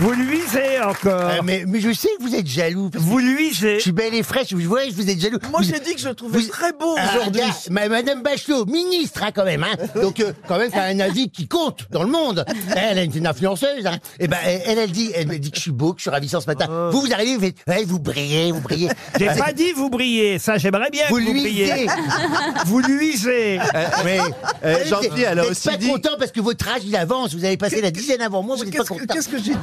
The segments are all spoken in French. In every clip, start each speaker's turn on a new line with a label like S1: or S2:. S1: Vous luisez encore.
S2: Euh, mais, mais je sais que vous êtes jaloux. parce que
S1: Vous luisez.
S2: Je suis belle et fraîche, vous voyez, vous êtes jaloux.
S3: Moi,
S2: Vous-
S3: j'ai dit que je le trouvais
S2: vous-
S3: très beau
S2: Ah,
S3: aujourd'hui.
S2: regarde, ma- Madame Bachelot, ministre hein, quand même, hein. donc euh, quand même, t'as un avis qui compte dans le monde. Elle est une influenceuse. Hein. Et ben, elle, elle, elle dit, elle me dit que je suis beau, que je suis ravissant ce matin.
S3: Ah.
S2: Vous, vous arrivez, vous faites, ouais, vous brillez, vous brillez.
S1: J'ai
S2: Euh,
S1: pas dit vous brillez, ça j'aimerais bien que
S2: vous
S1: vous
S2: luisez.
S1: brilliez. Vous luisez.
S2: Mais
S4: euh, Jean-Pierre, elle a aussi
S2: pas
S4: dit-
S2: content parce que votre âge il avance. Vous avez passé la dizaine avant moi. Vous n'êtes pas
S3: Qu'est-ce que,
S2: content.
S3: qu'est-ce que j'ai dit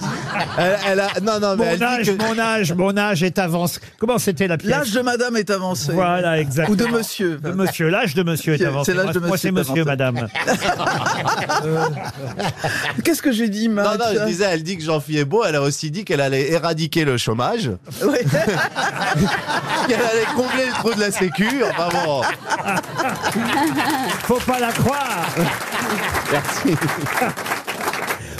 S4: Elle, Euh, elle a, non, non, mais
S1: Mon
S4: elle dit
S1: âge,
S4: que-
S1: mon âge, mon âge est avance. Comment c'était la pièce
S3: L'âge de madame est avancé.
S1: Voilà, exactement.
S3: Ou de monsieur.
S1: De monsieur, l'âge de monsieur est
S3: C'est
S1: avancé.
S3: l'âge de
S1: Moi, c'est
S3: monsieur
S1: monsieur,
S3: qui est
S1: madame.
S3: Qu'est-ce que j'ai dit,
S4: Non,
S3: Max
S4: non, je disais, elle dit que Jean-Philippe est beau, elle a aussi dit qu'elle allait éradiquer le chômage,
S3: Ouais.
S4: qu'elle allait combler le trou de la sécu, enfin bon,
S1: Faut pas la croire.
S4: merci.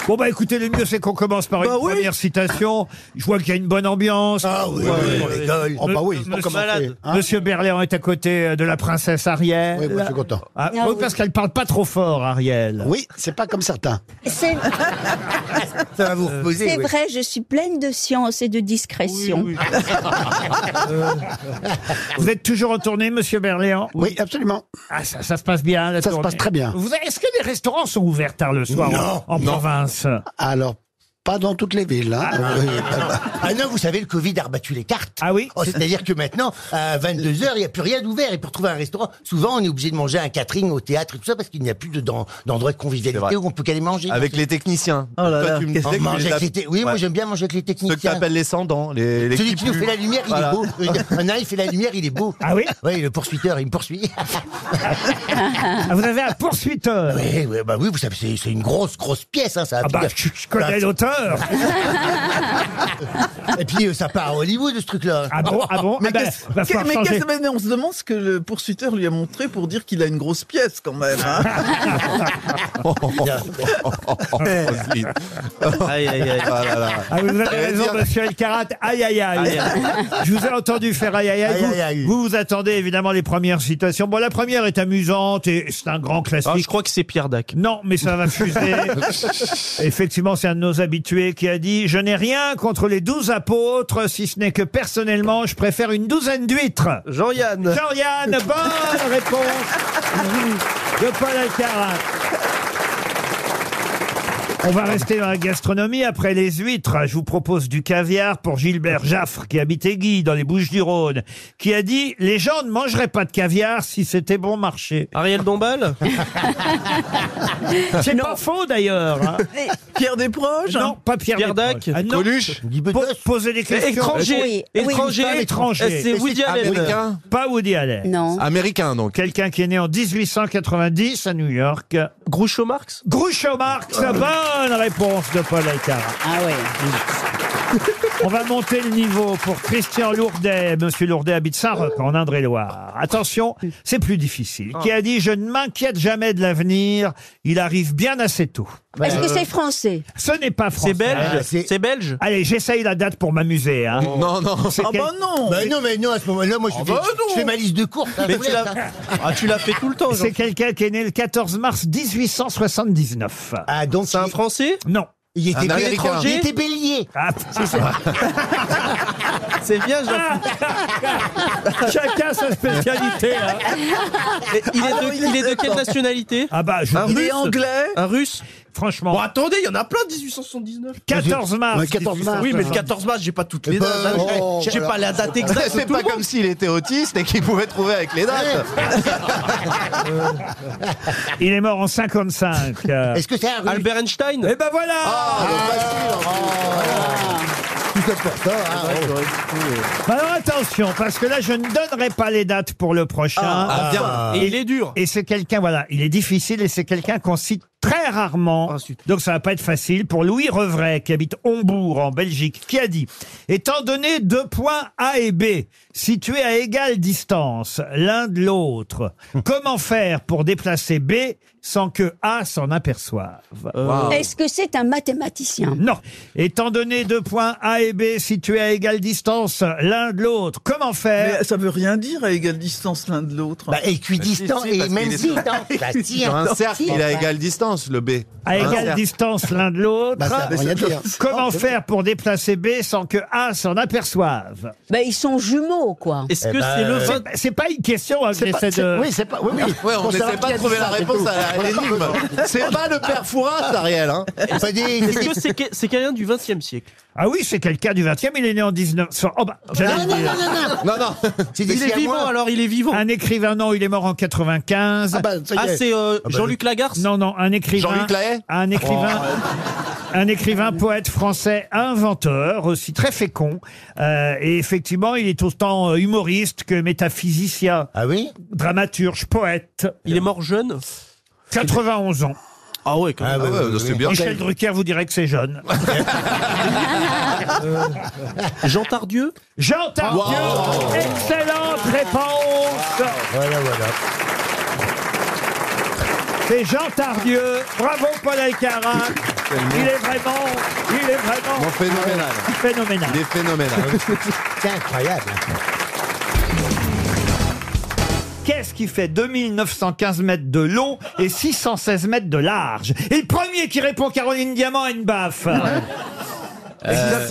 S1: Bon, bah écoutez, le mieux, c'est qu'on commence par une
S3: Bah oui.
S1: première citation. Je vois qu'il y a une bonne ambiance.
S2: Ah oui, oui, on rigole.
S1: Me-
S2: Oh bah oui, c'est pour
S1: monsieur-
S2: commencer. hein.
S1: Monsieur Berléand est à côté euh, de la princesse Ariel.
S2: Oui, moi, je suis content.
S1: Ah, oui, parce qu'elle parle pas trop fort, Ariel.
S2: Oui, c'est pas comme certains.
S5: C'est
S2: Ça va vous reposer.
S5: c'est
S2: oui.
S5: vrai, je suis pleine de science et de discrétion.
S1: Euh, Vous êtes toujours en tournée, monsieur Berléand
S6: Oui, absolument.
S1: Ah, ça, ça se passe bien, la
S6: Ça se
S1: tournée.
S6: passe très bien.
S1: Vous- Est-ce que les restaurants sont ouverts tard le soir en- en, province
S6: Alors, pas dans toutes les villes. hein.
S2: Ah non, vous savez, le Covid a rebattu les cartes.
S1: Ah oui
S2: Oh, C'est-à-dire que maintenant, à 22h, il n'y a plus rien d'ouvert. Et pour trouver un restaurant, souvent, on est obligé de manger un catering au théâtre et tout ça parce qu'il n'y a plus de- d'en- d'endroit de
S4: C'est vrai.
S2: convivialité où on peut qu'aller manger.
S4: Avec les techniciens.
S3: Oh là
S4: Toi,
S3: là,
S4: tu me
S3: qu'est-ce
S2: On
S4: disais que
S2: mange
S4: tu les
S2: avec
S4: as-
S2: les te- Oui, moi
S4: Ouais.
S2: j'aime bien manger avec les
S4: Ceux que
S2: techniciens.
S4: t'appelles les sans-dents, les, les
S2: Celui
S4: qui
S2: qui nous
S4: puent.
S2: fait la lumière, il
S4: Voilà.
S2: est beau. Il y en a un, il fait la lumière, il est beau.
S1: Ah oui
S2: Oui, le poursuiteur, il me poursuit.
S1: Ah, Vous avez un poursuiteur
S2: oui, oui, bah oui, vous savez, c'est c'est une grosse, grosse pièce. Hein, ça a
S1: Ah
S2: plus
S1: bah,
S2: de-
S1: je, je connais l'auteur.
S2: Et puis, euh, ça part à Hollywood, ce truc-là.
S1: Ah bon, ah bon.
S3: Mais
S1: Ah bah,
S3: qu'est-ce-
S1: va
S3: qu'est-
S1: falloir
S3: mais
S1: changer.
S3: qu'est-ce- mais on se demande ce que le poursuiteur lui a montré pour dire qu'il a une grosse pièce quand même. hein.
S4: Ensuite. Ah
S7: Oh
S4: là là.
S1: Ah, vous avez
S4: J'allais
S1: raison,
S4: dire-
S1: monsieur Elkarat. Aïe, aïe, aïe. Je vous ai entendu faire aïe, aïe, aïe.
S2: Aïe,
S1: Vous-
S2: aïe, aïe.
S1: Vous, vous attendez évidemment les premières citations. Bon, la première est amusante et c'est un grand classique.
S8: Ah, je crois que c'est Pierre Dac.
S1: Non, mais ça va fuser. Effectivement, c'est un de nos habitués qui a dit Je n'ai rien contre les douze apôtres, si ce n'est que personnellement, je préfère une douzaine d'huîtres.
S8: Jean-Yann.
S1: Florian, bonne réponse de Paul Alcarat. On va rester dans la gastronomie. Après les huîtres, je vous propose du caviar pour Gilbert Jaffre, qui habite Aiguille, dans les Bouches-du-Rhône, qui a dit « Les gens ne mangeraient pas de caviar si c'était bon marché
S8: Ariel Dombal. ».
S1: C'est pas faux, d'ailleurs. hein.
S3: Pierre Desproges
S1: Non, pas Pierre,
S8: Pierre
S1: Desproches.
S8: Dac.
S1: Ah non.
S4: Coluche
S2: Guy Bedos.
S1: Po- Posez des questions.
S8: Étranger.
S5: Oui, oui,
S8: étranger.
S1: pas étranger. Eh,
S8: Euh, C'est Woody Allen.
S4: Américain
S1: Pas Woody Allen.
S5: Non.
S4: Américain, donc.
S1: Hein Quelqu'un qui est né en 1890 à New York.
S8: Groucho Marx.
S1: Groucho Marx, bonne réponse de Paul Alcarat.
S5: Ah ouais.
S1: On va monter le niveau pour Christian Lourdet. Monsieur Lourdet habite Saint-Roch, en Indre-et-Loire. Attention, c'est plus difficile. Qui a dit « Je ne m'inquiète jamais de l'avenir, il arrive bien assez tôt
S5: Bah, Est-ce
S1: euh,
S5: que c'est français ».
S1: Ce n'est pas français.
S8: C'est belge.
S2: Ah, c'est-
S8: C'est belge.
S1: Allez, j'essaye la date pour m'amuser. hein.
S4: Non, non.
S1: C'est
S3: Ah
S1: quel-
S3: bah non
S2: Bah non, mais non, à ce moment-là, moi, je, fais,
S3: bah
S2: je
S3: non.
S2: fais ma liste de courses. hein,
S8: Ah Mais
S2: vous
S8: tu
S2: voulez,
S8: l'as
S2: hein.
S8: Ah, tu l'as fait tout le temps. Jean.
S1: C'est quelqu'un qui est né le 14 mars 1879.
S2: Ah, donc,
S8: C'est un Français
S1: Non.
S2: il, il
S4: Un
S2: était bé-
S4: Américain.
S2: il était bélier.
S1: Ah,
S8: C'est bien Jean.
S1: Chacun sa spécialité. hein.
S8: Et Il
S3: Ah
S8: est
S3: non,
S8: de,
S3: il
S8: il
S3: est-
S8: est de quelle nationalité
S1: Ah bah, je vous
S3: Il
S1: dis,
S3: est anglais
S8: Un russe
S1: franchement,
S8: attendez, il y en a plein 1879.
S1: 14 mars.
S6: Ouais, 14 mars.
S8: Oui, mais le 14 mars, j'ai pas toutes les
S2: ben,
S8: dates. hein. J'ai-
S2: oh,
S8: J'ai pas la date exacte. de
S4: Eh C'est
S8: tout
S4: pas
S8: le monde.
S4: comme s'il était autiste et qu'il pouvait trouver avec les dates.
S1: Il est mort en 55. euh.
S2: Est-ce que c'est un Ah, russe
S8: Albert Einstein. Ah,
S1: Eh ben voilà
S2: Ah. Tout ça pour ça, hein,
S8: Ah,
S2: oh.
S1: Bah Alors attention, parce que là, je ne donnerai pas les dates pour le prochain.
S8: Ah, bien. Et il est dur.
S1: Et c'est quelqu'un, voilà, il est difficile et c'est quelqu'un qu'on cite très rarement.
S8: Ah, zut.
S1: donc ça va pas être facile pour Louis Revray, qui habite Hombourg, en Belgique, qui a dit Étant donné deux points A et B, situés à égale distance l'un de l'autre, comment faire pour déplacer B sans que A s'en aperçoive
S5: Est-ce que c'est un
S9: Hein.
S5: mathématicien
S1: non. Étant donné deux points A et B situés à égale distance l'un de l'autre, comment faire
S3: Mais ça veut rien dire à égale distance l'un de l'autre.
S2: Bah, équidistant
S4: si, si,
S2: et
S4: parce
S2: même
S4: qu'il est sur-
S2: distant. Bah, si,
S4: Sur
S2: hein.
S4: un cercle, il a égale
S2: distance, le B.
S1: À
S2: Hein,
S1: égale
S2: c'est-à-dire-
S1: distance l'un de l'autre.
S10: Bah, ça veut rien dire.
S1: Comment faire pour déplacer B sans que A s'en aperçoive
S9: Ben, ils sont jumeaux, quoi.
S7: Est-ce
S8: Eh
S7: que
S8: ben,
S7: c'est le
S8: euh,
S7: vote
S1: C'est pas une question, hein,
S8: C'est pas-
S1: j'essaie
S8: c'est-
S1: de...
S8: Oui, c'est pas. Oui, oui.
S2: Ouais, on
S8: Pour
S2: n'essaie
S8: savoir qui
S2: pas
S8: a
S2: de
S8: dit
S2: trouver
S8: ça,
S2: la
S8: c'est
S2: réponse
S8: tout.
S2: à la- à l'énigme. C'est pas le père Fouras, Ariel. Hein.
S8: Pas des- des-
S7: Est-ce que c'est que- c'est quelqu'un du 20 e siècle
S1: Ah oui, c'est quelqu'un du 20e, il est né en 19... Oh bah, j'allais
S8: Non,
S1: le
S8: Ah, non,
S1: dire.
S8: non, non, non.
S2: Non, non.
S8: C'est
S7: Il
S8: d'ici
S7: est
S8: à
S7: vivant
S8: moi.
S7: alors, il est vivant.
S1: Un écrivain, non, il est mort en 95.
S10: Ah bah, ça y
S7: Ah,
S10: est.
S7: c'est euh, Jean-Luc Lagarce
S1: Non, non, un écrivain...
S2: Jean-Luc Lahaye
S1: Un écrivain... Oh, Un écrivain, poète français, inventeur, aussi très fécond. Euh, et effectivement, il est autant euh, humoriste que métaphysicien,
S8: Ah oui
S1: dramaturge, poète.
S7: Il est mort jeune
S1: 91 ans.
S7: Ah ouais, quand même.
S2: Ah ouais,
S8: oui,
S2: c'est
S8: oui.
S2: bien.
S1: Michel Drucker vous dirait que c'est jeune. Euh.
S7: Jean Tardieu
S1: Jean Tardieu,
S2: Wow.
S1: excellente réponse.
S8: Voilà, voilà.
S1: C'est Jean Tardieu. Bravo Paul Alcarat. Il est vraiment, il est vraiment Ah
S2: Mon phénoménal.
S1: phénoménal.
S2: Il est phénoménal.
S8: C'est incroyable.
S1: Qu'est-ce qui fait 2915 mètres de long et 616 mètres de large Et le premier qui répond Caroline Diamant a une baffe. Euh,
S11: Euh,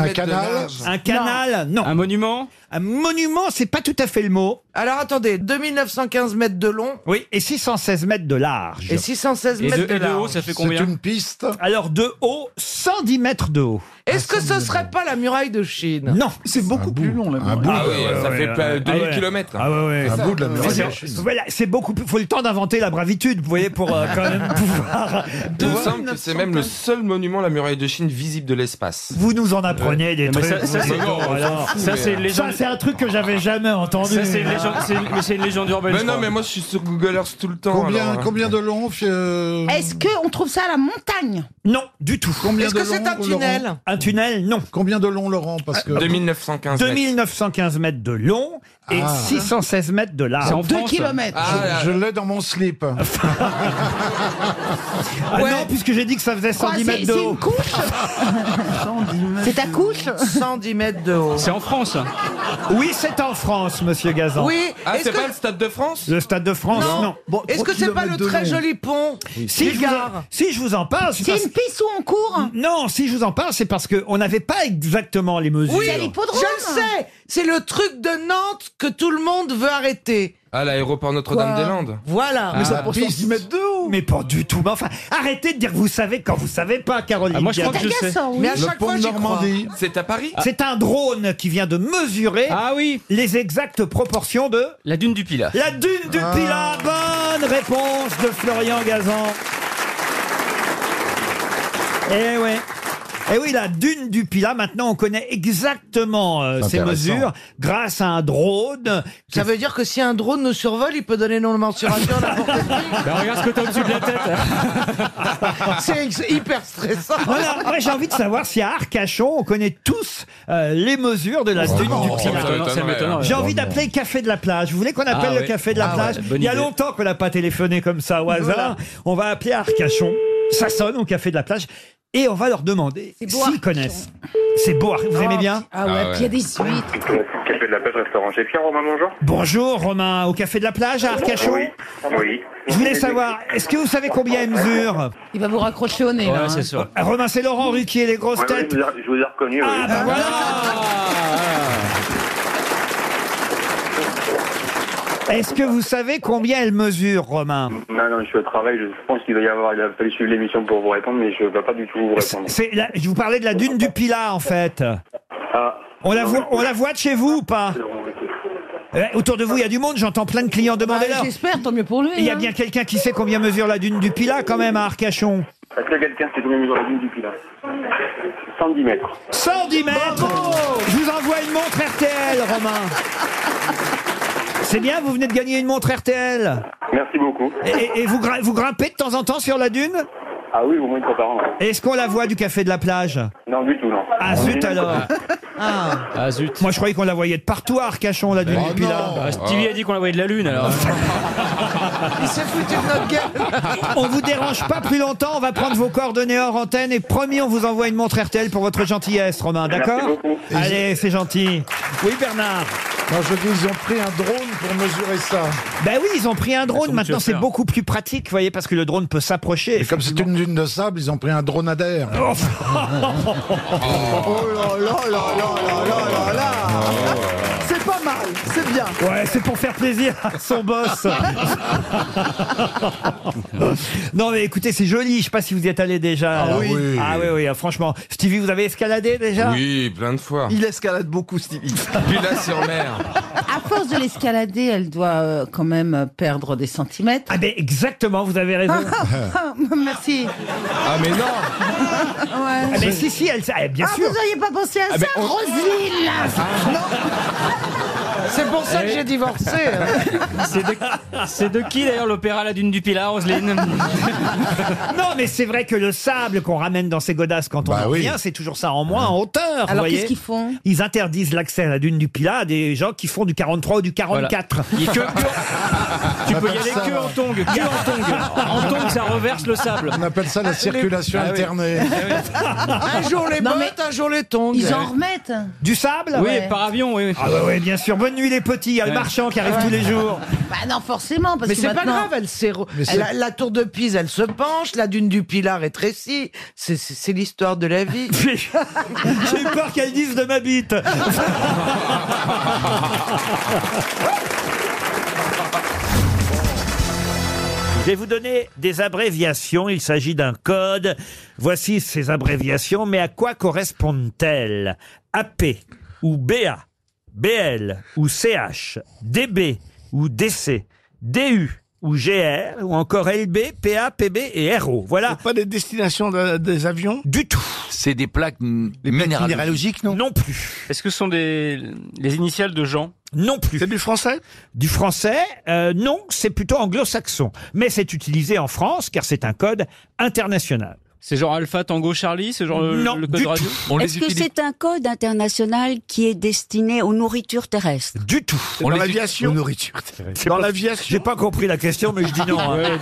S10: un canal.
S1: Un canal Non.
S12: Un monument
S1: Un monument, c'est pas tout à fait le mot.
S11: Alors attendez, 2915 mètres de long
S1: Oui, et 616 mètres de large.
S11: et 616
S12: et de,
S11: mètres de,
S12: et de
S11: large.
S12: haut, ça fait
S10: C'est
S12: combien
S10: une piste.
S1: Alors de haut, 110 mètres de haut.
S11: Est-ce que ce serait pas la muraille de Chine
S1: Non.
S13: C'est beaucoup plus long, là.
S10: Un bout,
S12: Ah oui, ça fait pas
S1: ouais.
S12: 2000
S1: Ah ouais.
S12: kilomètres.
S1: Ah ouais, ouais.
S10: un bout de la
S1: Mais
S10: muraille de
S1: c'est-
S10: Chine.
S1: voilà, c'est beaucoup plus. Faut le temps d'inventer la bravitude, vous voyez, pour euh, quand même pouvoir.
S12: Il me semble que c'est même le seul monument, la muraille de Chine, visible de l'espace.
S1: Vous nous en apprenez des trucs.
S12: ça- ça,
S1: vous,
S12: c'est- euh,
S1: alors.
S12: Ça, c'est une
S1: Ça,
S12: légende.
S1: c'est un truc que j'avais jamais entendu.
S12: Ça, c'est une légende. c'est- Mais c'est une légende urbaine.
S14: Mais
S12: je
S14: non,
S12: crois.
S14: mais moi je suis sur Google Earth tout le temps.
S10: Combien,
S14: alors, hein.
S10: combien de long euh,
S15: Est-ce qu'on trouve ça à la montagne
S1: Non, du tout.
S10: combien
S11: Est-ce
S10: de
S11: que c'est
S10: long,
S11: un tunnel
S10: Laurent
S1: Un tunnel, non.
S10: Combien de long, Laurent Parce que
S14: 2915 mètres.
S1: 2915 mètres de long et
S10: Ah.
S1: 616 mètres de large.
S12: C'est en
S15: 2
S12: France.
S15: kilomètres.
S14: Ah, là,
S10: je l'ai dans mon slip.
S1: Ah non, puisque j'ai dit que ça faisait
S15: Quoi,
S1: 110
S15: C'est
S1: mètres de
S15: c'est
S1: haut.
S15: une couche C'est ta couche
S11: 110 mètres de haut.
S12: C'est en France.
S1: Oui, c'est en France, monsieur Gazan.
S11: Oui,
S14: Ah,
S11: est-ce
S14: c'est
S11: que
S14: pas le Stade de France
S1: Le Stade de France, non.
S11: bon, est-ce que c'est pas le très joli pont
S1: Si,
S11: du
S1: je vous, en-
S11: Gard
S1: si je vous en parle, c'est
S15: C'est
S1: parce-
S15: une piste où on court
S1: Non, si je vous en parle, c'est parce qu'on n'avait pas exactement les mesures.
S15: Oui, c'est à l'hippodrome.
S11: Je le sais, c'est le truc de Nantes que tout le monde veut arrêter.
S14: À l'aéroport Notre-Dame-des-Landes.
S11: Voilà.
S12: Ah,
S13: Pour 110 mètres de haut.
S1: Mais pas du tout. Mais enfin, arrêtez de dire que vous savez quand vous savez pas, Caroline.
S12: Ah, moi, je crois que je sais.
S1: hein,
S15: Agaçant, oui.
S11: Mais à
S10: Le
S11: chaque
S10: pont
S11: fois,
S10: de
S11: j'y crois.
S10: Normandie.
S14: C'est à Paris
S1: Ah. C'est un drone qui vient de mesurer
S12: Ah oui,
S1: les exactes proportions de
S12: la dune du Pilat.
S1: la dune du Pilat. Bonne réponse de Florian Gazan. Eh ouais. Eh oui, la dune du Pilat, maintenant on connaît exactement euh, ces
S2: Intéressant.
S1: mesures grâce à un drone.
S11: Ça veut dire que si un drone nous survole, il peut donner nos mensurations à n'importe
S14: Ben,
S12: regarde ce que t'as au-dessus de la tête.
S11: qui. C'est ex- hyper stressant.
S1: Voilà, ouais, j'ai envie de savoir si à Arcachon, on connaît tous euh, les mesures de la dune du
S14: Ça
S1: Pilat.
S14: m'étonnerait,
S12: Ça m'étonnerait.
S1: J'ai envie d'appeler le café de la plage. Vous voulez qu'on appelle
S12: Ah
S1: le
S12: ouais.
S1: café de la
S12: Ah
S1: plage
S12: ouais, bonne
S1: Il y a
S12: idée.
S1: longtemps qu'on n'a pas téléphoné comme ça au hasard. On va appeler Arcachon. Ça sonne au café de la plage. Et on va leur demander
S15: C'est beau,
S1: s'ils
S15: Arcachon.
S1: connaissent. C'est beau, Ar- vous aimez bien
S15: Ah ouais,
S14: Ah
S15: puis il y a des suites.
S14: Café de la plage, restaurant chez Pierre, Romain, bonjour.
S1: Bonjour Romain, au café de la plage à Arcachon.
S14: Oui.
S1: Je voulais savoir, est-ce que vous savez combien elle mesure
S15: Il va vous raccrocher au nez, là.
S12: Ouais,
S15: hein.
S12: c'est sûr.
S1: Euh, Romain, c'est Laurent Ruquier, les grosses têtes.
S14: je vous ai reconnu,
S1: Ah bah voilà Ah,
S6: Ah.
S1: Est-ce que vous savez combien elle mesure, Romain
S14: Non, non, je suis au travail, je pense qu'il doit y avoir, il a fallu suivre l'émission pour vous répondre, mais je ne vais pas du tout vous répondre.
S1: C'est la- je vous parlais de la dune du Pilat, en fait.
S14: Ah,
S1: On la voit, on la voit de chez vous ou pas
S14: Euh,
S1: Eh, Autour de vous, il y a du monde, j'entends plein de clients
S15: Bah,
S1: demander leur.
S15: J'espère, tant mieux pour lui.
S1: Il y a
S15: hein.
S1: bien quelqu'un qui sait combien mesure la dune du Pilat, quand même, à Arcachon.
S14: est-ce que quelqu'un s'est donné mesure la ligne depuis là 110 mètres.
S1: 110 mètres Je vous envoie une montre RTL, Romain. C'est bien, vous venez de gagner une montre RTL.
S14: Merci beaucoup.
S1: Et, et- et vous, grim- vous grimpez de temps en temps sur la dune
S14: Ah oui, au moins une fois par an. ouais.
S1: Est-ce qu'on la voit du café de la plage
S14: Non, du tout, non.
S1: Ah zut alors
S12: Ah zut.
S1: Moi je croyais qu'on la voyait de partout à Arcachon, la dune
S10: Oh
S1: du Pilat.
S10: non.
S14: Bah,
S12: Ah, Stevie a dit qu'on la voyait de la lune alors.
S11: Il s'est foutu de notre gueule.
S1: On vous dérange pas plus longtemps, on va prendre vos coordonnées hors antenne et promis, on vous envoie une montre RTL pour votre gentillesse, Romain,
S14: Merci
S1: d'accord
S14: beaucoup.
S1: Allez, c'est gentil. Oui, Bernard
S12: Non, je dis, ils ont pris un drone pour mesurer ça.
S1: Ben oui, ils ont pris un drone.
S12: sont
S1: Maintenant, c'est
S12: multiopères.
S1: beaucoup plus pratique, vous voyez, parce que le drone peut s'approcher.
S12: Et comme c'est une dune de sable, ils ont pris un drone d'air.
S1: Oh.
S3: Oh
S11: C'est pas mal, c'est bien.
S1: Ouais, c'est pour faire plaisir à son boss. non, mais écoutez, c'est joli. Je sais pas si vous y êtes allé déjà.
S16: Ah oui.
S1: Ah oui, oui, franchement. Stevie, vous avez escaladé déjà
S7: Oui, plein de fois.
S16: Il escalade beaucoup, Stevie.
S7: Puis là,
S6: Oh,
S7: sur mer.
S1: Oh.
S15: À force de l'escalader, elle doit euh, quand même perdre des centimètres.
S1: Ah ben exactement, vous avez raison.
S15: Ah, merci.
S7: Ah, mais non
S15: Ouais.
S1: Ah ben si, si, elle, ah, bien
S15: Ah,
S1: sûr.
S15: vous n'auriez pas pensé à ça, Roselyne
S11: Ah, C'est pour ça que j'ai divorcé.
S14: Eh.
S11: hein.
S14: C'est de, c'est de qui d'ailleurs l'opéra La Dune du Pilat, Roselyne
S1: Non, mais c'est vrai que le sable qu'on ramène dans ces godasses quand on
S12: Bah
S1: en
S12: oui.
S1: revient, c'est toujours ça en moins en hauteur. vous
S15: Alors
S1: voyez.
S15: qu'est-ce qu'ils font
S1: Ils interdisent l'accès à la dune du Pilat à des gens qui font du 43 ou du 44.
S14: Il est que- Tu peux y aller
S12: ça,
S14: que
S12: là.
S14: en tongue, que en tongue. En tongue, ça reverse le sable. Ah,
S12: On appelle ça la circulation alternée.
S11: Un jour les
S15: Non,
S11: bottes, un jour les tongs.
S15: Ils en remettent
S1: Du sable
S14: Oui,
S15: Ouais.
S14: par avion, oui.
S1: Ah bah oui, bien sûr. Bonne nuit les petits, il y a le
S14: Ouais.
S1: marchand qui arrive tous les jours.
S15: Bah non, forcément, parce
S11: Mais
S15: que
S11: c'est pas
S15: maintenant-
S11: grave, elle s'est re-
S12: Mais c'est-
S11: la, la tour de Pise, elle se penche, la dune du Pilat rétrécit. C'est- C'est c'est l'histoire de la vie.
S1: J'ai j'ai peur qu'elle dise de ma bite. Je vais vous donner des abréviations. Il s'agit d'un code. Voici ces abréviations, mais à quoi correspondent-elles AP ou BA, BL ou CH, DB ou DC, DU ou GR ou encore LB, PA, PB et RO. Voilà.
S2: Pas des destinations des avions
S1: Du tout.
S10: C'est des plaques minérales.
S2: Minéralogiques, non
S1: Non plus.
S14: Est-ce que ce sont des, les initiales de gens
S1: Non plus.
S2: C'est du français
S1: Du français, euh, non, c'est plutôt anglo-saxon. Mais c'est utilisé en France car c'est un code international.
S14: C'est genre Alpha, Tango, Charlie C'est genre le,
S1: Non,
S14: le code
S1: du
S14: radio
S1: tout.
S10: On
S5: Est-ce
S10: les
S5: que
S10: utilise.
S5: c'est un code international qui est destiné aux nourritures terrestres
S1: Du tout.
S10: On
S2: Dans
S10: les utilise.
S2: l'aviation
S17: nourriture.
S1: C'est
S2: Dans
S1: pas- J'ai
S2: l'aviation
S1: pas compris la question, mais je dis non. hein.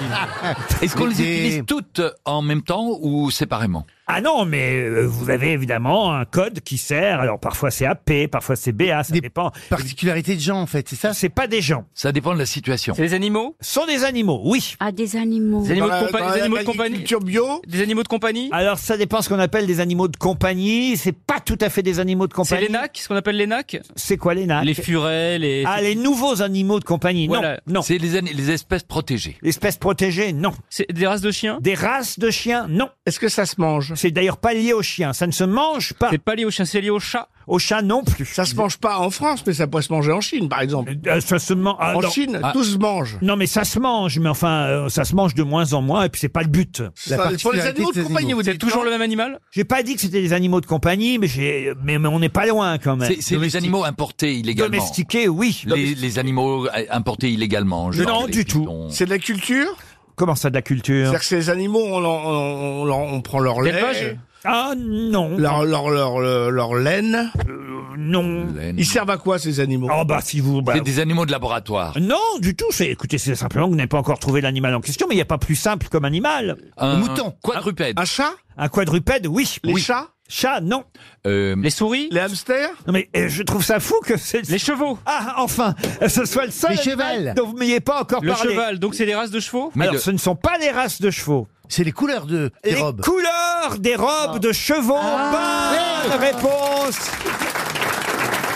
S10: Est-ce qu'on les utilise toutes en même temps ou séparément
S1: Ah non, mais euh, vous avez évidemment un code qui sert. Alors parfois c'est AP, parfois c'est BA, ça
S17: Des-
S1: dépend.
S17: Particularité de gens, en fait, c'est ça
S1: C'est pas des gens,
S10: Ça dépend de la situation.
S14: C'est des animaux
S1: ce sont des animaux, oui.
S5: À des animaux
S14: Des animaux
S2: Dans
S14: de,
S2: la-
S14: compa-
S2: dans
S14: des
S2: la-
S14: animaux de compagnie
S2: l'agriculture bio
S14: Des animaux de compagnie
S1: Alors ça dépend ce qu'on appelle des animaux de compagnie. C'est pas tout à fait des animaux de
S14: C'est
S1: compagnie.
S14: les nacs, ce qu'on appelle les nacs
S1: C'est quoi les nacs
S14: Les furets, Ah, les...
S1: Ah les nouveaux animaux de compagnie.
S14: Voilà.
S1: Non, non.
S10: C'est les, an- les espèces protégées.
S1: Espèces protégées, non.
S14: c'est des races de chiens
S1: Des races de chiens, non.
S2: Est-ce que ça se mange
S1: C'est d'ailleurs pas lié au chien. Ça ne se mange pas.
S14: C'est pas lié aux chiens, c'est lié aux chats.
S1: Au chat non plus.
S2: Ça se mange pas en France, mais ça pourrait se manger en Chine, par exemple.
S1: Euh, ça se mange.
S2: en Chine,
S10: Ah.
S2: tout se mange.
S1: Non, mais ça se mange. Mais enfin, euh, ça se mange de moins en moins. Et puis c'est pas le but.
S12: La
S2: Ça- pour les
S12: particularité
S2: animaux
S12: de
S2: de
S12: ces
S2: compagnie,
S12: animaux.
S2: vous
S14: C'est
S2: dites
S14: toujours le même animal
S1: J'ai pas dit que c'était des animaux de compagnie, mais j'ai. Mais, mais on n'est pas loin quand même.
S10: C'est c'est les animaux importés illégalement.
S1: Domestiqués, oui.
S10: Les, les animaux euh, importés illégalement. genre
S1: Non,
S10: les
S1: du tout.
S10: pitons.
S2: C'est de la culture
S1: Comment ça de la culture
S2: C'est-à-dire que ces animaux, on, en- on- on- on- on prend leur lait,
S14: L'élevage
S1: Ah non, Euh,
S2: leur, leur, leur, leur- leur laine.
S1: non.
S10: Laine.
S2: Ils servent à quoi, ces animaux
S1: Oh bah si vous. bah,
S10: C'est des animaux de laboratoire.
S1: Non, du tout. C'est écoutez, c'est simplement que vous n'avez pas encore trouvé l'animal en question, mais il n'y a pas plus simple comme animal.
S10: Un
S17: mouton.
S10: Quadrupède.
S2: Un chat
S1: Un quadrupède, oui.
S2: Les
S1: oui.
S2: chats
S1: Chat, non.
S10: Euh,
S14: Les souris
S2: Les hamsters
S1: Non mais euh, je trouve ça fou que c'est.
S14: Les chevaux
S1: Ah, enfin, ce soit le seul
S17: Les
S1: animal
S17: chevals.
S1: dont vous m'ayez pas encore
S14: Le
S1: parlé.
S14: cheval, donc c'est des races de chevaux
S10: mais
S1: Alors,
S10: le-
S1: ce ne sont pas les races de chevaux.
S17: C'est les couleurs de, des
S1: les
S17: robes.
S1: couleurs des robes de chevaux. Bonne réponse.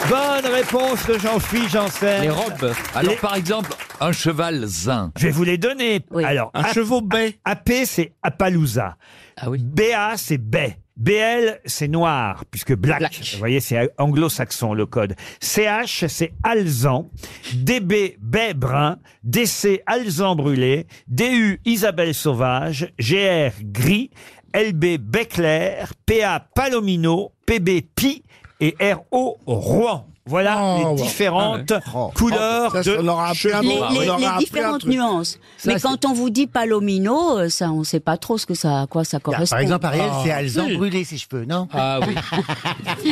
S1: Bonne réponse de Jean-Philippe Janssen.
S14: Les robes
S10: alors,
S1: les-
S10: par exemple, un cheval zin.
S1: Je vais vous les donner.
S5: Oui.
S1: Alors,
S2: Un
S1: A-
S2: chevaux baie
S1: AP, c'est Appaloosa.
S14: Ah oui.
S1: BA, c'est baie. BL, c'est noir, puisque black. Vous voyez, c'est anglo-saxon, le code. CH, c'est alzan. DB, baie brun. DC, alzan brûlé. DU, Isabelle sauvage. GR, gris. LB, baie clair. PA, palomino. PB, pi. Et RO, Rouen. Voilà
S12: Oh,
S1: les
S12: wow.
S1: différentes
S10: Ah
S12: Oh.
S1: couleurs
S2: Ça, ça, on
S1: de
S2: aura appris un
S5: Les,
S2: mot,
S5: les-
S2: on
S5: les
S2: aura appris un
S5: différentes
S2: truc.
S5: nuances. Mais quand on vous dit palomino, euh, ça, on ne sait pas trop ce que ça, à quoi ça
S17: Par
S5: correspond.
S17: exemple, Ariel,
S12: Ah,
S17: c'est Alzan
S12: oui.
S17: brûler ses cheveux, non
S14: Ah oui.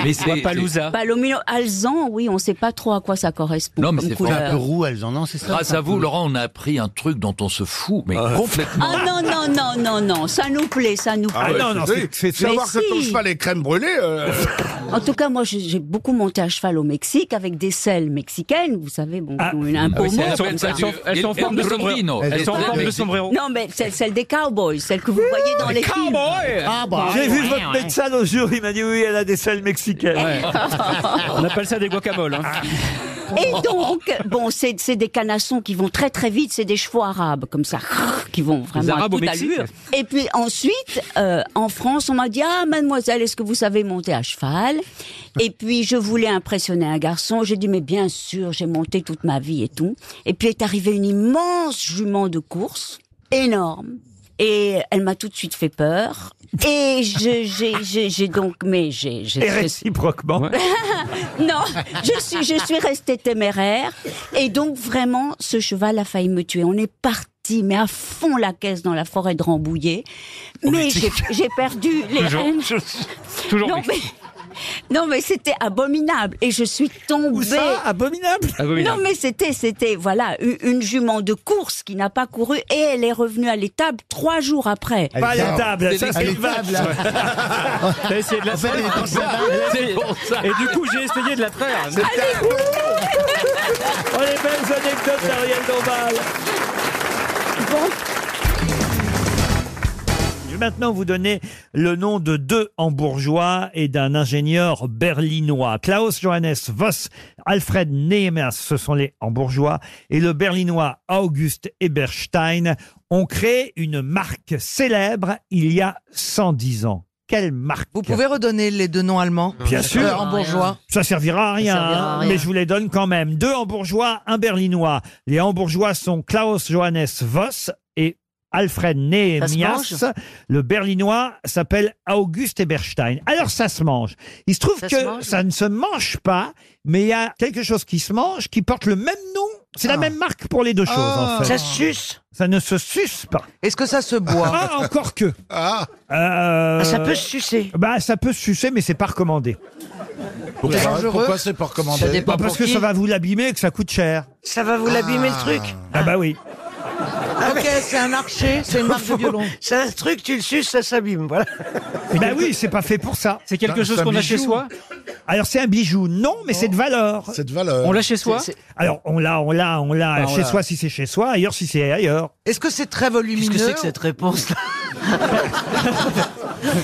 S10: Mais c'est
S14: Palouza.
S5: palomino, alzan, oui, on ne sait pas trop à quoi ça correspond.
S10: Non, mais
S5: comme
S10: c'est
S17: C'est
S5: couleur.
S17: un peu roux, Alzan, non, c'est ça
S10: Grâce à Ah, vous, Laurent, on a appris un truc dont on se fout, mais complètement.
S5: Ah non, non, non, non, non, ça nous plaît, ça nous
S1: Ah
S5: plaît.
S1: non, non,
S2: Oui,
S1: c'est- c'est-
S2: Savoir
S5: Mais
S2: que ton
S5: si.
S2: cheval est crème brûlée, euh,
S5: En tout cas, moi, j'ai j'ai beaucoup monté à cheval au Mexique. Mexique avec des selles mexicaines, vous savez, bon, qui ont une- un
S11: Ah
S5: peu
S11: oui, ça,
S5: moins.
S11: elle appelle ça Elles du- sont- elles sont en forme de El sombrero. Rubino. Elles sont en forme de sombrero.
S5: Non, mais celle, celle des cowboys, celle que vous voyez dans
S1: Les
S5: les, films. Ah,
S1: cowboys
S11: Ah, bah,
S2: bah.
S1: J'ai vu votre médecin l'autre jour, il m'a dit oui, elle a des selles mexicaines.
S5: Ouais.
S14: On appelle ça des guacamoles. hein.
S5: Et donc, bon, c'est c'est des canassons qui vont très très vite, c'est des chevaux arabes comme ça, qui vont
S14: Les
S5: vraiment à
S14: Arabes au
S5: toute
S14: Mexique.
S5: allure. Et puis ensuite, euh, en France, on m'a dit ah mademoiselle, est-ce que vous savez monter à cheval Et puis je voulais impressionner un garçon, j'ai dit mais bien sûr, j'ai monté toute ma vie et tout. Et puis est arrivée une immense jument de course, énorme. Et elle m'a tout de suite fait peur. Et je- j'ai j'ai- j'ai donc, mais j'ai... j'ai-
S1: Et réciproquement.
S5: non, je suis, je suis restée téméraire. Et donc, vraiment, ce cheval a failli me tuer. On est parti, mais à fond la caisse dans la forêt de Rambouillet. Mais j'ai j'ai perdu les
S14: Toujours.
S5: rênes.
S14: Toujours
S5: non, mais, non, mais c'était abominable. Et je suis tombée.
S1: ça abominable,
S14: Abominable.
S5: Non, mais c'était, c'était, voilà, u- une jument de course qui n'a pas couru et elle est revenue à l'étable trois jours après.
S1: Pas à l'étable, ça c'est une vache.
S14: l'étable. T'as essayé de la traire. C'est- Et du coup, j'ai essayé de la traire.
S18: Ah,
S1: Oh, les belles anecdotes d'Ariel Dombal. Je vais maintenant vous donner le nom de deux hambourgeois et d'un ingénieur berlinois. Klaus Johannes Voss, Alfred Nehemias, ce sont les hambourgeois, et le berlinois August Eberstein ont créé une marque célèbre il y a 110 ans. Quelle marque
S19: Vous pouvez redonner les deux noms allemands
S1: Bien sûr.
S19: Euh, en bourgeois.
S1: Ça servira à rien,
S19: Ça servira à
S1: hein,
S19: rien.
S1: mais je vous les donne quand même. Deux hambourgeois, un berlinois. Les hambourgeois sont Klaus Johannes Voss et Alfred
S19: se
S1: Nehemias.
S19: mange
S1: Le berlinois s'appelle August Eberstein. Alors ça se mange. Il se trouve
S19: Ça se
S1: que
S19: mange.
S1: ça ne se mange pas, mais il y a quelque chose qui se mange qui porte le même nom. C'est la même marque pour les deux choses, en
S19: Ah.
S1: fait.
S19: Ça se suce
S1: Ça ne se suce pas.
S19: Est-ce que ça se boit
S1: Ah, encore que.
S19: Ah.
S1: Euh,
S19: Ah, ça peut se sucer.
S1: Bah, ça peut se sucer, mais c'est pas recommandé.
S6: Pourquoi- dangereux. pourquoi c'est pas recommandé Ça dépend
S1: Bah, Parce
S6: pour
S1: que
S6: qui.
S1: ça va vous l'abîmer et que ça coûte cher.
S19: Ça va vous l'abîmer, le truc
S1: Ah bah oui.
S19: Ok, c'est un marché, Eh, c'est une marque de violon. C'est un truc, tu le suces, ça s'abîme, voilà.
S1: Bah oui, c'est pas fait pour ça.
S14: C'est quelque chose qu'on a chez soi
S1: Alors c'est un bijou, non, mais c'est de valeur. C'est de
S2: Euh,
S1: valeur.
S14: On l'a chez soi C'est- c'est-
S1: Alors on l'a, on l'a, on l'a
S14: Ah, on
S1: chez
S14: l'a.
S1: soi si c'est chez soi, ailleurs si c'est ailleurs.
S19: Est-ce que c'est très volumineux
S1: Qu'est-ce que c'est que cette
S19: réponse-là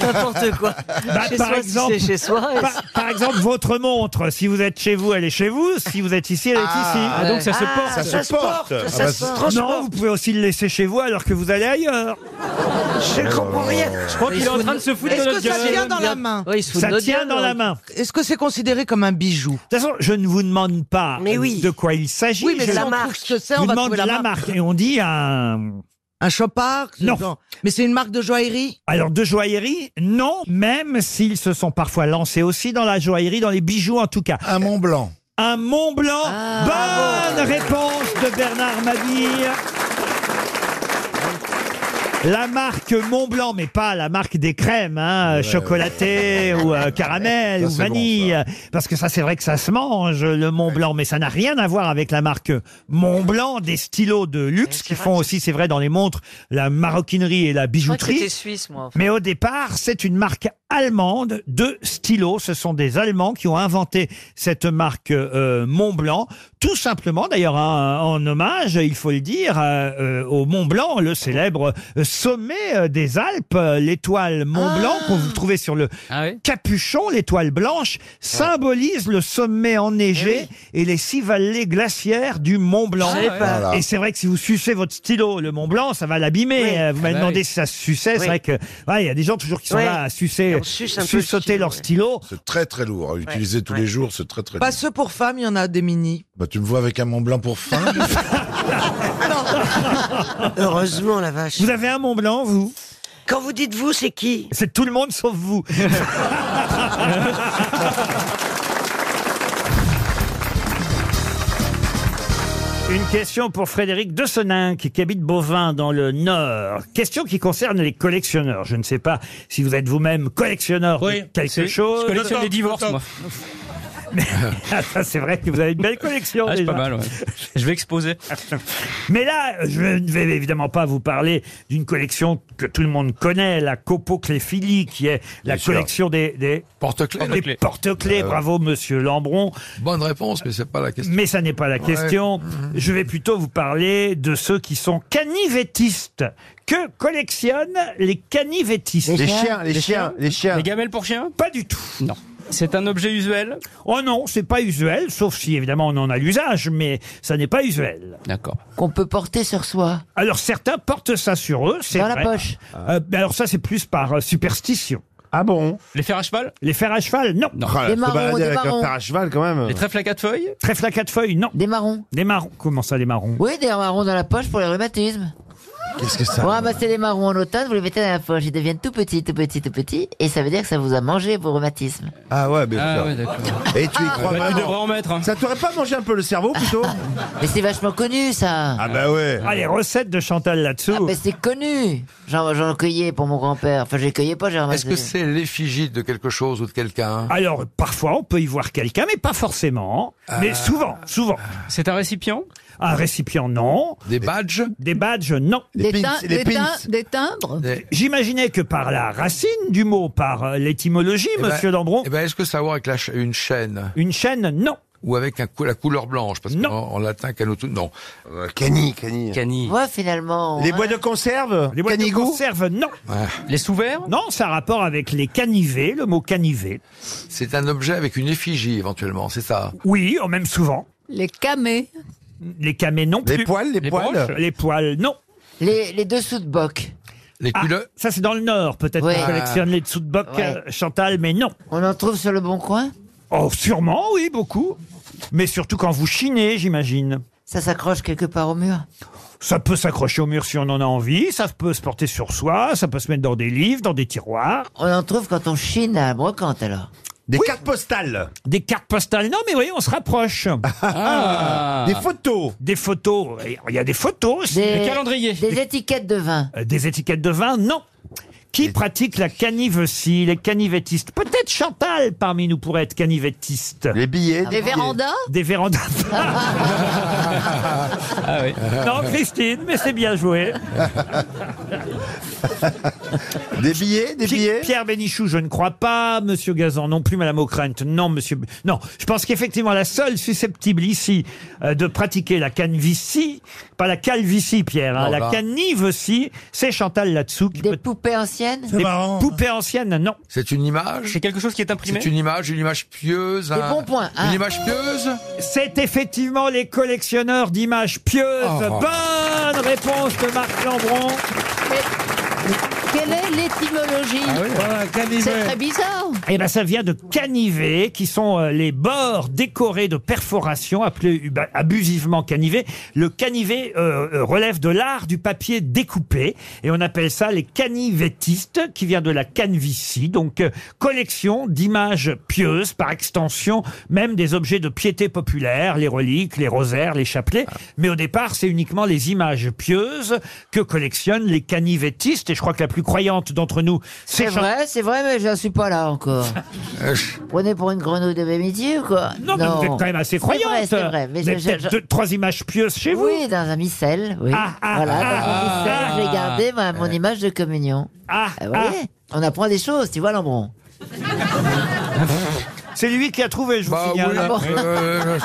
S1: N'importe quoi.
S14: Bah,
S19: Chez soi, si c'est chez soi, et-
S1: Bah, par, par exemple, votre montre, si vous êtes chez vous, elle est chez vous. Si vous êtes ici, elle est
S14: Ah,
S1: ici.
S14: Ah, donc ça se ouais. porte.
S19: Ça se porte, Ah, bah, ça se porte.
S1: Non, vous pouvez aussi le laisser chez vous alors que vous allez ailleurs.
S19: Oh, Je comprends rien.
S1: Je crois qu'il est en train de se foutre de
S19: Est-ce
S1: notre
S19: que ça
S1: gueule.
S19: tient dans la main
S1: Oui, il se fout de Ça notre tient gueule, dans la ouais. main.
S19: Est-ce que c'est considéré comme un bijou De
S1: toute façon, je ne vous demande pas de quoi il s'agit.
S19: Oui, mais
S1: je
S19: la
S1: vous
S19: marque. Ce que c'est, on
S1: vous
S19: va
S1: demande
S19: trouver la
S1: la marque. Et on dit un...
S19: Un chopard
S1: Non.
S19: Mais c'est une marque de joaillerie
S1: Alors, de joaillerie, non, même s'ils se sont parfois lancés aussi dans la joaillerie, dans les bijoux en tout cas. Un Mont Blanc. Un Mont Blanc. Bonne réponse de Bernard Mabille. La marque Mont Blanc, mais pas la marque des crèmes, hein, chocolatées ou euh, caramel
S6: Ça,
S1: ou
S6: c'est bon,
S1: vanille, parce que ça c'est vrai que ça se mange le Mont Blanc, mais ça n'a rien à voir avec la marque Mont Blanc des stylos de luxe qui font aussi, c'est vrai, dans les montres, la maroquinerie et la bijouterie.
S20: suisse, moi.
S1: Mais au départ, c'est une marque allemande de stylos. Ce sont des Allemands qui ont inventé cette marque euh, Mont Blanc, tout simplement d'ailleurs hein, en hommage, il faut le dire, euh, euh, au Mont Blanc, le célèbre sommet euh, des Alpes, euh, l'étoile Mont Blanc
S19: Ah.
S1: qu'on vous trouvez sur le capuchon, l'étoile blanche, symbolise le sommet enneigé et les six vallées glaciaires du Mont Blanc.
S19: Eh Je savais pas. Voilà.
S1: Et c'est vrai que si vous sucez votre stylo, le Mont Blanc, ça va l'abîmer.
S19: Oui.
S1: Euh, Vous m'avez
S19: Ah bah
S1: demandé
S19: oui.
S1: si ça se suçait.
S19: Oui.
S1: C'est vrai que ouais, il y a des gens toujours qui sont
S19: Oui.
S1: là à sucer,
S19: Et on suce un peu le
S1: suçoter leur stylo.
S6: C'est très très lourd. À utiliser tous les jours, c'est très très
S19: Pas
S6: lourd.
S19: ceux pour femmes, il y en a des mini.
S6: Bah, tu me vois avec un Mont Blanc pour fin
S19: Heureusement, la vache.
S1: Vous avez un Mont Blanc, vous
S19: Quand vous dites vous, c'est qui
S1: C'est tout le monde sauf vous. Une question pour Frédéric Dessenin, qui habite Bovin dans le Nord. Question qui concerne les collectionneurs. Je ne sais pas si vous êtes vous-même collectionneur de quelque
S14: C'est-
S1: chose.
S14: Je collectionne les divorces, moi.
S1: Ah, ça, c'est vrai que vous avez une belle collection.
S14: Ah, c'est
S1: déjà.
S14: pas mal, ouais. Je vais exposer.
S1: Mais là, je ne vais évidemment pas vous parler d'une collection que tout le monde connaît, la Copocléphilie, qui est la
S20: Bien sûr.
S1: collection des, des
S20: Porte-clés.
S1: des porte-clés.
S20: Euh,
S1: Bravo, monsieur Lambron.
S20: Bonne réponse, mais c'est pas la question.
S1: Mais ça n'est pas la
S20: Ouais.
S1: question.
S14: Mhm.
S1: Je vais plutôt vous parler de ceux qui sont canivettistes. Que collectionnent les canivettistes
S14: Les chiens, les Les chiens, chiens. les
S1: chiens.
S14: Les gamelles pour chiens
S1: Pas du tout.
S14: Non. C'est un objet usuel
S1: Oh non, c'est pas usuel, sauf si évidemment on en a l'usage, mais ça n'est pas usuel.
S14: D'accord.
S1: Qu'on peut porter sur soi. Alors certains portent ça sur eux, c'est
S14: Dans la
S1: vrai.
S14: poche.
S1: Euh, mais alors ça c'est plus par euh, superstition. Ah bon Les fers à cheval Les fers à cheval, non.
S14: Oh là, Des se marrons, balader des avec un marrons. fer à
S1: cheval quand même.
S14: Les trèfles à quatre feuilles
S1: Trèfle à quatre feuilles, non. Des marrons Des marrons. Comment ça, des marrons
S18: Oui, des marrons dans la poche pour les rhumatismes.
S1: Qu'est-ce que
S18: Vous ramassez les marrons en automne, vous les mettez dans la poche, ils deviennent tout petits, tout petits, tout petits, et ça veut dire que ça vous a mangé vos rhumatismes.
S20: Ah ouais, mais
S14: Ah ouais, d'accord.
S20: Et tu y crois
S14: Bah, tu
S20: vraiment
S14: devrais en mettre. hein.
S18: Ça t'aurait pas mangé un peu le cerveau plutôt Mais c'est vachement connu ça
S20: Ah bah ouais.
S1: Ah, les recettes de Chantal là-dessous
S18: Ah bah c'est connu J'en j'en cueillais pour mon grand-père, enfin je les cueillais pas, j'ai
S6: Est-ce
S18: ramassé.
S6: que c'est l'effigie de quelque chose ou de quelqu'un
S1: Alors, parfois, on peut y voir quelqu'un, mais pas forcément. hein. Mais souvent, souvent.
S14: C'est un récipient
S1: Un récipient, non.
S6: Des badges
S1: Des badges, non.
S10: Des, tin- des tin- des timbres
S1: J'imaginais que par la racine du mot, par euh, l'étymologie,
S6: Eh ben-
S1: monsieur Lambron.
S6: eh ben, Est-ce que ça a à voir avec la cha- une chaîne
S1: Une chaîne, non.
S6: Ou avec un cou- la couleur blanche Parce qu'en en latin, canotou... Non. Euh, Cani, cani.
S18: Ouais finalement. ouais.
S1: de conserve Les boîtes de conserve, non.
S14: Les sous-verts
S1: Non, ça a rapport avec les canivés, le mot canivet.
S6: C'est un objet avec une effigie, éventuellement, c'est ça
S1: Oui, oh, même souvent.
S10: Les camés.
S1: Les camés, non
S6: Les
S1: plus.
S6: poils, les Les poils broches
S1: Les poils, non. Ah,
S18: Les, les dessous de boc.
S6: Les culottes
S1: Ça, c'est dans le Nord, peut-être
S18: Ouais.
S1: qu'on collectionne les dessous de boc,
S18: Ouais.
S1: euh, Chantal, mais non.
S18: On en trouve sur le bon coin
S1: Oh, sûrement, oui, beaucoup. Mais surtout quand vous chinez, j'imagine.
S18: Ça s'accroche quelque part au mur
S1: Ça peut s'accrocher au mur si on en a envie, ça peut se porter sur soi, ça peut se mettre dans des livres, dans des tiroirs.
S18: On en trouve quand on chine à la brocante alors.
S1: Des cartes postales. Des cartes postales. Non, mais voyez, on se rapproche.
S18: Ah. Des
S1: photos. Des photos. Il y a des photos aussi.
S18: Des, étiquettes de vin.
S1: Euh, Des étiquettes de vin, non. Qui pratique la canive aussi, les canivettistes Peut-être Chantal parmi nous pourrait être canivettiste. Les billets. Ah
S10: Des vérandas
S1: Des vérandas.
S14: Ah
S1: Non, Christine, mais c'est bien joué.
S20: Des billets, des
S1: Pi-
S20: billets.
S1: Pierre Bénichou, je ne crois pas. Monsieur Gazan, non plus. Madame O'Krent, non. Monsieur, non. Je pense qu'effectivement, la seule susceptible ici euh, de pratiquer la canvicie, pas la calvicie, Pierre, hein,
S18: Non,
S1: la
S18: bah.
S1: canive aussi, c'est Chantal là-dessous qui peut...
S18: Poupée ancienne
S1: Des poupées anciennes, non.
S6: C'est une image
S14: C'est quelque chose qui est imprimé
S6: C'est une image, une image pieuse.
S18: Des
S6: un-
S18: bons points, hein.
S6: Une image pieuse
S1: C'est effectivement les collectionneurs d'images pieuses.
S6: Oh.
S1: Bonne réponse de Marc Lambron.
S10: Quelle est
S6: Ah
S10: l'étymologie C'est très bizarre.
S1: Eh ben, ça vient de canivés, qui sont euh, les bords décorés de perforations, appelés euh, bah, abusivement canivés. Le canivet euh, euh, relève de l'art du papier découpé, et on appelle ça les canivettistes, qui vient de la canvicie, donc euh, collection d'images pieuses, par extension, même des objets de piété populaire, les reliques, les rosaires, les chapelets. Mais au départ, c'est uniquement les images pieuses que collectionnent les canivettistes, et je crois que la plus croyante d'entre nous,
S18: C'est
S1: Chan-
S18: vrai, c'est vrai, mais je ne suis pas là encore. Prenez pour une grenouille de bémitier ou quoi
S1: Non, mais vous êtes quand même assez croyante.
S18: C'est vrai, c'est vrai. Mais
S1: vous avez
S18: je-
S1: peut-être
S18: je-
S1: deux, trois images pieuses chez vous.
S18: Oui, dans un missel, oui.
S1: Ah, ah, ah,
S18: voilà, dans un missel,
S1: ah.
S18: j'ai gardé ma- mon image de communion.
S1: Ah,
S18: Eh, vous voyez, on apprend des choses, tu vois, Lambron.
S1: Ah, C'est lui qui a trouvé, je vous
S6: Ah oui,
S1: signale.
S6: euh,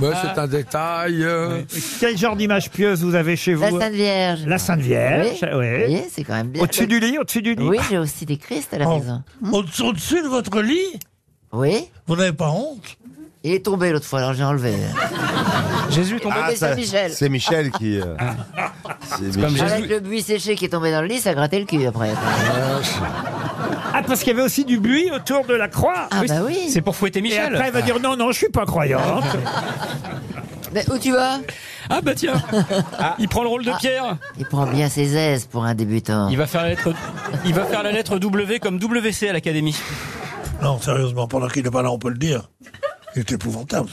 S6: ben, c'est un détail. euh.
S1: Quel genre d'image pieuse vous avez chez vous
S18: La Sainte Vierge.
S1: La Sainte Vierge,
S18: Oui.
S1: ouais.
S18: Vous voyez, c'est quand même bien.
S1: Au-dessus du lit, au-dessus du lit.
S18: Oui, j'ai aussi des Christ à la maison.
S20: Au-dessus de votre lit
S18: Oui.
S20: Vous n'avez pas honte
S18: Il est tombé l'autre fois, alors j'ai enlevé. Ah,
S8: Jésus
S18: tombé des Saint-Michel.
S4: Ah, C'est Michel qui. euh, c'est
S8: comme
S4: Michel.
S18: Avec le buis séché qui est tombé dans le lit, ça grattait le cul après.
S1: Ah, parce qu'il y avait aussi du buis autour de la croix.
S18: Ah bah oui.
S14: C'est pour fouetter
S1: Et
S14: Michel.
S1: après, elle va dire non, non, je suis pas croyante.
S18: Mais où tu vas Ah.
S14: Ah bah tiens, il prend le rôle de Pierre.
S18: Il prend bien ses aises pour un débutant.
S14: Il va faire la lettre, il va faire la lettre W comme WC à l'académie.
S20: Non, sérieusement, pendant qu'il n'est pas là, on peut le dire. Il est épouvantable.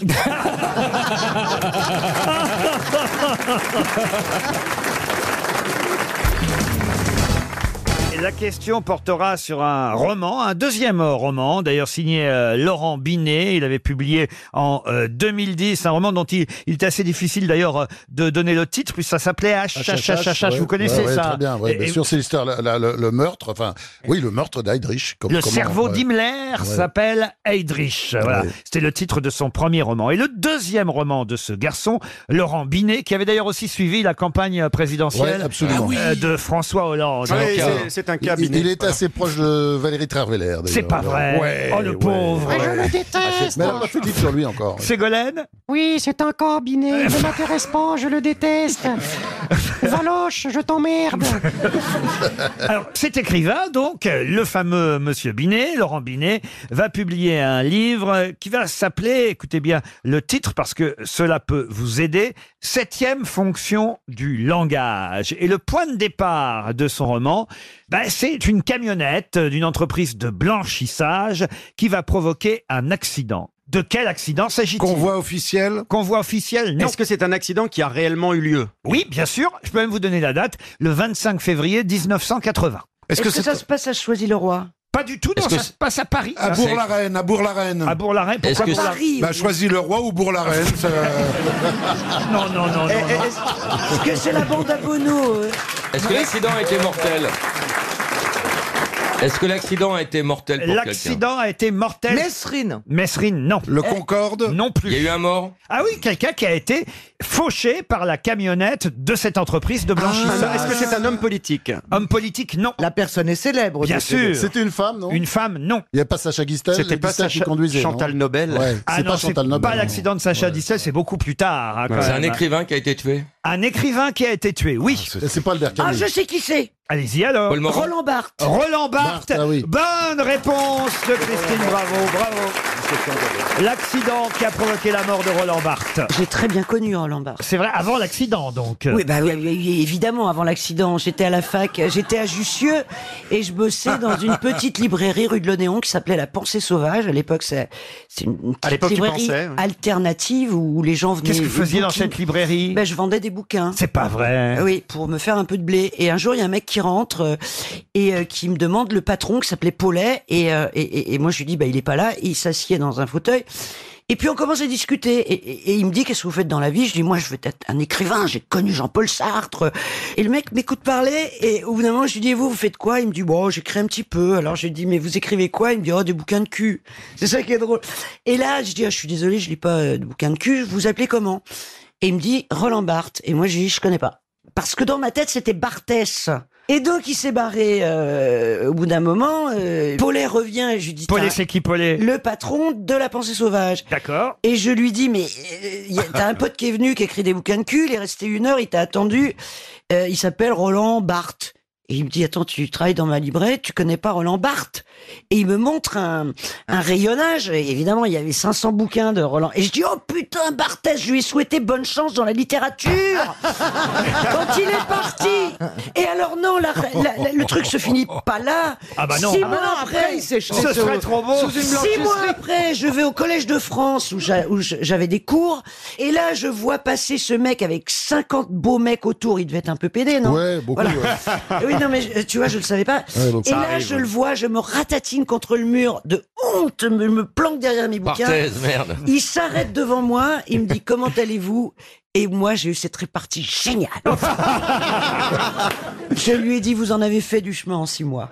S1: Et La question portera sur un roman, un deuxième roman, d'ailleurs signé euh, Laurent Binet. Il avait publié en euh, 2010 un roman dont il, il est assez difficile d'ailleurs euh, de donner le titre, puisque ça s'appelait HHHH.
S12: ouais.
S1: Vous connaissez
S12: Ouais, ouais,
S1: ça
S12: Très bien, ouais,
S1: Et-
S12: bien
S1: et
S12: sûr, c'est l'histoire, la- la- le, le meurtre, enfin, oui, le meurtre d'Heydrich. comme-
S1: le
S12: comment-
S1: cerveau
S12: ouais.
S1: d'Himmler
S12: Ouais.
S1: s'appelle Heydrich. Voilà. C'était le titre de son premier roman. Et le deuxième roman de ce garçon, Laurent Binet, qui avait d'ailleurs aussi suivi la campagne présidentielle
S12: Ouais, absolument.
S1: euh, de François Hollande.
S12: Ouais,
S1: Donc,
S12: Ah c'est-
S1: euh,
S12: il- Il, est assez proche de Valérie Trierweiler.
S1: C'est pas vrai. Oh, le pauvre. Ah, je le
S12: déteste. Mais elle n'a pas fait de livre sur lui encore.
S1: Ségolène
S21: Oui, c'est un combiné. Ne m'intéresse pas, je le déteste. Valoche, je t'emmerde.
S1: Alors, cet écrivain, donc, euh, le fameux Monsieur Binet, Laurent Binet, va publier un livre euh, qui va s'appeler, écoutez bien le titre parce que cela peut vous aider, Septième fonction du langage. Et le point de départ de son roman, ben, c'est une camionnette d'une entreprise de blanchissage qui va provoquer un accident. De quel accident s'agit-il Convoi
S22: officiel
S1: Convoi officiel, non.
S22: Est-ce que c'est un accident qui a réellement eu lieu
S1: Oui, bien sûr, je peux même vous donner la date, le 25 février 1980.
S22: Est-ce que Est-ce que c'est-
S19: Ça se passe à Choisy-le-Roi.
S1: Pas du tout, non, ça se passe à Paris.
S12: À Bourg-la-Reine, à Bourg-la-Reine.
S1: Ah, À Bourg-la-Reine, pourquoi Bourg-la-Reine
S12: Bah, choisis le roi ou Bourg-la-Reine. ça-
S1: Non, non, non, non.
S19: Eh, Est-ce que c'est la bande à Bono euh
S15: Est-ce que l'accident a été mortel Est-ce que l'accident a été mortel pour quelqu'un
S1: L'accident a été mortel. Mesrine. Mesrine, non. Le Concorde Non plus.
S15: Il y a eu un mort
S1: Ah oui, quelqu'un qui a été fauché par la camionnette de cette entreprise de blanchissage.
S22: Est-ce que c'est un homme politique
S1: Homme politique, non.
S19: La personne est célèbre.
S1: Bien sûr.
S12: C'était une femme, non
S1: Une femme, non.
S12: Il n'y a pas Sacha Guistel
S1: C'était pas
S12: Guistel qui
S1: Sacha-
S12: conduisait, non
S1: Chantal
S22: Nobel
S12: Ouais,
S1: Ah
S12: c'est
S1: non,
S12: pas
S1: c'est
S12: Chantal Nobel.
S1: pas l'accident de Sacha Distel, c'est beaucoup plus tard. hein, quand
S15: C'est un
S1: même.
S15: écrivain qui a été tué
S1: Un écrivain qui a été tué, oui.
S12: c'est pas le dernier.
S19: Ah, je sais qui c'est.
S1: Allez-y alors.
S15: Paul Morand.
S19: Roland Barthes.
S1: Roland Barthes. ah Bonne réponse de Christine Bravo. Bravo. L'accident qui a provoqué la mort de Roland Barthes.
S19: J'ai très bien connu Roland Barthes.
S1: C'est vrai, avant l'accident donc.
S19: Oui, bah, oui, oui, oui, évidemment, avant l'accident, j'étais à la fac, j'étais à Jussieu et je bossais dans une petite librairie rue de l'Odéon qui s'appelait La Pensée Sauvage. À l'époque, c'est c'est une petite
S22: l'époque, tu
S19: librairie
S22: pensais, oui.
S19: alternative où les gens venaient.
S1: Qu'est-ce que vous
S19: les
S1: faisiez dans
S19: bouquins-
S1: cette librairie
S19: ben, Je vendais des bouquins.
S1: C'est pas vrai.
S19: Oui, pour me faire un peu de blé. Et un jour, il y a un mec qui rentre euh, et euh, qui me demande le patron qui s'appelait Paulet. Et, euh, et, et- et moi, je lui dis, bah, il est pas là. Il s'assied dans un fauteuil. Et puis, on commence à discuter. Et, et- et il me dit, qu'est-ce que vous faites dans la vie Je dis, moi, je veux être un écrivain. J'ai connu Jean-Paul Sartre. Et le mec m'écoute parler. Et au bout d'un moment, je lui dis, Et vous, vous faites quoi Il me dit, bon, j'écris un petit peu. Alors, je lui dis, mais vous écrivez quoi Il me dit, oh, des bouquins de cul. C'est ça qui est drôle. Et là, je dis, Ah, je suis désolé, je lis pas euh, de bouquins de cul. Vous appelez comment et il me dit Roland Barthes. Et moi, je lui dis, je connais pas. Parce que dans ma tête, c'était Barthès. Et donc, il s'est barré euh, au bout d'un moment. euh, Paulet revient et je lui dis
S1: Paulet,
S19: T'as-
S1: c'est qui Paulet
S19: Le patron de la pensée sauvage.
S1: D'accord.
S19: Et je lui dis Mais euh, y a- t'as un pote qui est venu, qui a écrit des bouquins de cul, il est resté une heure, il t'a attendu. euh, il s'appelle Roland Barthes. Et il me dit Attends, tu travailles dans ma librairie, tu connais pas Roland Barthes Et il me montre un, un rayonnage. Et évidemment, il y avait 500 bouquins de Roland. Et je dis Oh putain, Barthès, je lui ai souhaité bonne chance dans la littérature quand il est parti. Et alors non, la- la- la- le truc se finit pas là.
S1: Ah bah non.
S19: Six
S1: Ah
S19: mois
S1: bah non,
S19: après,
S1: après,
S19: il s'est
S1: Ce serait trop beau. Sous une
S19: Six
S1: blanchisserie.
S19: mois après, je vais au collège de France où j'a- où je- j'avais des cours. Et là, je vois passer ce mec avec 50 beaux mecs autour. Il devait être un peu pédé, non
S12: Ouais, beaucoup, ouais.
S19: oui, non, mais je- tu vois, je le savais pas.
S12: Ouais, beaucoup.
S19: et
S12: Ça
S19: là,
S12: arrive,
S19: je
S12: ouais.
S19: le vois, je me ratatine contre le mur de honte, me, me planque derrière mes bouquins.
S15: Barthez, merde.
S19: Il s'arrête devant moi, il me dit comment allez-vous Et moi j'ai eu cette répartie géniale. Je lui ai dit vous en avez fait du chemin en six mois.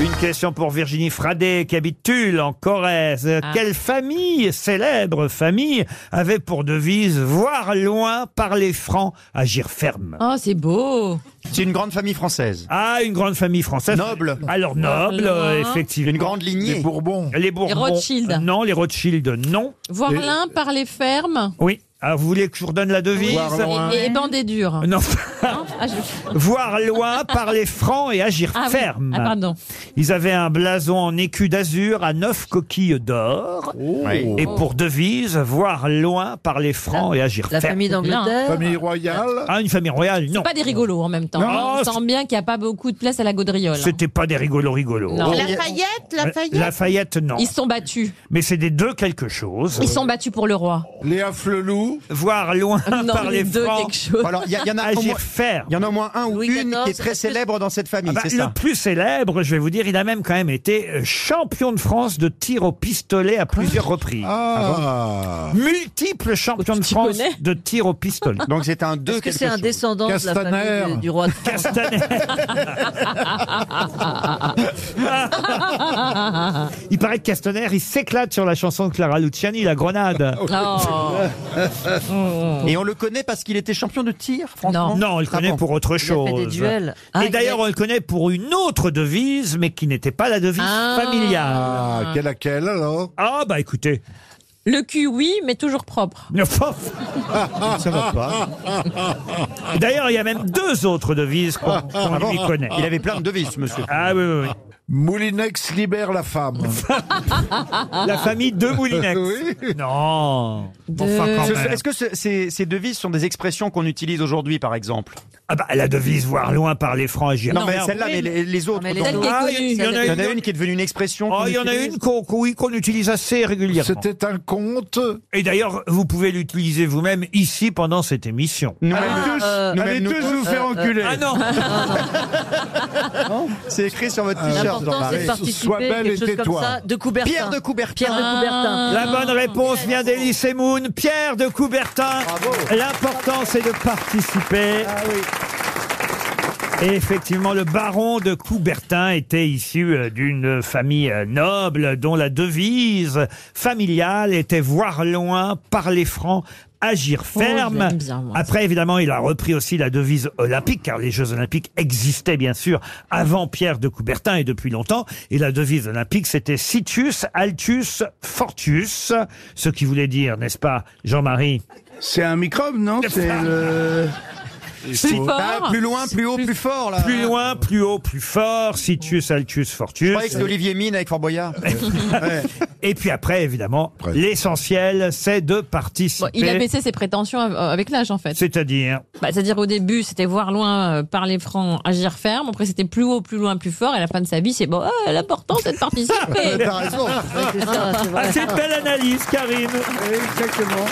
S1: Une question pour Virginie Fradet qui habite Tulle en Corrèze.
S23: Ah.
S1: Quelle famille, célèbre famille, avait pour devise voir loin, parler franc, agir ferme
S23: Oh, c'est beau.
S1: C'est une grande famille française. Ah, une grande famille française. Noble. Alors noble,
S23: Noble,
S1: euh,
S23: hein.
S1: effectivement.
S23: Une grande lignée. Les
S1: Bourbons. Les Bourbons.
S23: Rothschild.
S1: Non, les Rothschild, non.
S23: Voir
S1: Les-
S23: l'un par les fermes.
S1: Oui. Alors, vous voulez que je vous redonne la devise Euh,
S23: Et, et bandé dur.
S1: Non.
S23: Ah, je-
S1: Voir loin, parler franc et agir
S23: Ah oui.
S1: ferme.
S23: Ah, pardon.
S1: Ils avaient un blason en écu d'azur à neuf coquilles d'or.
S22: Oh.
S4: Oui.
S1: Et pour devise, voir loin, parler franc et agir
S23: Oh. la
S1: ferme.
S23: famille d'Angleterre. Famille
S1: royale Ah, une famille royale, non.
S23: C'est pas des rigolos en même temps.
S1: Non,
S23: hein. On
S1: c'est-
S23: sent bien qu'il n'y a pas beaucoup de place à la gaudriole. hein.
S1: C'était pas des rigolos rigolos. Oh.
S23: Non.
S1: Lafayette Lafayette, non. Oh,
S23: Ils se sont battus.
S1: Mais c'est des deux quelque chose.
S23: Ils se sont battus pour le roi.
S1: Léa Flelou. Voir loin,
S23: Non,
S1: parler
S23: les deux
S1: franc.
S23: quelque chose.
S22: Alors, il y, a- il y en a au moins-
S1: agir ferme.
S22: il y en a au moins un ou une qui est très célèbre dans cette famille,
S1: Ah bah,
S22: c'est
S1: le
S22: ça
S1: plus célèbre, je vais vous dire, il a même quand même été euh, champion de France de tir au pistolet à plusieurs reprises.
S22: Ah.
S12: Ah.
S1: Multiple champion de France de tir au pistolet.
S22: Donc c'est un deux
S24: Est-ce que c'est un descendant de la famille du roi de France
S1: Il paraît que Castaner, il s'éclate sur la chanson de Clara Luciani, La Grenade.
S24: Oh.
S22: Et on le connaît parce qu'il était champion de tir, franchement Ah
S1: Non, on
S2: Ah
S1: le connaît pour autre chose. Et d'ailleurs, on le connaît pour une autre devise, mais qui n'était pas la devise familiale. Ah, quelle à quelle alors Ah, bah écoutez.
S23: Le cul, oui, mais toujours propre.
S1: Ça
S23: va
S1: pas. D'ailleurs, il y a même deux autres devises qu'on qu'on
S12: Ah bon
S1: lui connaît.
S12: Il avait plein de
S1: devises, monsieur. Ah oui, oui, oui.
S12: Moulinex libère la femme.
S1: La famille de Moulinex. Non.
S22: Ce- ce- Est-ce que ce- ces, ces devises sont des expressions qu'on utilise aujourd'hui, par exemple
S1: Ah bah, la devise voir loin par les francs, j'y
S22: Non, mais
S1: reviens.
S22: celle-là, mais les, les autres.
S1: mais
S22: donc-
S1: celle qui est
S22: Ah,
S1: connue,
S22: il y, en a-
S1: celle-
S22: il y en a une qui est devenue une expression.
S1: Oh,
S22: qu'on
S1: il y en a
S22: utilise.
S1: une qu'on qu'on- oui, qu'on utilise assez régulièrement. C'était un conte. Et d'ailleurs, vous pouvez l'utiliser vous-même ici pendant cette émission. Ah non
S22: C'est écrit sur votre
S1: Ah,
S22: t-shirt.
S1: l'important, c'est de participer, Sois belle quelque et chose comme tais-toi. ça,
S22: de Coubertin. Pierre de Coubertin.
S24: Pierre de Coubertin.
S1: La bonne réponse vient d'Elise Moon, Pierre de Coubertin. L'important, c'est de participer.
S24: Ah
S1: Et effectivement, le baron de Coubertin était issu euh, d'une famille euh, noble dont la devise familiale était voir loin, parler franc, agir
S24: Oh, je
S1: ferme.
S24: l'aime bien, moi,
S1: Après, évidemment, il a repris aussi la devise olympique, car les Jeux olympiques existaient bien sûr avant Pierre de Coubertin et depuis longtemps. Et la devise olympique, c'était Situs Altus Fortus, ce qui voulait dire, n'est-ce pas, Jean-Marie C'est un microbe, non C'est le...
S22: Plus fort. Ah, plus loin, plus haut, plus fort, là.
S1: Plus loin, plus haut, plus fort. Situs, altus, fortus.
S22: Je croyais que c'était Olivier Mine avec Fort Boyard. Ouais.
S1: Et puis après, évidemment, l'essentiel, c'est de participer.
S23: Il a baissé ses prétentions av- euh, avec l'âge, en fait.
S1: C'est-à-dire
S23: Bah, C'est-à-dire au début, c'était voir loin, euh, parler franc, agir ferme. Après, c'était plus haut, plus loin, plus fort. Et à la fin de sa vie, c'est bon, ah, l'important, c'est de participer.
S1: T'as raison. Ah, c'est une belle analyse, Karine.
S4: Exactement.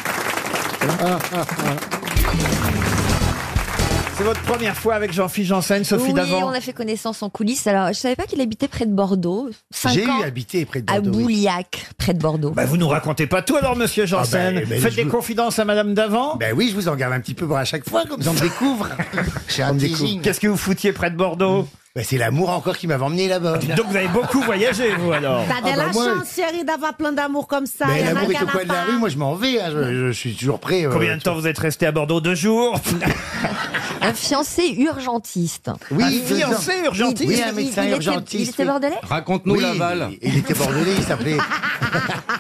S1: C'est votre première fois avec Jean-Philippe Janssen, Sophie
S7: oui,
S1: Davant.
S7: on a fait connaissance en coulisses. Alors, je savais pas qu'il habitait près de Bordeaux. Cinq
S1: J'ai eu
S7: ans
S1: habité près de
S7: À
S1: Bordeaux, oui.
S7: Bouliac, près de Bordeaux.
S1: Bah, vous nous racontez pas tout alors, monsieur Janssen.
S2: bah,
S7: Ah, ben, ben,
S1: Faites
S7: je
S1: des
S7: vous-
S1: confidences à madame Davant
S2: Ben oui, je vous en garde un petit peu pour à chaque fois, comme ça on me découvre. J'ai un
S1: me
S2: teasing.
S1: découvre. Qu'est-ce que vous foutiez près de Bordeaux
S2: ben C'est l'amour encore qui m'avait emmené là-bas.
S1: Donc vous avez beaucoup voyagé, vous alors
S25: T'as de
S2: Ah,
S25: la
S2: bah, moi,
S25: chance, chérie, d'avoir plein d'amour comme ça.
S2: ben,
S25: Il y en a
S2: L'amour
S25: qui
S2: est au
S25: en a
S2: coin de la
S25: pas.
S2: rue, moi je m'en vais, hein, je, je suis toujours prêt. euh,
S1: Combien de temps vous êtes resté à Bordeaux Deux jours
S7: Un fiancé urgentiste.
S2: Oui,
S7: Un
S2: deux ans. Oui, un
S7: Il-
S2: médecin
S7: il était-
S2: urgentiste,
S7: Il était
S2: oui.
S7: bordelais
S15: Raconte-nous
S2: Oui,
S15: Laval.
S2: Il, il était bordelais, il s'appelait.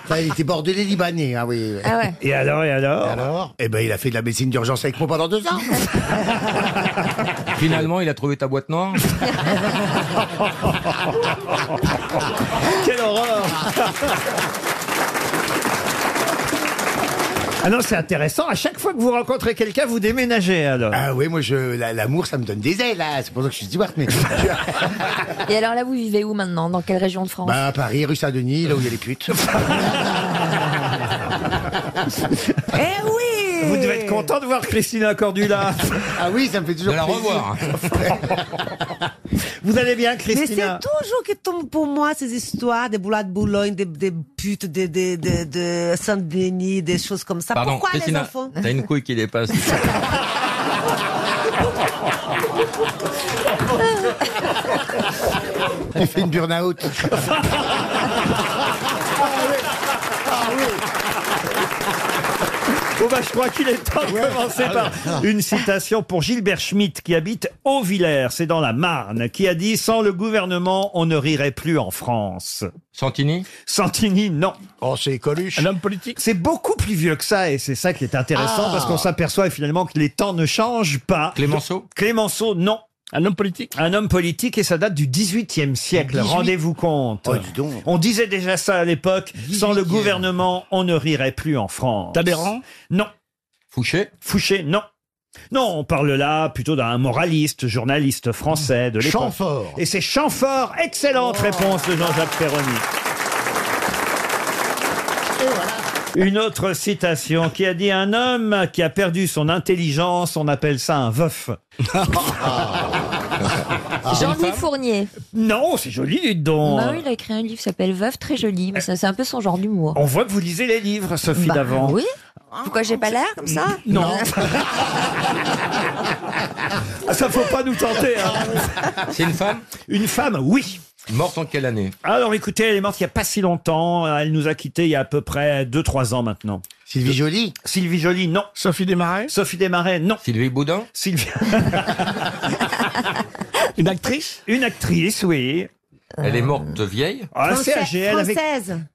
S2: Enfin, il était bordelais libanais, hein, oui.
S7: Ah ouais.
S1: Et alors, et alors
S2: Et alors Eh ben, il a fait de la médecine d'urgence avec moi pendant deux ans.
S15: Finalement, il a trouvé ta boîte noire.
S1: Quelle horreur Ah non, c'est intéressant. À chaque fois que vous rencontrez quelqu'un, vous déménagez alors.
S2: Ah oui, moi, je, la- l'amour, ça me donne des ailes, là. C'est pour ça que je suis steward, mais.
S7: Et alors là, vous vivez où maintenant Dans quelle région de France
S2: bah, à Paris, rue Saint-Denis, là où il y a les putes.
S25: Eh oui
S1: Vous devez être content de voir Christina Cordula.
S2: ah oui, ça me fait toujours
S15: De la revoir.
S1: Vous allez bien,
S25: Mais c'est
S1: Christina
S25: toujours qui tombe pour moi ces histoires des boulas de Boulogne, des, des putes, des, des, des, de Saint-Denis, des choses comme ça.
S15: Pardon,
S25: Pourquoi les
S15: Christina,
S25: enfants
S15: t'as une couille qui dépasse.
S2: Il fait une burn-out.
S4: Ah oui.
S1: Oh bah, je crois qu'il est temps de commencer par une citation pour Gilbert Schmitt qui habite Haut-Villers, c'est dans la Marne, qui a dit Sans le gouvernement, on ne rirait plus en France. Santini Santini, non. Oh, c'est Coluche. Un homme politique C'est beaucoup plus vieux que ça et c'est ça qui est intéressant
S3: Ah.
S1: parce qu'on s'aperçoit finalement que les temps ne changent pas. Clémenceau Clémenceau, non. Un homme politique Un homme politique et ça date du 18e siècle,
S3: 18e.
S1: rendez-vous compte.
S3: Oh, dis donc.
S1: On disait déjà ça à l'époque, sans le gouvernement, on ne rirait plus en France. Talleyrand Non. Fouché Fouché, non. Non, on parle là plutôt d'un moraliste, journaliste français de l'époque.
S3: Chamfort.
S1: Et c'est Chamfort, excellente réponse de Jean-Jacques Perroni. Une autre citation qui a dit un homme qui a perdu son intelligence, on appelle ça un veuf.
S24: Jean-Louis Fournier.
S1: Non, c'est joli, dites donc.
S24: Bah oui, il a écrit un livre qui s'appelle Veuve, très joli, mais ça, c'est un peu son genre d'humour.
S1: Euh, On voit que vous lisez les livres, Sophie
S24: Bah,
S1: d'avant.
S24: Oui. Pourquoi j'ai pas l'air comme ça
S1: Non. Ah, ça faut pas nous tenter. C'est une femme Une femme, oui. Morte en quelle année Alors écoutez, elle est morte il n'y a pas si longtemps. Euh, Elle nous a quittés il y a à peu près 2-3 ans maintenant. Sylvie Joly Sylvie Joly, non. Sophie Desmarais Sophie Desmarais, non. Sylvie Boudin Sylvie... Une actrice Une actrice, oui.
S6: Elle est morte vieille
S1: Ah, c'est âgé, elle avait-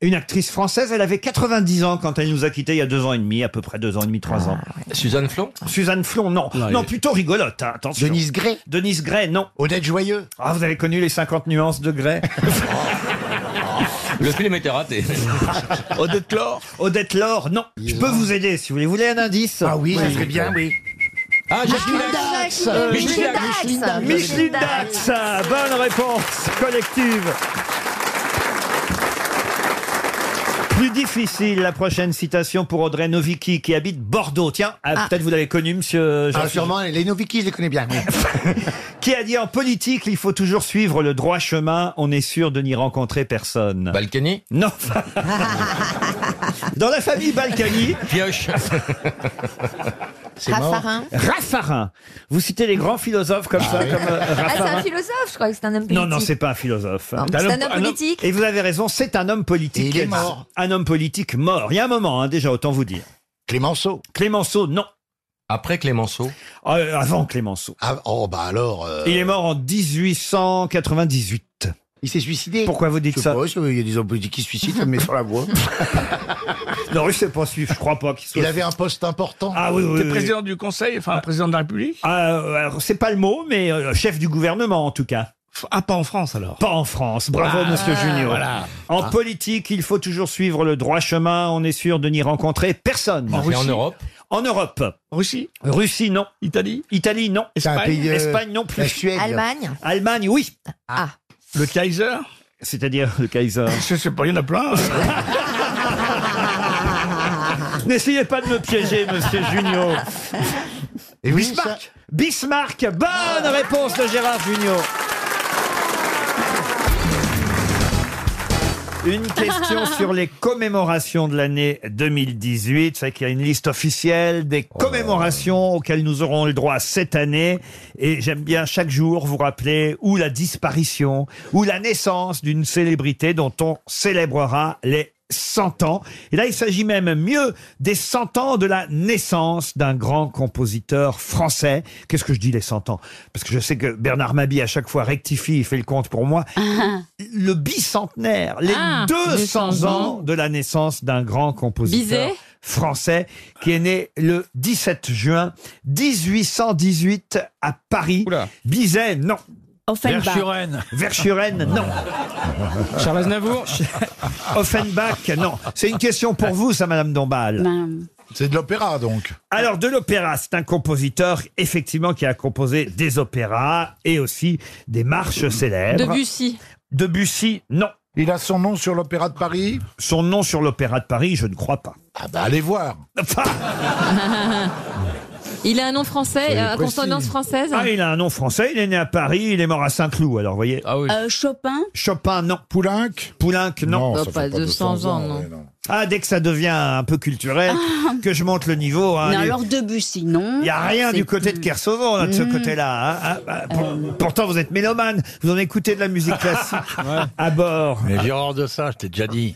S1: Une actrice française, elle avait 90 ans quand elle nous a quittés il y a deux ans et demi, à peu près deux ans et demi, trois ans. Suzanne Flon Suzanne Flon, non. Non, plutôt rigolote, hein, attention. Denise Gray Denise Gray, non. Odette Joyeux Ah, vous avez connu les 50 nuances de Gray
S15: Le film était raté.
S1: Odette Laure Odette Laure, non. Je peux vous aider si vous voulez. Vous voulez un indice Ah
S15: oui, ça serait bien,
S1: oui.
S15: Ah,
S3: Jacqueline Dax. Euh, Micheline Dax.
S1: Micheline Dax Bonne réponse collective Plus difficile, la prochaine citation pour Audrey Novicki qui habite Bordeaux. Tiens, ah,
S2: Ah.
S1: peut-être vous l'avez connu, monsieur
S2: Ah,
S1: Jean-Philippe.
S2: sûrement, les Noviki, je les connais bien.
S1: Qui a dit en politique, il faut toujours suivre le droit chemin, on est sûr de n'y rencontrer personne. Balkany Non. Dans la famille Balkany. Pioche.
S24: Raffarin.
S1: Raffarin. Vous citez les grands philosophes comme ça, comme euh,
S24: Ah, c'est
S1: Raffarin.
S24: un philosophe, je crois que c'est un homme politique.
S1: Non, non, c'est pas un philosophe.
S24: C'est un homme politique.
S1: Et vous avez raison, c'est un homme politique.
S24: Et il est mort.
S1: Un homme politique mort. Il y a un moment, hein, déjà, autant vous dire. Clémenceau. Clémenceau, non. Après Clémenceau Ah, euh, Avant Clémenceau.
S24: Ah,
S1: oh, bah alors.
S24: euh,
S1: Il est mort en 1898. Il s'est suicidé Pourquoi vous dites ça Il y a des hommes politiques qui se suicident, mais sur la voie. non, je sais pas si, je crois pas qu'il soit.
S12: Il avait un poste important.
S1: Ah oui, oui.
S12: T'es
S1: oui.
S12: président du Conseil, enfin président de la République.
S1: Ah, euh, alors, c'est pas le mot, mais euh, chef du gouvernement en tout cas. Ah, pas en France alors Pas en France. Bravo,
S3: Ah,
S1: monsieur Junior.
S3: voilà.
S1: En
S3: Ah.
S1: politique, il faut toujours suivre le droit chemin. On est sûr de n'y rencontrer personne.
S3: En Et Russie en Europe
S1: En Europe. Russie Russie, non. Italie Italie, non.
S3: C'est un pays, euh,
S1: Espagne, non plus.
S3: la Suède. Allemagne
S1: Allemagne, oui.
S24: Ah.
S1: Le Kaiser C'est-à-dire le Kaiser Je sais pas, il y en a plein. N'essayez pas de me piéger, monsieur Junior. Et Bismarck Bismarck, bonne réponse de Gérard Junior. Une question sur les commémorations de l'année 2018. C'est vrai qu'il y a une liste officielle des commémorations auxquelles nous aurons le droit cette année. Et j'aime bien chaque jour vous rappeler ou la disparition ou la naissance d'une célébrité dont on célébrera les 100 ans. Et là, il s'agit même mieux des 100 ans de la naissance d'un grand compositeur français. Qu'est-ce que je dis les 100 ans Parce que je sais que Bernard Mabie, à chaque fois, rectifie, il fait le compte pour moi. Le bicentenaire, les
S3: Ah,
S1: 200
S3: 200
S1: ans de la naissance d'un grand compositeur
S3: Bizet
S1: français qui est né le 17 juin 1818 à Paris. Bizet, non.
S3: Offenbach. Verschuren.
S1: Verschuren, non.
S3: Charles
S1: Aznavour Offenbach, non. C'est une question pour vous, ça, Madame Dombal. C'est de l'opéra, donc. Alors, de l'opéra, c'est un compositeur, effectivement, qui a composé des opéras et aussi des marches célèbres.
S12: Debussy.
S1: Debussy, non.
S12: Il a son nom sur l'Opéra de Paris
S1: Son nom sur l'Opéra de Paris, je ne crois pas.
S12: Ah bah allez voir.
S23: Il a un nom français, euh, à
S1: précis.
S23: consonance française.
S1: Ah, il a un nom français, il est né à Paris, il est mort à Saint-Cloud, alors vous voyez.
S23: Euh, Chopin
S1: Chopin, non. Poulenc Poulenc, non.
S2: Bah,
S23: Oh, pas 200 ans, non.
S1: Ah, dès que ça devient un peu culturel, que je monte le niveau. hein,
S5: Non,
S1: les-
S5: alors Debussy, non.
S1: Il n'y a rien
S5: C'est
S1: du côté de Kersovon, là, de ce
S5: Mm.
S1: côté-là. hein. Ah, ah, pour- Pourtant, vous êtes mélomane, vous en écoutez de la musique classique à bord. Euh,
S26: Mais Gérard de ça, je t'ai déjà dit.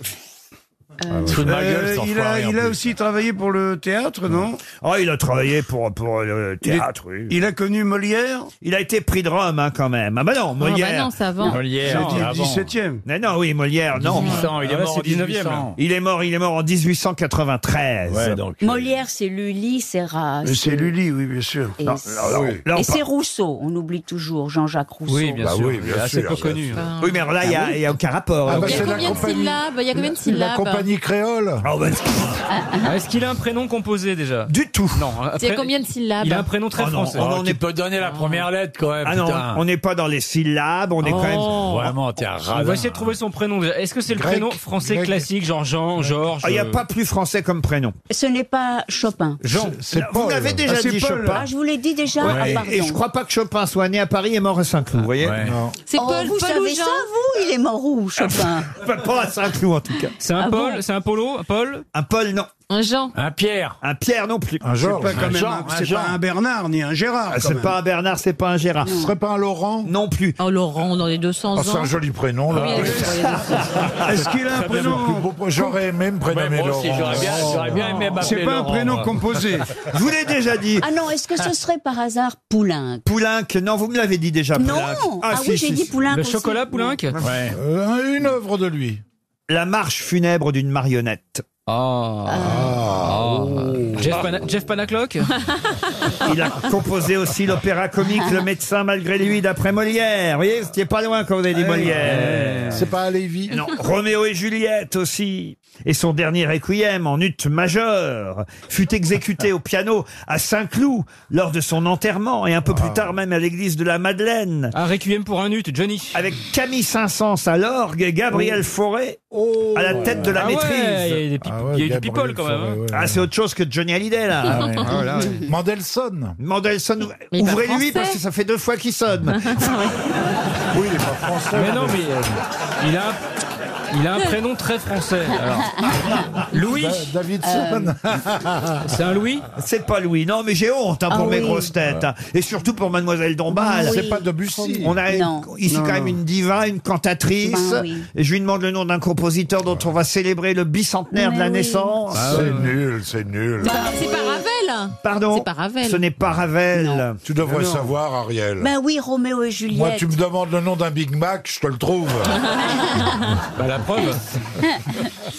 S1: Fout de ma gueule, cet
S26: Euh, il
S1: enfoiré,
S26: a,
S1: en
S26: il a
S1: plus.
S26: aussi travaillé pour le théâtre, non
S1: Oh, il a travaillé pour, pour le
S26: Il est-
S1: théâtre, oui.
S26: Il a connu Molière
S1: Il a été prix de Rome, hein, quand même. Ah bah non,
S26: bah
S1: Molière.
S26: non, c'est avant. Molière,
S1: J'ai dit
S26: avant.
S1: 17e. Non, non, oui, Molière, non. Ah,
S14: 1800, il est mort en 19e.
S1: hein. Il est mort, il est mort en 1893.
S26: Ouais, donc.
S5: Molière, c'est Lully, c'est Ra.
S26: Mais C'est Lully, oui, bien sûr.
S5: Et
S26: Non,
S5: c'est-
S26: non, non.
S5: et c'est Rousseau, on oublie toujours Jean-Jacques Rousseau.
S1: Oui, bien Bah sûr, oui, bien c'est assez sûr, peu bien connu. sûr. Oui, mais alors là, il y
S26: Ah
S1: a- il y a aucun rapport.
S23: Il
S1: bah,
S23: y a
S1: c'est la
S23: combien de
S1: compagnie-
S23: syllabes Il y a combien de syllabes
S1: créole.
S14: Ah, Est-ce qu'il a un prénom composé déjà
S1: Du tout.
S14: Non.
S23: Il y a
S14: après-
S23: combien de
S18: bah.
S23: syllabes
S14: Il a un prénom très
S1: Oh non,
S14: français.
S1: oh non, on est
S14: pas donné la première lettre quand même.
S1: Ah non, on n'est pas dans les syllabes, on est quand
S14: Oh.
S18: Oh.
S1: même.
S14: On va essayer de trouver son prénom déjà. Est-ce que c'est le
S1: Grec,
S14: prénom français
S1: grec. Ah,
S14: classique, genre Jean, Georges
S1: Il n'y a
S14: euh,
S1: pas plus français comme prénom.
S5: Ce n'est pas Chopin.
S1: Jean, vous l'avez déjà dit Chopin.
S5: Ah, je vous l'ai dit déjà.
S1: Ouais,
S5: Ah,
S1: et-
S5: pardon.
S1: Et je crois pas que Chopin soit né à Paris et mort à Saint-Cloud, vous voyez
S5: C'est Paul, Oh, vous
S23: Paul ou
S5: savez
S23: Jean
S5: ça, vous Il est mort
S1: Ah,
S5: où, Chopin
S1: Pas- Pas à Saint-Cloud en tout cas.
S14: C'est
S5: Ah
S14: un Paul, c'est un Polo, un Paul
S1: Un Paul, non.
S23: Un Jean.
S1: Un Pierre. Un Pierre non plus. Un
S14: Georges.
S26: C'est pas, quand même un- c'est pas un Bernard ni un Gérard.
S1: Ah,
S26: quand
S1: C'est
S26: même.
S1: pas un Bernard, c'est pas un Gérard. Ce serait pas un Laurent Non plus.
S23: Oh, Laurent, dans les deux sens.
S1: Ah, c'est un joli prénom, là.
S26: Est-ce qu'il a un prénom
S12: J'aurais aimé me prénommer
S26: moi aussi,
S12: Laurent.
S26: j'aurais bien- j'aurais bien
S1: Oh.
S26: aimé m'appeler C'est pas un Laurent, prénom moi. composé.
S1: Je vous l'ai déjà dit.
S5: Ah non, est-ce que ce serait par hasard Poulenc
S1: Poulenc, non, vous me l'avez dit déjà.
S5: Non.
S1: Poulenc.
S5: Ah oui, j'ai dit Poulenc
S14: Le aussi. chocolat Poulenc Ouais.
S1: Euh, une œuvre de lui. La marche funèbre d'une marionnette.
S14: Ah.
S5: Ah.
S1: Oh.
S14: Jeff, Pana- Jeff Panaclock
S1: Il a composé aussi l'opéra comique Le médecin malgré lui d'après Molière. Vous voyez, c'était pas loin quand vous avez dit
S12: Eh
S1: Molière.
S12: oui. C'est pas à Lévis
S1: Non, Roméo et Juliette aussi. Et son dernier requiem en ut majeur fut exécuté au piano à Saint-Cloud lors de son enterrement et un peu
S14: Ah.
S1: plus tard même à l'église de la Madeleine.
S14: Un requiem pour un ut, Johnny.
S1: Avec Camille Saint-Saëns à l'orgue et Gabriel
S14: Oui.
S1: Forêt à la tête de la
S14: Ah ouais,
S1: maîtrise.
S14: il y a des peop- Ah ouais, il y a eu du Gabriel people, quand même, Fauré, hein. ouais,
S1: Ah, c'est autre chose que Johnny Hallyday là.
S14: Ah ouais. Ah, là, ouais.
S1: Mandelson. Mandelson,
S14: Mais il est pas
S1: ouvrez-lui
S14: français.
S1: parce que ça fait deux fois qu'il sonne.
S14: Oui, il est pas français. Mais non, mais euh, il a. un- Il a un prénom très français.
S1: Ah,
S14: alors. Louis Euh,
S12: Davidson.
S14: C'est un Louis
S1: C'est pas Louis. Non, mais j'ai honte hein, pour
S12: Ah
S1: mes
S12: oui.
S1: grosses têtes. hein. Et surtout pour Mademoiselle Dombal.
S12: Oui. C'est pas Debussy.
S1: On a une-
S12: Non.
S1: ici
S12: Non,
S1: quand même
S12: non.
S1: une diva, une cantatrice.
S12: Ben oui.
S1: Et je lui demande le nom d'un compositeur dont on va célébrer le bicentenaire de la
S23: Mais oui.
S1: naissance.
S12: Ah, C'est nul, c'est nul.
S23: C'est pas- Bah, C'est pas Ravel
S1: Pardon
S23: C'est pas Ravel.
S1: Ce n'est pas Ravel.
S12: Tu devrais
S1: Non.
S12: savoir, Ariel.
S5: Ben oui, Roméo et Juliette.
S12: Moi, tu me demandes le nom d'un Big Mac, je te le trouve.
S14: bah, la preuve.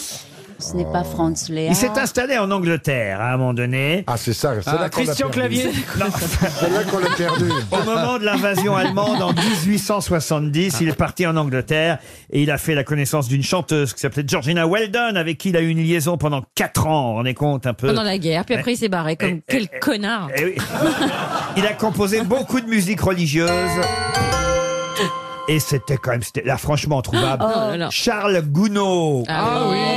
S5: Ce n'est pas Franz Léa.
S1: Oh. Il s'est installé en Angleterre hein, à un moment donné.
S12: Ah, c'est ça.
S1: c'est
S12: là qu'on l'a perdu. C'est là qu'on l'a perdu.
S1: Au moment de l'invasion allemande en 1870, il est parti en Angleterre et il a fait la connaissance d'une chanteuse qui s'appelait Georgina Weldon, avec qui il a eu une liaison pendant 4 ans. On est compte un peu.
S23: Pendant la guerre, puis après il s'est barré comme quel connard.
S1: Eh oui. Il a composé beaucoup de musique religieuse. Et c'était quand même, c'était là franchement trouvable.
S23: Oh là là.
S1: Charles Gounod. Oh, bah
S23: Ah oui, ah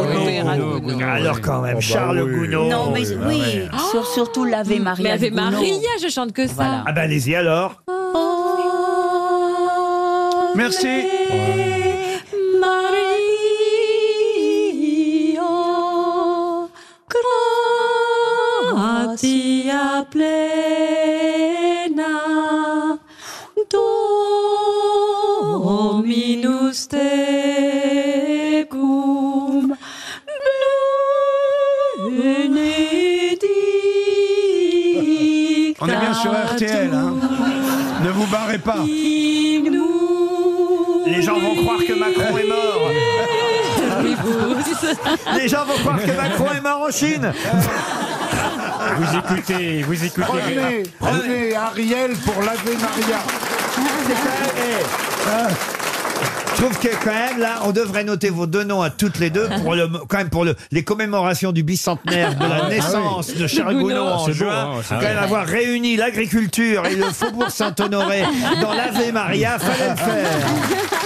S23: oui, Opéra de Gounod.
S1: Alors quand même, Charles Gounod.
S5: Non, mais oui,
S1: bah
S5: sur- surtout l'Ave Maria.
S23: Ah Mais Ave
S5: de Gounod.
S23: Maria, je chante que ça.
S1: Ah ben allez-y alors.
S5: Oh,
S26: Merci.
S3: Maria, gratia plena, Dominus tecum,
S26: On est bien sur RTL. hein. Ne vous barrez pas.
S1: Les gens vont croire que Macron est mort. Les gens vont croire que Macron est mort en Chine.
S14: Vous écoutez, vous écoutez.
S12: Prenez, prenez Ariel pour l'Ave Maria.
S1: Je trouve que quand même là, on devrait noter vos deux noms à toutes les deux pour le, quand même pour le, les commémorations du bicentenaire de la
S14: Ah oui.
S1: naissance de Charles
S14: De
S1: Gounod
S14: Gounod.
S1: en
S14: C'est beau,
S1: juin.
S14: hein, c'est
S1: quand
S14: vrai.
S1: même avoir réuni l'agriculture et le faubourg Saint-Honoré dans l'Ave Maria, fallait le faire.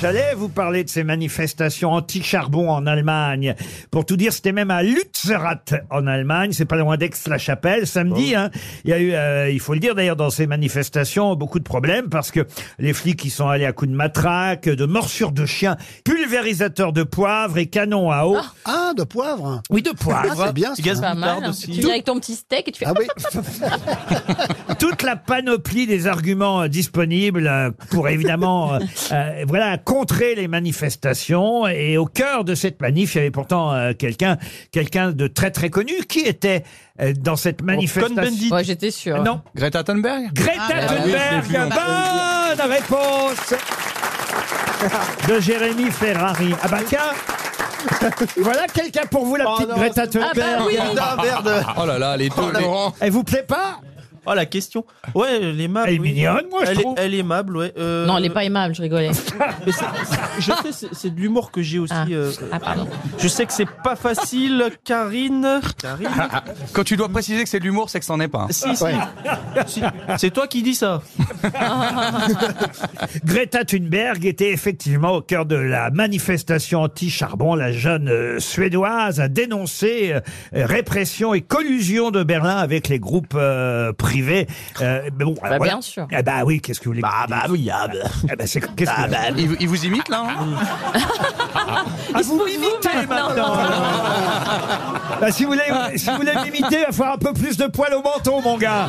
S1: J'allais vous parler de ces manifestations anti-charbon en Allemagne. Pour tout dire, c'était même à Lützerath en Allemagne, c'est pas loin d'Aix-la-Chapelle, samedi.
S2: Bah
S1: hein. Il y a eu, euh, il faut le dire d'ailleurs, dans ces manifestations, beaucoup de problèmes parce que les flics qui sont allés à coups de matraque, de morsures de chiens, pulvérisateurs de poivre et canons à eau.
S2: Ah, de poivre
S1: Oui, de poivre.
S2: Ah, c'est bien,
S1: Gaz
S23: Pas mal. hein. Tu viens avec ton petit steak et tu fais. Ah oui.
S1: toute la panoplie des arguments euh, disponibles euh, pour évidemment euh, euh, voilà contrer les manifestations et au cœur de cette manif il y avait pourtant euh, quelqu'un quelqu'un de très très connu qui était euh, dans cette manifestation
S23: Ouais, j'étais sûr.
S1: Non.
S14: Greta Thunberg
S1: Greta
S23: Ah, bah oui,
S1: Thunberg
S14: je l'ai vu,
S1: bonne réponse de Jérémy Ferrari ah bah tiens voilà quelqu'un pour vous la petite Greta
S8: c'est- Ah
S1: Thunberg
S8: bah oui. Ah, merde.
S14: Oh là là, les deux,
S8: Oh, la-
S14: Laurent.
S1: elle vous plaît pas
S8: Oh la question. Ouais, elle est aimable.
S1: Elle est
S8: oui.
S1: mignonne, moi, je
S8: elle est-
S1: trouve.
S8: elle est aimable, ouais. Euh,
S23: Non, elle est pas aimable, je rigolais. Ah.
S8: mais c'est- c'est- je sais, c'est- c'est de l'humour que j'ai aussi. euh, euh, je sais que c'est pas facile, Karine. Karine.
S14: Ah, Quand tu dois préciser que c'est de l'humour, c'est que c'en est pas. hein.
S8: Si, si. Si. C'est toi qui dis ça.
S1: Ah. Greta Thunberg était effectivement au cœur de la manifestation anti-charbon. La jeune euh, Suédoise a dénoncé euh, répression et collusion de Berlin avec les groupes euh, privés. Euh, mais bon, voilà.
S23: bien sûr.
S1: Ah bah oui, qu'est-ce que vous voulez Bah, bah oui, ah bah. c'est, qu'est-ce que-
S14: Il, vous- il vous imite là hein
S1: Ah, vous m'imitez maintenant Bah, si, vous voulez, si vous voulez m'imiter, il va falloir un peu plus de poils au menton, mon gars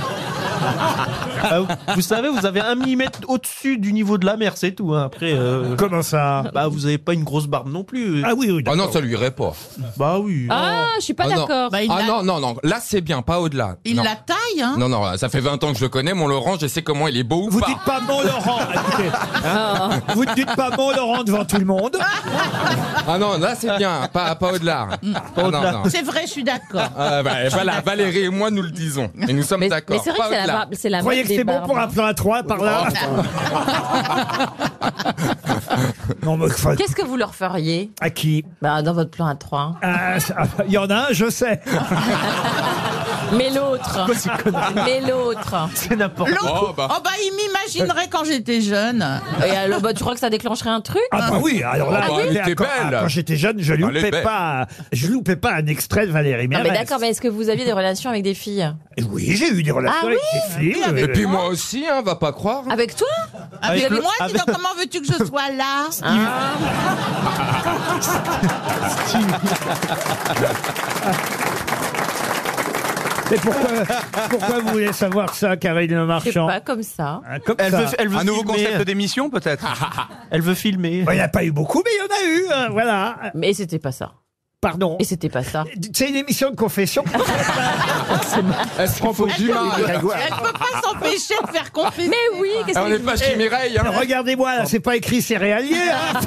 S8: Ah, vous- vous savez, vous avez un millimètre au-dessus du niveau de la mer, c'est tout. hein. Après. euh,
S1: Comment ça
S8: Bah, vous avez pas une grosse barbe non plus.
S1: Ah oui, oui.
S6: Ah non, ça lui irait pas.
S8: Bah oui.
S23: Ah, je suis pas
S6: Ah non.
S23: d'accord.
S6: ah non, non, non. Là, c'est bien, pas au-delà.
S27: Il
S6: non.
S27: la taille, hein
S6: non, non, ça fait 20 ans que je le connais, mon Laurent, je sais comment il est beau ou
S1: Vous
S6: pas.
S1: dites pas bon Laurent écoutez. hein Vous ne dites pas bon Laurent devant tout le monde
S6: Ah non, là, c'est bien, pas, pas au-delà.
S1: Mm.
S6: Ah non, non.
S27: C'est vrai, je suis d'accord.
S6: Ah, bah, voilà, Valérie et moi, nous le disons. Et nous sommes d'accord.
S23: Mais c'est vrai
S6: pas
S23: que c'est la
S6: au-delà.
S23: barbe. C'est la
S1: Vous croyez
S23: mode
S1: que
S23: Ah, bah, des
S1: c'est bon
S23: barbes. Oh.
S1: pour un plan à 3 par là Non, mais enfin,
S23: Qu'est-ce que vous leur feriez
S1: à qui
S23: bah, Dans votre plan à 3.
S1: Ah, ça- ah, Il y en a un, je sais.
S23: Mais l'autre. Mais l'autre.
S8: C'est n'importe
S27: L'autre, oh bah. il m'imaginerait quand j'étais jeune.
S23: Et alors, bah, tu crois que ça déclencherait un truc
S1: Ah bah oui, alors là,
S6: Ah bah, elle
S1: j'étais-
S6: était
S1: quand,
S6: belle. Bah,
S1: ah, quand j'étais jeune, je
S6: Elle est
S1: loupais
S6: belle.
S1: pas, je loupais pas un extrait de Valérie
S23: Non, Ah, mais
S1: Mérès.
S23: d'accord, mais est-ce que vous aviez des relations avec des filles
S1: Oui, j'ai eu des relations
S23: Ah
S1: avec des filles. euh,
S6: Et
S1: oui.
S6: puis moi aussi, hein, va pas croire.
S23: Avec toi
S27: Avec,
S23: Avec le-
S27: Ah, moi, dis donc, comment veux-tu que je sois là Ah.
S1: Mais pourquoi, pourquoi vous voulez savoir ça, Karine Le
S23: C'est
S1: Marchand
S23: pas comme ça.
S1: Hein, Comme
S8: Elle
S1: ça.
S8: veut, elle veut
S14: Un nouveau
S8: filmer. Ah,
S14: concept d'émission peut-être
S8: Elle veut filmer.
S1: Bon, il n'y en a pas eu beaucoup, mais il y en a eu. hein, voilà.
S23: Mais c'était pas ça.
S1: Pardon.
S23: Et c'était pas ça.
S1: C'est une émission de confession.
S6: Elle se prend pour du mal.
S27: Elle peut pas s'empêcher de faire confession.
S23: Mais oui, qu'est-ce
S6: Ah, On
S23: que
S6: n'est pas chez Mireille. hein.
S1: Regardez-moi, là, c'est pas écrit céréalier. hein.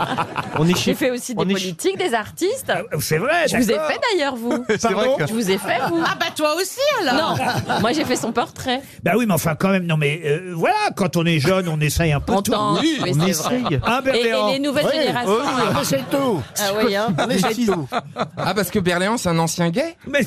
S8: On est chez.
S23: J'ai fait aussi des
S8: on est chez-
S23: politiques, des artistes.
S1: Ah, C'est vrai.
S23: Je vous ai
S1: d'accord.
S23: fait d'ailleurs, vous.
S14: C'est vrai
S1: Pardon
S14: que.
S23: Je vous ai fait, vous.
S27: Ah bah toi aussi alors
S23: Non, moi j'ai fait son portrait.
S1: Bah oui, mais enfin quand même, non mais euh, voilà, quand on est jeune, on essaye un peu
S23: En
S1: tout.
S23: temps,
S6: oui,
S23: mais
S8: On
S23: c'est vrai.
S8: essaye.
S1: Ah,
S23: Et, et
S1: Berléand.
S23: les nouvelles générations. elles-
S2: C'est tout.
S23: Ah oui, hein.
S6: Ah, parce que Berléand, c'est un ancien gay
S1: Mais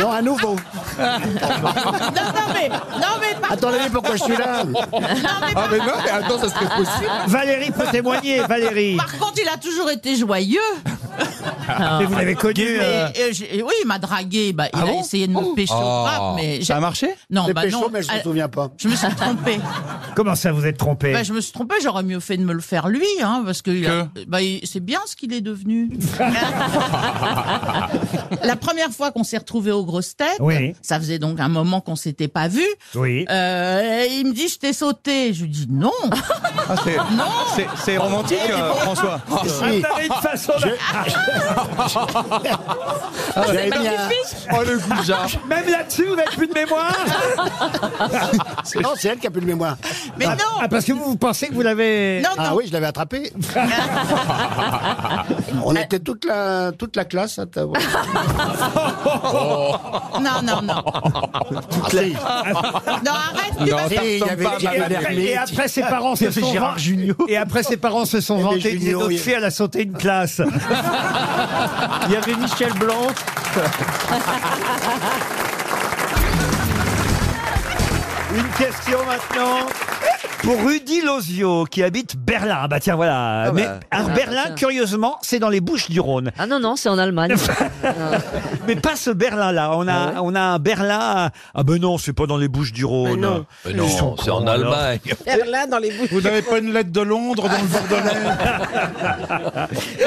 S2: Non, à nouveau.
S27: Non, non, mais, non, mais par-
S2: Attendez, pourquoi je suis là
S6: Ah, mais non, mais attends, ça serait possible.
S1: Valérie peut témoigner, Valérie.
S27: par contre, il a toujours été joyeux. Ah.
S1: Ah, Mais vous l'avez connu. euh,
S27: Et, euh, j'ai- et oui, il m'a dragué. Bah, il a essayé de me pécho
S6: Oh.
S27: grave, mais j'ai-
S14: Ça a marché
S27: non,
S2: J'ai
S27: bah
S2: pécho,
S27: non.
S2: mais je
S27: Ah,
S2: me souviens pas.
S27: je me suis trompée.
S1: Comment ça vous êtes trompé
S27: Bah, je me suis trompée, j'aurais mieux fait de me le faire lui, hein, parce que, il a- bah, il- c'est bien ce qu'il est devenu. La première fois qu'on s'est retrouvés aux grosses têtes,
S1: Oui.
S27: ça faisait donc un moment qu'on s'était pas vus.
S1: Oui.
S27: euh, et il me dit je t'ai sauté, je lui dis non.
S14: Ah, c'est- c'est- C'est romantique, euh, François. Euh,
S1: Ah, vous avez une façon de- Ah,
S2: J'avais mis un-
S6: Oh, le coup de jarre.
S1: Même là-dessus, vous n'avez plus de mémoire.
S2: Non, c'est elle qui a plus de mémoire.
S27: Mais non,
S1: Ah, parce que vous, vous pensez que vous l'avez.
S27: non, non.
S2: Ah oui, je l'avais attrapée. On était toute la, toute la classe à t'avoir.
S27: Non, non, non.
S2: Ah, si.
S27: Non, arrête, tu vas-
S2: Si, il y
S6: t'en
S2: avait-
S6: pas,
S2: il y
S1: Et
S2: avait
S1: après,
S2: l'ermite.
S1: et après, ses parents se sont
S8: Gérard
S1: vant-
S8: Jugnot.
S1: Et après ses parents se sont
S2: Et des
S1: vantés. Ils disaient,
S2: Jugnot,
S1: notre
S2: il y a-
S1: fille, elle a sauté une classe.
S8: Il y avait Michel Blanc.
S1: Une question maintenant Pour Rudy Lozio, qui habite Berlin. Ah Bah tiens, voilà.
S28: Ah
S1: Mais
S28: bah.
S1: alors,
S28: Ah,
S1: Berlin,
S28: tiens.
S1: curieusement, c'est dans les Bouches du Rhône.
S28: Ah non, non, c'est en Allemagne. Ah
S1: Mais pas ce Berlin-là. On a, on a un Berlin. à- Ah ben non, c'est pas dans les Bouches du Rhône.
S10: non. Mais non,
S1: Ils sont
S10: c'est en
S1: cons, alors.
S10: Allemagne.
S1: Berlin dans les Bouches.
S10: Vous n'avez
S1: pas une lettre de Londres dans le Bordelais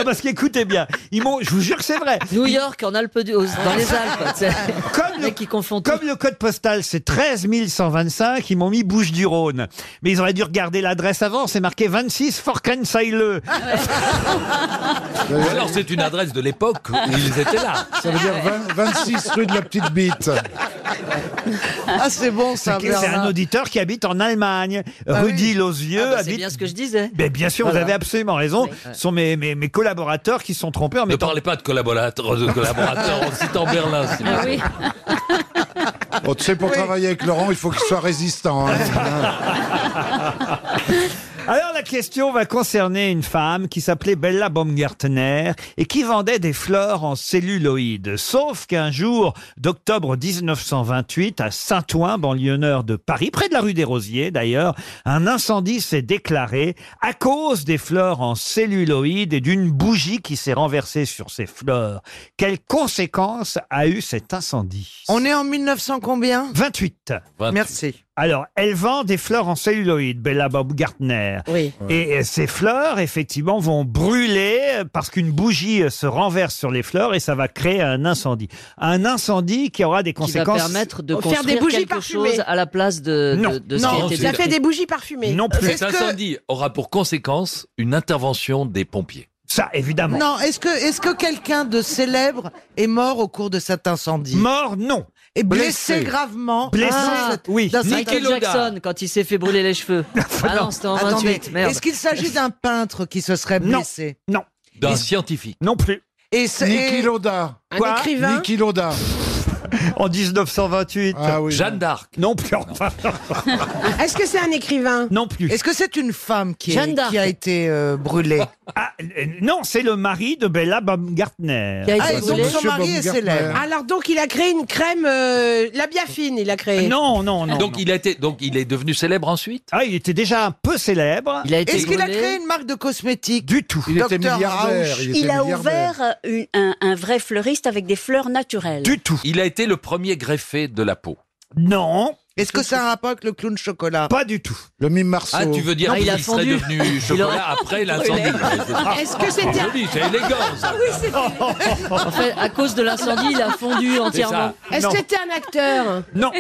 S1: Parce qu'écoutez bien, ils m'ont, je vous jure que c'est vrai.
S28: New York, en Alpes du, aux- dans les Alpes. tu sais.
S1: Comme le, comme le code postal, c'est 13 125, ils m'ont mis Bouches-du-Rhône. Mais ils auraient dû regarder l'adresse avant, c'est marqué 26 Forkensaileux.
S10: Ou alors c'est une adresse de l'époque où ils étaient là.
S1: Ça veut dire 20 26 rue de la Petite Bite.
S28: Ah, c'est bon, ça,
S1: C'est
S28: Bernard.
S1: un auditeur qui habite en Allemagne.
S28: Ah oui.
S1: Rudy Lozieux
S28: Ah bah, C'est
S1: habite.
S28: bien ce que je disais.
S1: Ben, bien sûr, vous
S28: Voilà.
S1: avez absolument raison. Ce sont mes, mes, mes collaborateurs qui se sont trompés en
S10: Ne
S1: mettant.
S10: parlez pas de collaborateurs, de collaborateurs en citant Berlin.
S12: Ah
S10: s'il vous plaît.
S12: Oh, tu sais, pour travailler avec Laurent, il faut qu'il soit résistant. hein,
S1: Alors la question va concerner une femme qui s'appelait Bella Baumgartner et qui vendait des fleurs en celluloïd. Sauf qu'un jour d'octobre 1928 à Saint-Ouen, banlieue nord de Paris, près de la rue des Rosiers d'ailleurs, un incendie s'est déclaré à cause des fleurs en celluloïd et d'une bougie qui s'est renversée sur ces fleurs. Quelles conséquences a eu cet incendie
S11: On est en 1900 combien
S1: 28.
S11: Merci.
S1: Alors, elle vend des fleurs en celluloïd, Bella Bob Gartner.
S28: Oui.
S1: Et euh, ces fleurs, effectivement, vont brûler euh, parce qu'une bougie euh, se renverse sur les fleurs et ça va créer un incendie. Un incendie qui aura des
S28: Qui va
S1: conséquences.
S28: permettre de
S11: Faire
S28: construire
S11: des bougies
S28: quelque
S11: parfumées.
S28: chose à la place de, de-
S1: Non.
S28: de ce
S11: Non,
S28: qui était
S11: ça fait
S28: détruit.
S11: des bougies parfumées.
S1: Non plus.
S10: Cet incendie aura pour conséquence une intervention des pompiers.
S1: Ça, évidemment.
S11: Non, est-ce que, est-ce que quelqu'un de célèbre est mort au cours de cet incendie
S1: Mort, non.
S11: Et blessé,
S28: Blessé.
S11: gravement
S28: Blessé,
S11: Ah,
S28: oui.
S11: dans cet
S28: Michael
S11: incendie.
S28: Jackson, quand il s'est fait brûler les cheveux. ah non, c'était en
S11: Attendez,
S28: 28, merde.
S11: Est-ce qu'il s'agit d'un peintre qui se serait
S28: Non.
S11: blessé
S1: Non.
S10: D'un scientifique.
S1: Non plus.
S11: Et ce-
S12: Niki
S11: et-
S12: Loda.
S11: Un Quoi écrivain
S12: Niki Loda.
S1: En 1928.
S10: Jeanne d'Arc.
S1: Non plus. enfin.
S11: Ah, Est-ce que c'est un écrivain
S1: Non plus.
S11: Est-ce que c'est une femme qui, est-
S28: Jeanne d'Arc.
S11: qui a été euh, brûlée
S1: Ah, euh, non, c'est le mari de Bella Baumgartner.
S28: Qui a été Ah, et
S11: donc son mari est célèbre.
S18: Alors donc il a créé une crème, euh, la biafine, il a créé.
S1: Non, non, non.
S10: donc, Il a été, donc il est devenu célèbre ensuite
S1: Ah, il était déjà un peu célèbre.
S28: Il a été
S11: Est-ce qu'il a
S28: brûlé.
S11: créé une marque de cosmétiques
S1: Du tout.
S11: Il était
S28: milliardaire, il
S5: Il a ouvert euh, une- un, un vrai fleuriste avec des fleurs naturelles.
S1: tout.
S10: Il a été le premier greffé de la peau.
S1: Non.
S11: Est-ce que ça a un rapport avec le clown chocolat
S1: Pas du tout.
S12: Le mime Marceau.
S10: Ah, tu veux dire
S11: Ah, il
S10: qu'il
S11: a
S10: serait
S11: fondu.
S10: devenu chocolat après l'incendie
S7: Ah,
S18: Est-ce que
S10: C'est
S18: c'était
S10: joli, c'est élégant ça.
S18: oui, c'était-
S28: En fait, à cause de l'incendie, il a fondu entièrement.
S18: Est-ce que c'était un acteur
S1: Non.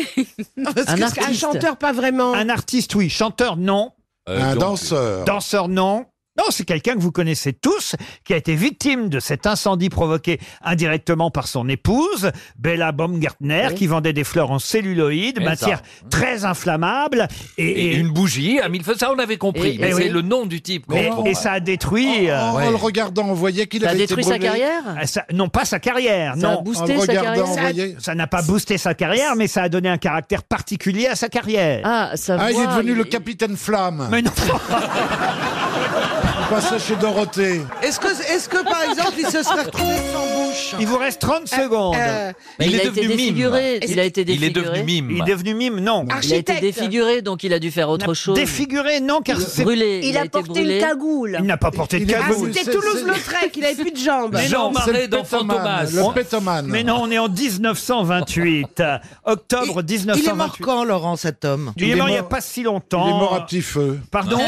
S15: Ah,
S18: Parce que c'est un chanteur, pas vraiment.
S1: Un artiste, oui. Chanteur, non.
S10: Euh,
S12: Un danseur.
S1: Danseur, non. Non, c'est quelqu'un que vous connaissez tous, qui a été victime de cet incendie provoqué indirectement par son épouse, Bella Baumgartner, qui vendait des fleurs en celluloïd,
S10: Et Eh, ça.
S1: matière très inflammable. Et,
S10: Et
S1: et-
S10: une bougie à mille feux, ça on avait compris.
S1: Et- et
S10: mais
S1: oui.
S10: c'est le nom du type. qu'on
S1: et-
S10: comprend
S1: et
S10: pas.
S1: ça a détruit. euh,
S12: En
S10: Ouais.
S12: le regardant, on voyait qu'il
S28: Ça a
S12: avait été
S28: détruit sa
S12: brûlé.
S28: carrière
S1: Ah, ça- non, pas sa carrière.
S28: Ça a
S1: non.
S28: boosté En le sa regardant, carrière on
S1: Ça-
S12: voyait.
S1: Ça n'a pas boosté sa carrière, mais ça a donné un caractère particulier à sa carrière.
S28: Ah, ça
S12: Ah, il
S28: voit,
S12: est devenu
S28: il-
S12: le capitaine Flamme.
S1: Mais non.
S12: Il passait chez Dorothée.
S11: Est-ce que, est-ce que par exemple il se serait retrouvé sans bouche
S1: Il vous reste 30 secondes.
S11: euh,
S28: Mais Ah, il,
S10: Il est
S28: a été
S10: devenu mime.
S28: défiguré. Il a été
S10: Il est
S28: défiguré.
S10: devenu mime.
S1: Il est devenu mime, non.
S28: Il a été
S18: Architecte.
S28: défiguré, donc il a dû faire autre chose.
S1: Défiguré, non, car c'est-
S28: Brûlé.
S5: Il, a,
S28: été
S5: porté
S28: brûlé.
S5: une cagoule.
S1: Il n'a pas porté de
S12: Il est
S18: Ah,
S1: cagoule.
S12: C'est-
S18: c'était
S12: c'est-
S18: Toulouse-Lautrec, il avait plus de jambes.
S1: Mais non,
S10: Jean-Marais dans Fantomas.
S12: Le pétomane.
S1: Mais non, on est en 1928. euh, Octobre
S11: Il est mort
S1: 1928.
S11: quand, Laurent, cet homme
S1: Il est mort il n'y a
S12: mort-
S1: pas si
S12: Il
S1: longtemps.
S12: est mort à petit feu.
S1: Pardon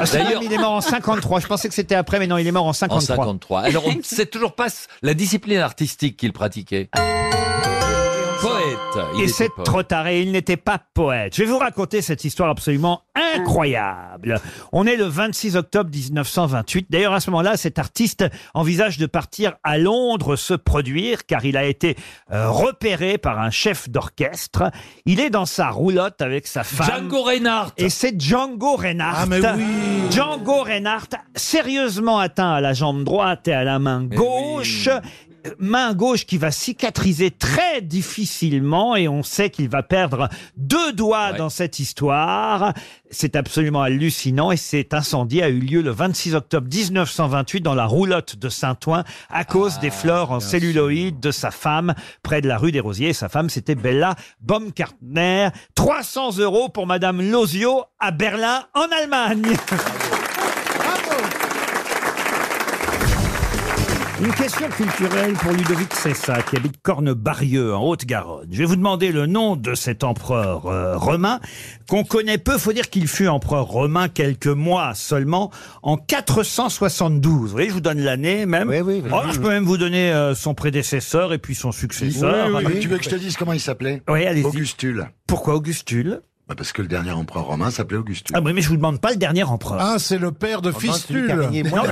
S1: Ah, c'est
S10: D'ailleurs-
S1: vrai, Il est mort en 53. Je pensais que c'était après, mais non, il est mort en
S10: En
S1: 53.
S10: 53. Alors on ne sait toujours pas la discipline artistique qu'il pratiquait. Poète. il
S1: Et
S10: était
S1: c'est
S10: poète.
S1: trop tard et il n'était pas poète. Je vais vous raconter cette histoire absolument incroyable. On est le 26 octobre 1928. D'ailleurs, à ce moment-là, cet artiste envisage de partir à Londres se produire car il a été euh, repéré par un chef d'orchestre. Il est dans sa roulotte avec sa femme.
S10: Django Reinhardt.
S1: Et c'est Django Reinhardt.
S12: Ah, mais oui.
S1: Django Reinhardt, sérieusement atteint à la jambe droite et à la main gauche. Euh, main gauche qui va cicatriser très difficilement et on sait qu'il va perdre deux doigts dans cette histoire. C'est absolument hallucinant et cet incendie a eu lieu le 26 octobre 1928 dans la roulotte de Saint-Ouen à cause des fleurs en celluloïde de sa femme près de la rue des Rosiers. Et sa femme, c'était Bella Baumgartner. 300 euros pour Madame Lozio à Berlin en Allemagne. Une question culturelle pour Ludovic Cessa, qui habite Cornebarieux, en Haute-Garonne. Je vais vous demander le nom de cet empereur euh, romain, qu'on connaît peu. Faut dire qu'il fut empereur romain quelques mois seulement, en 472. Vous voyez, je vous donne l'année même. Oh, je peux même vous donner euh, son prédécesseur et puis son successeur.
S19: Oui, oui, oui. Ah, Tu veux que je te dise comment il s'appelait
S1: Oui, hein. allez-y.
S19: Augustule. Bah,
S1: Pourquoi Augustule
S19: Parce que le dernier empereur romain s'appelait Augustule.
S1: Ah, mais mais je vous demande pas le dernier empereur.
S19: Ah, c'est le père de
S1: Fistule.
S19: Moi,
S1: Non.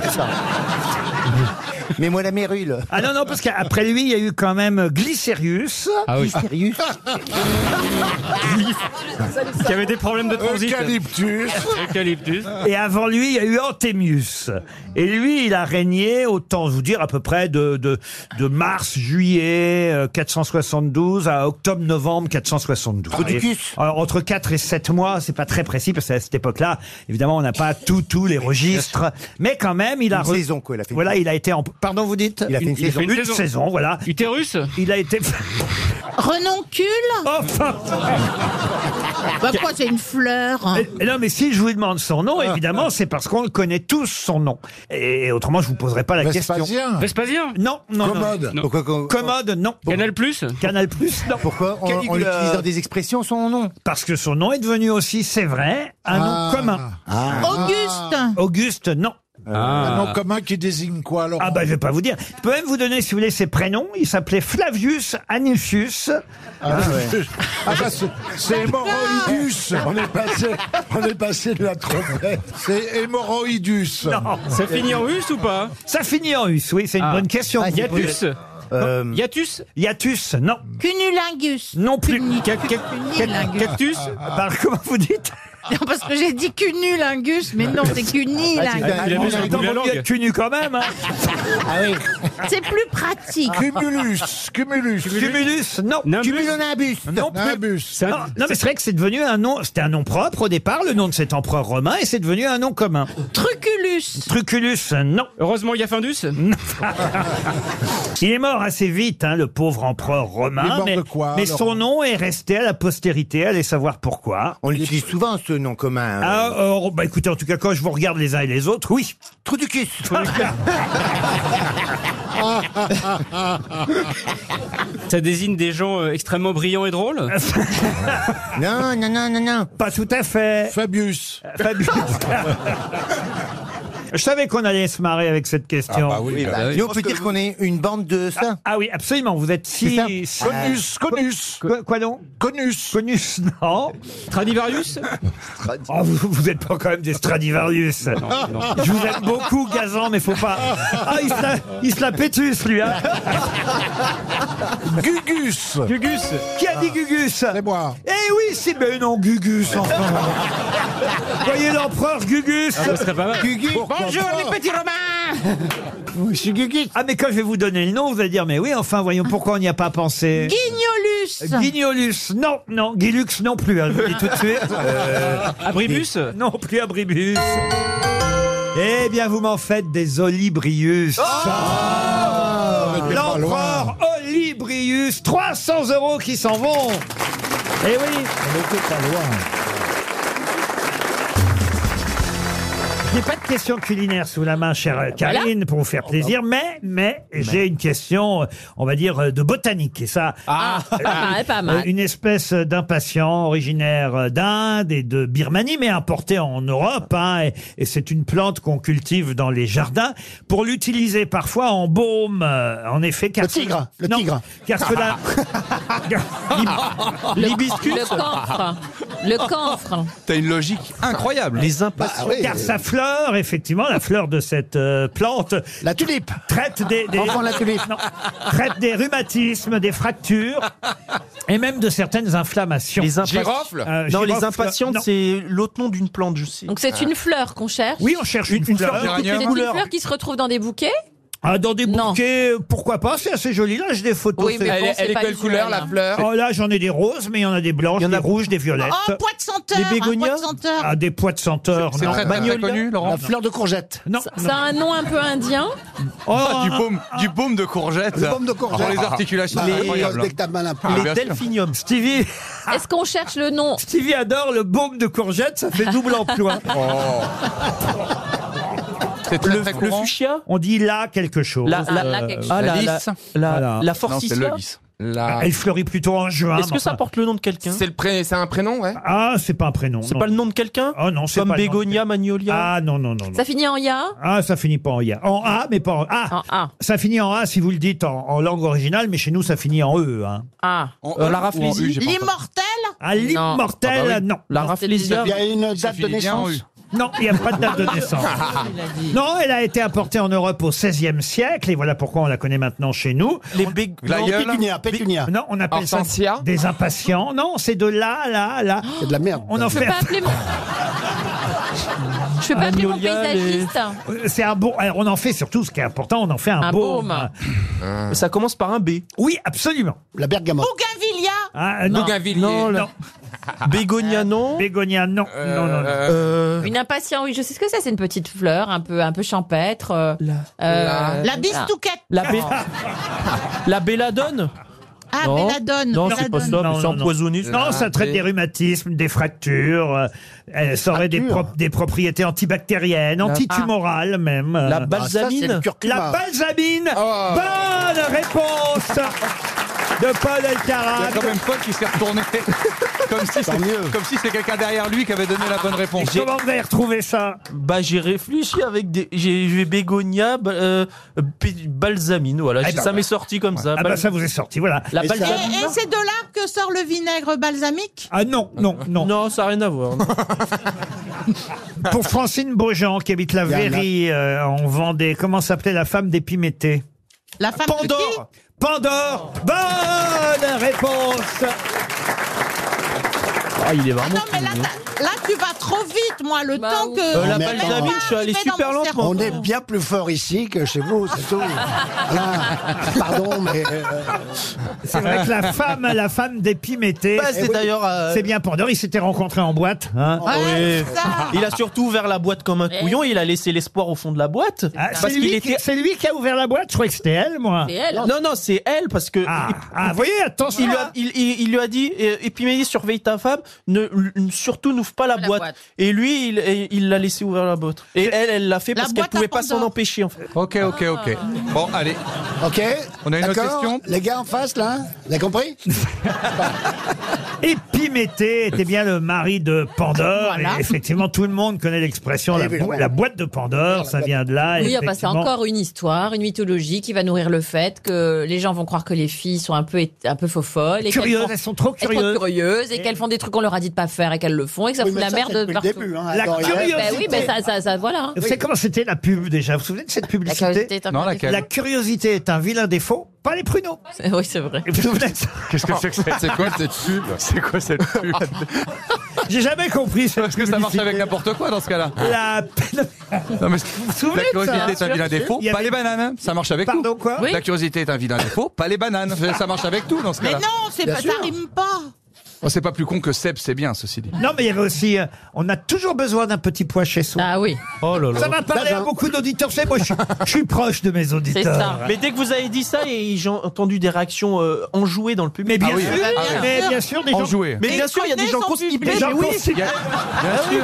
S2: Mais moi la mérule.
S1: Ah non, non, parce qu'après lui, il y a eu quand même Glycérius.
S2: Ah oui.
S1: Glycérius.
S14: Qui avait des problèmes de transit. Eucalyptus. Eucalyptus.
S1: Et avant lui, il y a eu Antémius. Et lui, il a régné, autant vous dire, à peu près de, de, de mars, juillet euh, 472 à octobre, novembre 472.
S2: Prodicus.
S1: Alors, entre 4 et 7 mois, c'est pas très précis, parce qu'à cette époque-là, évidemment, on n'a pas tout, tous les registres. Mais quand même, il a...
S2: Une
S1: re-
S2: saison, quoi, il a fait une
S1: Voilà, il a été en... Pardon, vous dites
S2: Il a fait une saison.
S1: Une saison, voilà.
S14: Utérus
S1: Il a été...
S27: Renoncule
S1: Enfin
S27: Bah quoi, c'est une fleur hein.
S1: Eh, Non, mais si je vous demande son
S12: Ah,
S1: nom, évidemment, c'est parce qu'on le connaît tous son nom. Et autrement, je vous poserai pas la question.
S14: Vespasien. Vespasien
S1: Non, non.
S14: Commode.
S1: Non.
S14: Pourquoi qu'on-
S1: Commode, non.
S14: Canal Plus
S1: Canal Plus, non. Pourquoi
S14: on- on l'utilise dans des
S1: expressions son nom Parce que son nom est devenu aussi, c'est vrai, un
S12: Ah.
S1: nom commun.
S12: Ah. Euh,
S1: Auguste. Auguste, non.
S14: Ah.
S12: Un nom commun qui désigne quoi alors
S1: Ah bah je vais pas vous dire. Je peux même vous donner, si vous voulez, ses prénoms. Il s'appelait Flavius Anusius.
S12: Ah, ouais. Ah, bah, c'est- c'est hémorroïdus. On est passé, on est passé de la trompette. C'est hémorroïdus.
S1: Non.
S14: Ça finit en us ou pas
S1: Ça finit en us, oui, c'est Euh, une bonne question.
S14: Ah, Hiatus. Hiatus
S1: Hiatus, non.
S27: Cunulingus.
S1: Non plus.
S27: Cunilingus.
S14: Cactus
S1: Par- Bah, Comment vous dites
S27: Non, parce que j'ai dit cunulingus, mais
S14: Ah,
S27: non, c'est
S1: Ah,
S27: cunilingus.
S1: Attends, vaut mieux être cul nu quand même. hein. Ah oui.
S27: C'est plus pratique.
S14: Ah,
S12: Cumulus, cumulus.
S1: Cumulus, non.
S2: Cumulonimbus.
S1: Non, plus. Non, non, mais c'est vrai que c'est devenu un nom. C'était un nom propre au départ, le nom de cet empereur romain, et c'est devenu un nom commun.
S27: Truculus.
S1: Truculus, non.
S14: Heureusement, il y a Findus.
S1: Il est mort assez vite, hein, le pauvre empereur romain.
S12: Il est mort
S1: mais
S12: de quoi,
S1: mais
S12: Laurent
S1: son nom est resté à la postérité, allez savoir pourquoi.
S2: On l'utilise souvent ce nom commun.
S1: Ah, euh, bah écoutez, en tout cas, quand je vous regarde les uns et les autres, oui.
S2: Truducus.
S14: Ça désigne des gens euh, extrêmement brillants et drôles
S2: Non, non, non, non, non.
S1: Pas tout à fait. Euh,
S12: Fabius.
S1: Fabius. Je savais qu'on allait se marrer avec cette question.
S12: Ah bah oui, Oui, bah bah oui. oui.
S2: Nous, on peut dire qu'on est une bande de ça.
S1: Ah, ah oui, absolument. Vous êtes si.
S2: C'est ça. Ah.
S12: Conus, conus.
S1: Quoi, quoi donc
S12: Conus.
S1: Conus, non.
S14: Stradivarius
S1: Oh, vous, vous êtes pas quand même des Stradivarius.
S14: non.
S1: Je vous aime beaucoup, Gazan, mais faut pas. Ah, il se la, il se la pétus, lui. Hein.
S12: Gugus.
S14: Gugus
S1: Qui
S2: Ah.
S1: a dit Gugus C'est
S12: moi.
S1: Eh oui, c'est. Ben non, Gugus, enfin. Voyez l'empereur Gugus.
S14: Ah, ça serait pas mal.
S1: Gugus.
S27: petits Romains
S1: Oui, je suis Gugus. Ah, mais quand je vais vous donner le nom, vous allez dire, mais oui, enfin, voyons, pourquoi on n'y a pas pensé
S14: Euh,
S27: Guignolus.
S1: Guignolus, non, non, Guilux non plus, hein, je vous le dis tout de suite. Euh,
S14: Abribus
S1: Non plus Abribus. Eh bien, vous m'en faites des Olibrius.
S2: Ah.
S12: mais t'es pas
S1: Ah. L'empereur Olibrius, 300 euros qui s'en vont. Eh oui. J'ai pas de question culinaire sous la main, chère euh, Karine, pour vous faire plaisir, mais, mais, j'ai une question, euh, on va dire, euh, de botanique. Et ça,
S23: pas mal, pas mal.
S1: euh, une espèce d'impatient originaire euh, d'Inde et de Birmanie, mais importée en Europe. hein, et et c'est une plante qu'on cultive dans les jardins pour l'utiliser parfois en baume. euh, en effet, car
S2: Le tigre, le
S1: Non,
S2: tigre.
S1: Car cela.
S14: L'hibiscus
S23: Le camphre. Le camphre.
S15: T'as une logique incroyable.
S8: Les impatients.
S1: Car sa fleur, effectivement, la fleur de cette euh, plante. La tulipe Traite des. des-
S2: Enfant la tulipe.
S1: Non. traite des rhumatismes, des fractures et même de certaines inflammations. Euh,
S8: Les impatients.
S15: Girofle
S8: Non, les
S1: impatients,
S8: impatientes, c'est l'autre nom d'une plante, je sais.
S23: Donc c'est une fleur qu'on cherche.
S1: Euh, Oui, on cherche une,
S8: Une
S1: fleur.
S8: fleur de
S23: C'est
S8: Géranium.
S23: une fleur qui se retrouve dans des bouquets
S1: Ah, dans des bouquets, euh, pourquoi pas C'est assez joli. Là, j'ai des photos.
S20: Oui, mais
S1: c'est-
S20: bon, Elle est- c'est elle est pas quelle visuel, couleur, la hein. fleur
S1: Oh, Là, j'en ai des roses, mais il y en a des blanches, des rouges, des violettes.
S27: Oh, poids de senteur
S23: hein,
S1: Des
S27: un
S1: bégonias
S27: poids de senteur.
S1: Ah, des pois de senteur.
S27: C'est- c'est
S1: non.
S27: très, très, très
S1: Magnolia
S27: connu, Laurent. La fleur
S1: de courgette. Non.
S23: Ça a un nom un peu indien.
S1: Oh,
S15: Ah, du baume, du baume de
S1: ah,
S15: courgette.
S14: Le baume de courgette.
S15: Pour les articulations,
S12: Bah,
S14: Les-
S15: c'est incroyable.
S14: dès que t'as mal un peu.
S15: Ah,
S14: Les
S15: bien sûr.
S1: delphiniums. Stevie.
S23: Est-ce qu'on cherche le nom
S1: Stevie adore le baume de courgette, ça fait double emploi.
S15: Oh. C'est très, très courant.
S1: On dit là quelque chose. Euh,
S15: La- la- la quelque chose. Ah, la- la- la- la
S1: Voilà.
S15: forsythia. Non, c'est le lys. Ah.
S20: La-
S1: ah, Elle fleurit plutôt en juin.
S20: Est-ce que ça
S1: porte le nom de quelqu'un
S20: C'est le pré- c'est un prénom, ouais
S1: Ah, c'est pas un prénom.
S20: C'est pas
S1: le nom de quelqu'un Ah non, c'est
S20: Comme
S1: Bégonia, Magnolia Ah non, non, non. non.
S23: Ça finit en ya
S1: Ah, ça finit pas en IA. En A, mais pas en A. Ça finit en A si vous le dites en, en langue originale, mais chez nous, ça finit en E. hein.
S27: Ah.
S1: Euh, la Rafflesia.
S27: L'immortel
S1: Ah, l'immortel,
S27: Ah bah oui.
S1: non.
S27: La
S1: Non.
S27: Rafflesia. Il y a une date Ça finit de bien en naissance
S1: Non, il n'y a pas de date de naissance. non, elle a été apportée en Europe au XVIe siècle, et voilà pourquoi on la connaît maintenant chez nous. Les big...
S26: La non, gueule. pétunia, pétunia.
S1: Non, on appelle ça des impatients. Non, c'est de là, là, là. C'est de la merde. On en
S23: Je
S1: fait...
S23: peux pas appeler mon... Je peux pas appeler mon
S1: Magnolia, les-
S23: paysagiste.
S1: Euh, C'est un bon. Alors, on en fait surtout ce qui est important, on en fait un,
S23: Un
S1: baume.
S23: baume.
S1: Ça commence par un B. Oui, absolument. La bergamote.
S27: Bougainvillia
S1: Ah, non.
S8: Non, là. Bégonia, non.
S1: Bégonia, non. non, non, non.
S8: Euh,
S23: Une impatience, oui, je sais ce que c'est, c'est une petite fleur, un peu, un peu champêtre. euh, euh,
S27: La bistouquette.
S8: La, bé- la belladone
S27: Ah,
S8: Non.
S27: belladone.
S8: Non, c'est
S27: belladone.
S8: pas ça, Ah, mais c'est empoisonné.
S1: Non, ça traite des rhumatismes, des fractures. euh, euh, ça aurait des, prop- des propriétés antibactériennes, antitumorales même. euh.
S8: La balsamine Ah, ça, c'est le Ah. curcuma.
S1: La balsamine Bonne réponse de Paul
S15: Il y
S1: Elkarat.
S15: a quand même Paul qui s'est retourné. comme si c'est- comme si c'est quelqu'un derrière lui qui avait donné la bonne réponse.
S8: J'ai-
S1: vous avez retrouvé ça
S8: Bah j'ai réfléchi avec des j'ai j'ai bégonia ba- euh, bé- balsamine voilà
S1: Eh
S8: j'ai-
S1: ben,
S8: ça
S1: voilà.
S8: m'est sorti comme ça.
S1: Ah bah ça vous est sorti, voilà.
S8: La
S1: Et ça-
S8: balsamine.
S27: Et c'est de là que sort le vinaigre balsamique
S1: Ah non, non, non.
S8: Non, ça n'a rien à voir.
S1: Pour Francine Beaujean, qui habite la
S8: Il y en a.
S1: Véry, euh, en Vendée, comment s'appelait la femme d'Épiméthée
S27: La femme
S1: Pandore Pandore Bonne réponse
S8: Ah, il est vraiment mignon.
S27: Là, tu vas trop vite, moi, le temps que.
S8: Euh, la
S27: Mais
S8: balsamine,
S27: attends,
S8: je suis allé
S27: je vais dans
S8: super
S27: mon
S8: lentement.
S27: cerveau.
S12: On est bien plus fort ici que chez vous, c'est tout. Ah, pardon, mais. euh,
S1: C'est vrai que la femme, la femme d'Épiméthée.
S8: Bah, c'est
S1: Eh oui.
S8: d'ailleurs, euh,
S1: C'est bien Pandore, ils s'étaient rencontrés en boîte. hein.
S8: Ah oui. Il a surtout ouvert la boîte comme un
S23: Eh.
S8: couillon, il a laissé l'espoir au fond de la boîte.
S1: Ah, c'est lui, qui- c'est lui qui a ouvert la boîte Je croyais que c'était elle, moi.
S8: C'est elle. Ah. Non, non, c'est elle parce que.
S1: Ah, ah, vous voyez, attention.
S8: Il lui a, il, il- il lui a dit euh, Épiméthée, surveille ta femme, ne, l- surtout n'ouvre pas la, boîte. Et lui, il- il il l'a laissé ouvrir la boîte. Et elle, elle l'a fait
S20: La
S8: parce qu'elle
S20: boîte à
S8: pouvait pas s'en
S20: Pandore.
S8: empêcher en fait.
S15: Ok, ok, ok. Bon, allez.
S12: Ok.
S15: On a une autre
S12: D'accord
S15: question
S12: Les gars en face, là Vous avez compris
S1: Épiméthée était bien le mari de Pandore.
S23: Voilà.
S1: Et effectivement, tout le monde connaît l'expression la,
S23: Évidemment.
S1: bo- la boîte de Pandore, ça vient de là.
S23: Oui, il y a pas
S1: Ah,
S23: ça.
S1: effectivement.
S23: Encore une histoire, une mythologie qui va nourrir le fait que les gens vont croire que les filles sont un peu, é- un peu faux folles. et qu'elles
S1: Curieuses,
S23: font-
S1: elles sont trop
S23: elles sont
S1: curieuses.
S23: curieuses et qu'elles font des trucs qu'on leur a dit de pas faire et qu'elles le font et que ça
S1: Oui,
S23: fout
S1: mais
S23: la
S1: ça,
S23: merde
S1: c'est depuis le
S23: partout.
S1: début, hein. La
S23: Adore,
S1: curiosité.
S23: Bah oui, bah ça, ça, ça, voilà.
S1: Vous savez comment c'était la pub déjà Vous vous souvenez de cette publicité
S23: curiosité est un Non, vilain laquelle défaut.
S1: La curiosité est un vilain défaut, pas les pruneaux.
S23: Oui, c'est vrai.
S1: Vous vous souvenez de ça
S10: Qu'est-ce que Oh. c'est que ça
S20: C'est quoi cette pub
S10: C'est quoi cette pub
S1: J'ai jamais compris. Parce
S10: que ça marche avec n'importe quoi dans ce cas-là.
S1: La...
S10: Non, mais
S1: souvenez
S10: la
S1: de
S10: curiosité
S1: ça
S10: est un vilain
S1: Bien sûr.
S10: défaut,
S1: Il y
S10: pas
S1: avait-
S10: les bananes. hein. Ça marche avec
S1: Pardon,
S10: tout.
S1: quoi Oui.
S10: La curiosité est un vilain défaut, pas les bananes. Ça marche avec tout dans ce
S27: Mais
S10: cas-là.
S27: non, c'est
S10: Bien
S27: pas,
S10: sûr.
S27: ça rime pas.
S10: Oh, c'est pas plus con que Seb, c'est bien, ceci dit.
S1: Non, mais il y avait aussi. euh, on a toujours besoin d'un petit pois chez soi.
S23: Ah oui.
S1: Oh
S8: là là.
S1: Ça m'a parlé à beaucoup d'auditeurs. C'est moi, je suis- je suis proche de mes auditeurs.
S8: Mais dès que vous avez dit ça, et j'ai entendu des réactions euh, enjouées dans le public.
S15: Ah
S1: Mais bien sûr, mais bien sûr, des gens.
S8: Mais bien sûr, il y a des gens constipés.
S1: Des gens
S8: mais oui.
S1: constipés.
S8: Ah oui.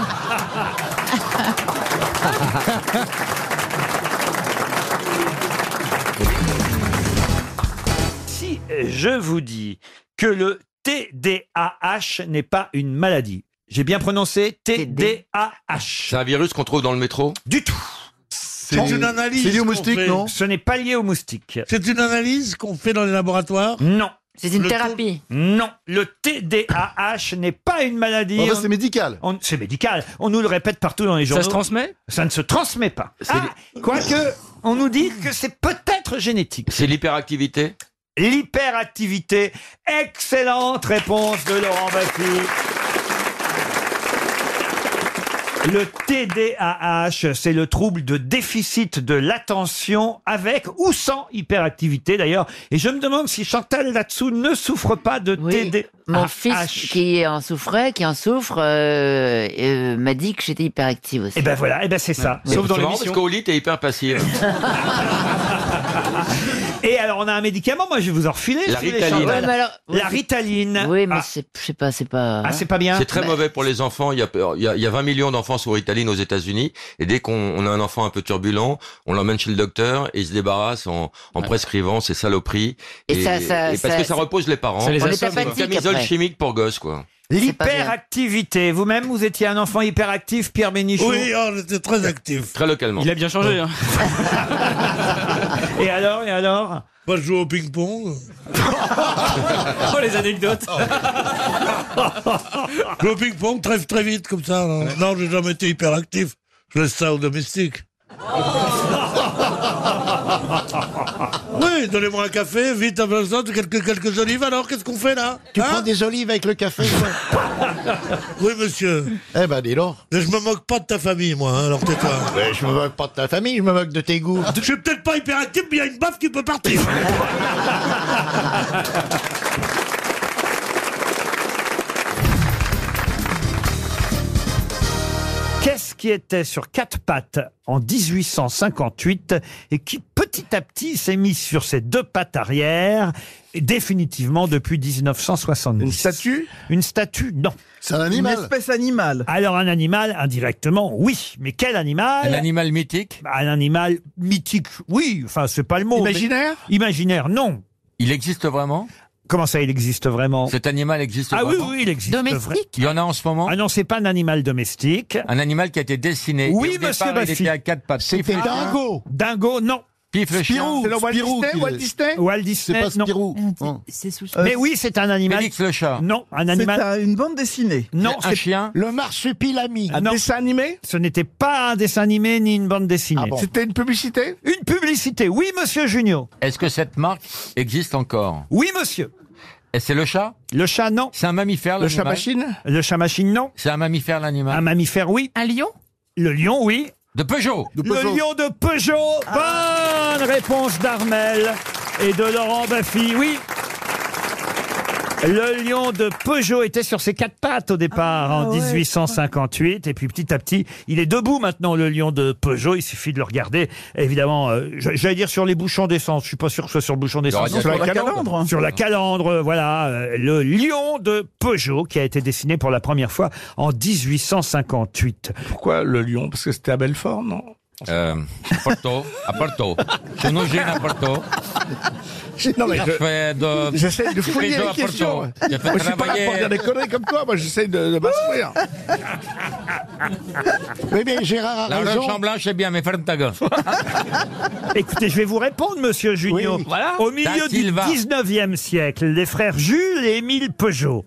S1: Si euh, je vous dis que le TDAH n'est pas une maladie, j'ai bien prononcé TDAH.
S10: C'est un virus qu'on trouve dans le métro
S1: Du tout.
S10: C'est
S1: C'est lié
S10: au
S1: aux moustiques, non Ce n'est pas lié aux moustiques. C'est une analyse qu'on fait dans les laboratoires Non.
S28: C'est une
S1: Le
S28: thérapie.
S1: T- Non. Le TDAH n'est pas une maladie.
S28: Enfin,
S1: c'est médical. C'est médical. On nous le répète partout dans les journaux.
S14: se transmet
S1: Ça ne se transmet pas. Ah, Quoique, on nous dit que c'est peut-être génétique.
S10: C'est l'hyperactivité
S1: L'hyperactivité. Excellente réponse de Laurent Baffy. Le TDAH, c'est le trouble de déficit de l'attention avec ou sans hyperactivité d'ailleurs. Et je me demande si Chantal là-dessous ne souffre pas de TDAH.
S21: Mon fils qui en souffrait, qui en souffre, euh, euh, m'a dit que j'étais hyperactive aussi.
S1: Et ben voilà, et ben c'est ça.
S21: Sauf dans
S10: C'est marrant
S21: l'émission.
S10: Parce qu'au lit, t'es hyper passif.
S1: Et alors on a un médicament, moi je vais vous en refiler.
S10: La
S1: si vous voulez,
S10: Ritaline.
S1: Chantal.
S10: Ouais, mais alors-
S1: La Ritaline.
S21: Oui, mais
S1: Ah.
S21: c'est- je sais pas, c'est pas. Bah,
S1: Ah, c'est pas bien
S10: C'est très mauvais pour les enfants. Il y a, peur- il y a, il y a 20 millions d'enfants sous Ritaline aux États-Unis. Et dès qu'on on a un enfant un peu turbulent, on l'emmène chez le docteur et il se débarrasse en, en prescrivant ces saloperies.
S21: Et ça- ça-
S10: et parce
S21: ça-
S10: que ça repose les parents.
S21: ça les On les assomme, apathique
S10: Une camisole
S21: après.
S10: chimique pour gosses, quoi.
S1: L'hyperactivité. Vous-même, vous étiez un enfant hyperactif, Pierre Bénichou
S10: Oui,
S14: oh,
S1: j'étais très actif.
S10: Très localement.
S1: Il a bien changé,
S10: hein.
S1: Et alors, et alors
S22: Moi, je joue au ping-pong.
S1: Oh, les anecdotes
S22: Je joue au ping-pong très, très vite, comme ça. Non, non j'ai jamais été hyperactif. Je laisse ça aux domestiques. oui, donnez-moi un café, vite, à besoin de quelques, quelques olives. Alors, qu'est-ce qu'on fait là
S7: Tu prends des olives avec le café
S22: Oui, monsieur.
S7: Eh ben, dis donc.
S22: Mais je me moque pas de ta famille, moi, hein, alors tais-toi.
S7: je me moque pas de ta famille, je me moque de tes goûts.
S22: Je suis peut-être pas hyperactif, mais il y a une baffe qui peut partir.
S1: Qu'est-ce qui était sur quatre pattes en 1858 et qui petit à petit s'est mis sur ses deux pattes arrière et définitivement depuis 1970 Une statue Une statue, non. C'est un
S8: animal Une
S1: espèce animale. Alors un animal, indirectement, oui. Mais quel animal
S10: Un
S1: animal mythique Un animal mythique, oui. Enfin, c'est pas le mot. mais-
S10: Imaginaire
S1: Imaginaire, non.
S10: Il existe vraiment
S1: Comment ça, il existe vraiment
S10: Cet animal existe
S1: Ah oui,
S10: vraiment
S1: oui, il existe. vrai-
S10: Il y en a en ce moment
S1: Ah non, c'est pas un animal domestique.
S10: Un animal qui a été dessiné.
S1: Oui,
S10: Et au
S1: monsieur
S10: départ, Il
S1: Baffy.
S10: était à quatre pattes. C'était
S1: Dingo. Dingo, non.
S10: Pif le chien. Spirou, C'est le Walt Spirou Disney, qui Walt le- Disney
S1: Walt Disney,
S10: C'est pas
S1: non.
S10: Spirou. Euh,
S1: Mais oui, c'est un animal.
S10: Félix le chat.
S1: Non, un animal.
S10: C'est un-
S1: une bande dessinée. Non, Ah,
S10: Un chien.
S1: Le marsupilami. Un dessin animé Ce n'était pas un dessin animé ni une bande dessinée.
S10: Ah
S1: C'était une publicité Une publicité, oui, monsieur Junio.
S10: Est-ce que cette marque existe encore
S1: Oui, monsieur.
S10: Et c'est le chat
S1: Le chat, non.
S10: C'est un mammifère,
S1: Le
S10: l'animal
S1: chat machine Le chat machine, non.
S10: C'est un mammifère, l'animal
S1: Un mammifère, oui. Un lion Le lion, oui.
S10: De Peugeot
S1: Le lion de Ah. Peugeot. Bonne réponse d'Armel et de Laurent Baffy. Oui. Le lion de Peugeot était sur ses quatre pattes au départ en 1858 et puis petit à petit, il est debout maintenant le lion de Peugeot. Il suffit de le regarder. Évidemment, euh, j- j'allais dire sur les bouchons d'essence. Je suis pas sûr que ce soit sur le bouchon d'essence.
S10: Il aurait dû être sur la
S25: hein.
S10: calandre.
S1: Sur la calandre, euh, voilà. euh, Le lion de Peugeot qui a été dessiné pour la première fois en 1858.
S25: Pourquoi le lion Parce que c'était à Belfort, non
S10: Euh, à Porto, à Porto. Chez nous, j'ai une à Porto.
S25: Non, mais
S10: J'ai
S25: je-
S10: fait de-
S25: J'essaie de
S10: j'ai
S25: fouiller
S10: fait deux
S25: les
S10: à
S25: questions.
S10: Porto.
S25: Moi,
S10: J'ai fait
S25: je suis pas là pour
S10: travailler-
S25: dire des conneries comme toi. Moi, j'essaie de, de m'instruire.
S7: Oui, mais Gérard
S10: La
S7: a raison.
S10: roche en blanc, c'est bien, mais ferme ta gueule.
S1: Écoutez, je vais vous répondre, monsieur Junio.
S10: Voilà.
S1: Au milieu
S10: Da
S1: du
S10: Silva.
S1: 19e siècle, les frères Jules et Émile Peugeot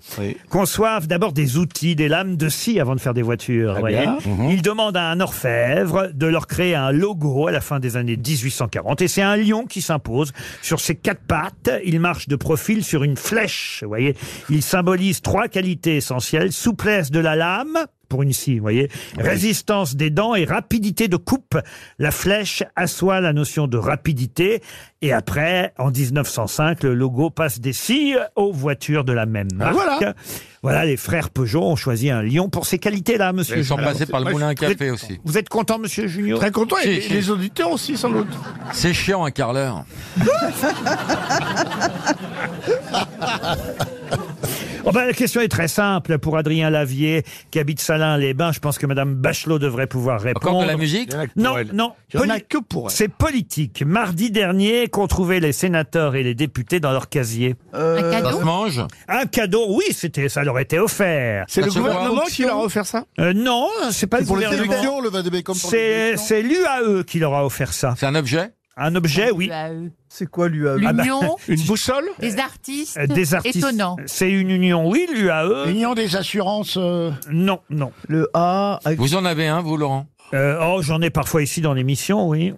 S1: conçoivent d'abord des outils, des lames de scie avant de faire des voitures. voyez.
S25: bien.
S1: Ils demandent à un orfèvre de leur créer un logo à la fin des années 1840. Et c'est un lion qui s'impose sur ses quatre pattes. Il marche de profil sur une flèche. vous voyez. Il symbolise trois qualités essentielles. Souplesse de la lame pour une scie, vous voyez. Résistance des dents et rapidité de coupe. La flèche assoit la notion de rapidité. Et après, en 1905, le logo passe des scies aux voitures de la même
S25: Ah,
S1: marque.
S25: voilà.
S1: Voilà, les frères Peugeot ont choisi un lion pour ses qualités-là, monsieur.
S10: Ils sont
S1: Junior.
S10: passés par le
S1: Moi,
S10: moulin à
S1: je- vous êtes-
S10: café aussi.
S1: Vous êtes content, monsieur Junior
S25: Très content.
S10: Si,
S25: Et
S10: si.
S25: les, les auditeurs aussi, sans doute.
S10: C'est chiant un quart d'heure.
S1: Oh ben, la question est très simple pour Adrien Lavier, qui habite Salins-les-Bains. Je pense que Madame Bachelot devrait pouvoir répondre.
S10: Encore de la musique
S1: Non, non.
S10: Il y en a
S1: Poli-
S10: que pour elle.
S1: C'est politique. Mardi dernier, qu'ont trouvé les sénateurs et les députés dans leur casier
S10: Un cadeau Ça se mange
S1: Un cadeau, oui, c'était, ça leur était offert.
S25: C'est le gouvernement qui leur a offert ça
S1: Euh, non, c'est pas le
S25: pour les
S1: gouvernement.
S25: élections, le
S7: comme pour
S1: C'est
S7: les
S1: c'est l'UAE qui leur a offert ça.
S10: C'est un objet
S1: Un objet, oui.
S8: C'est quoi l'UAE
S1: Ah bah,
S25: Une boussole
S1: Des
S25: artistes
S1: Euh, des artistes. C'est une union, oui, l'UAE.
S7: Union des assurances. euh,
S1: Non, non. Le A.
S10: Vous en avez un, vous, Laurent
S1: oh, j'en ai parfois ici dans l'émission, oui.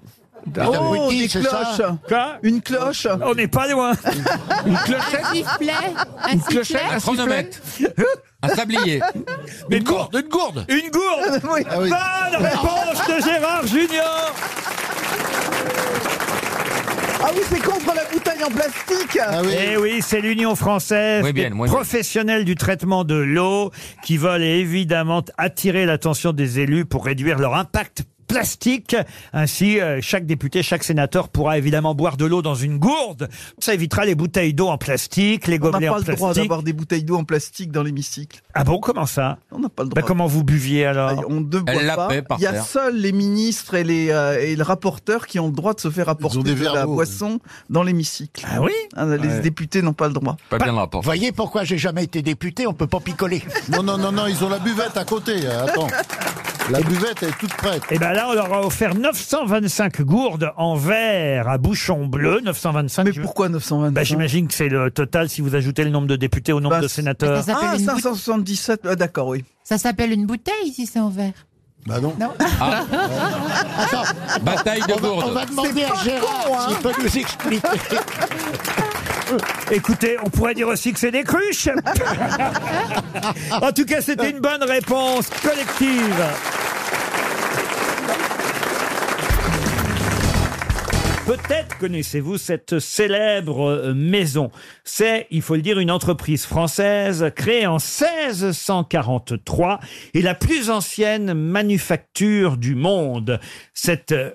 S8: Oh, des
S1: c'est ça
S8: cloches
S1: Quoi
S8: Une cloche
S1: On n'est pas loin
S8: Une clochette
S29: sifflet
S8: Une clochette Un chronomètre
S1: Un tablier. une gourde, une gourde. Une gourde. Bonne réponse de Gérard Junior.
S10: Ah oui, c'est contre la bouteille en plastique
S1: Eh oui, c'est l'Union française
S10: Oui, bien,
S1: des
S10: moi, bien.
S1: professionnels du traitement de l'eau qui veulent évidemment attirer l'attention des élus pour réduire leur impact plastique. Ainsi, euh, chaque député, chaque sénateur pourra évidemment boire de l'eau dans une gourde. Ça évitera les bouteilles d'eau en plastique, les
S4: On n'a
S1: gobelets
S4: pas
S1: en
S4: le
S1: plastique.
S4: droit d'avoir des bouteilles d'eau en plastique dans l'hémicycle.
S1: Ah bon, comment ça
S4: On n'a pas le
S1: Bah,
S4: droit.
S1: comment vous buviez alors
S4: On ne boit pas. Il y a seuls les ministres et, les, euh, et le rapporteur qui ont le droit de se faire apporter
S7: des
S4: de
S7: verres
S4: la
S7: d'eau.
S4: boisson dans l'hémicycle.
S1: Ah oui Bah,
S4: Les
S7: Ouais.
S4: députés n'ont pas le droit.
S7: Pas bien rapport. Voyez pourquoi j'ai jamais été député, on peut pas picoler.
S12: Non, non, non, non, ils ont la buvette à côté. euh, Attends. La buvette est toute prête.
S1: Et ben là, on leur a offert 925 gourdes en verre à bouchon bleu. 925. Mais pourquoi 925 Ben, J'imagine que c'est le total si vous ajoutez le nombre de députés au nombre de sénateurs.
S4: Ah, 577, ah, d'accord, oui.
S27: Ça s'appelle une bouteille si c'est en verre.
S12: Bah non.
S27: Ah.
S12: Bataille de
S7: on va,
S12: gourde.
S7: on va demander
S27: C'est
S7: à
S27: pas
S7: Gérard
S27: con, hein.
S7: s'il peut nous expliquer.
S1: Écoutez, on pourrait dire aussi que c'est des cruches. en tout cas, c'était une bonne réponse collective. Peut-être connaissez-vous cette célèbre euh, maison. C'est, il faut le dire, une entreprise française créée en 1643 et la plus ancienne manufacture du monde. Cette euh,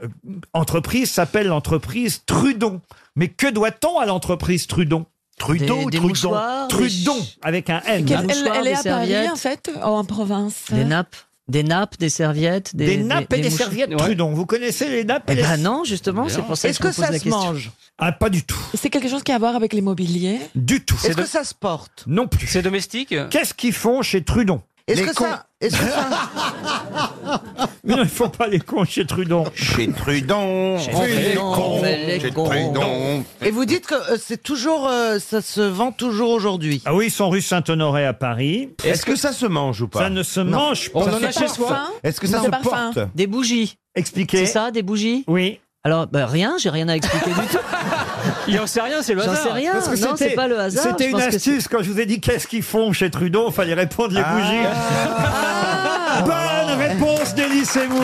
S1: entreprise s'appelle l'entreprise Trudon. Mais que doit-on à l'entreprise Trudon
S7: Trudon, Des- des Trudon. mouchoirs, des
S1: Trudon, avec un N.
S23: Des mouchoirs, des serviettes.
S27: fait, en province.
S1: euh
S23: Des nappes, des nappes, des serviettes, des,
S1: Des nappes et des
S23: mouches-
S1: serviettes Trudon. Vous connaissez les nappes
S23: Eh
S1: et les-
S23: ben non, justement, c'est pour ça
S1: Est-ce
S23: je
S1: que
S23: vous pose
S1: ça
S23: la
S1: se
S23: question.
S1: mange Ah, pas du tout.
S27: C'est quelque chose qui a à voir avec l'immobilier
S1: Du tout.
S27: Est-ce que ça
S1: se porte Non plus. C'est domestique Qu'est-ce qu'ils font chez Trudon
S27: Est-ce
S1: Les
S27: que
S1: cons.
S27: ça-
S4: est-ce que ça-
S1: Mais non, ils font pas les cons chez Trudon. Chez
S2: Oh,
S1: Trudon.
S4: Chez on fait les Trudon, cons, on fait les chez cons. Trudon.
S11: Et vous dites que euh, c'est toujours, euh, ça se vend toujours aujourd'hui.
S1: Ah oui, ils sont rue Saint-Honoré à Paris.
S14: Est-ce que ça se mange ou pas
S1: Ça ne se
S14: Non.
S1: mange pas.
S14: On
S1: Ça
S14: en a
S1: se
S14: chez
S1: porte.
S14: soi Est-ce que ça se porte
S23: Des bougies.
S1: Expliquez.
S23: C'est ça, des bougies
S1: Oui.
S23: Alors, ben, rien, j'ai rien à expliquer du tout.
S14: Il en sait rien, c'est le
S23: J'en
S14: hasard.
S23: sais rien.
S1: Parce que
S23: non,
S1: c'était-
S23: c'est pas le hasard.
S1: C'était
S23: je
S1: une
S23: pense que
S1: astuce quand je vous ai dit qu'est-ce qu'ils font chez Trudeau, fallait répondre les bougies. Bonne réponse d'Elie Moon.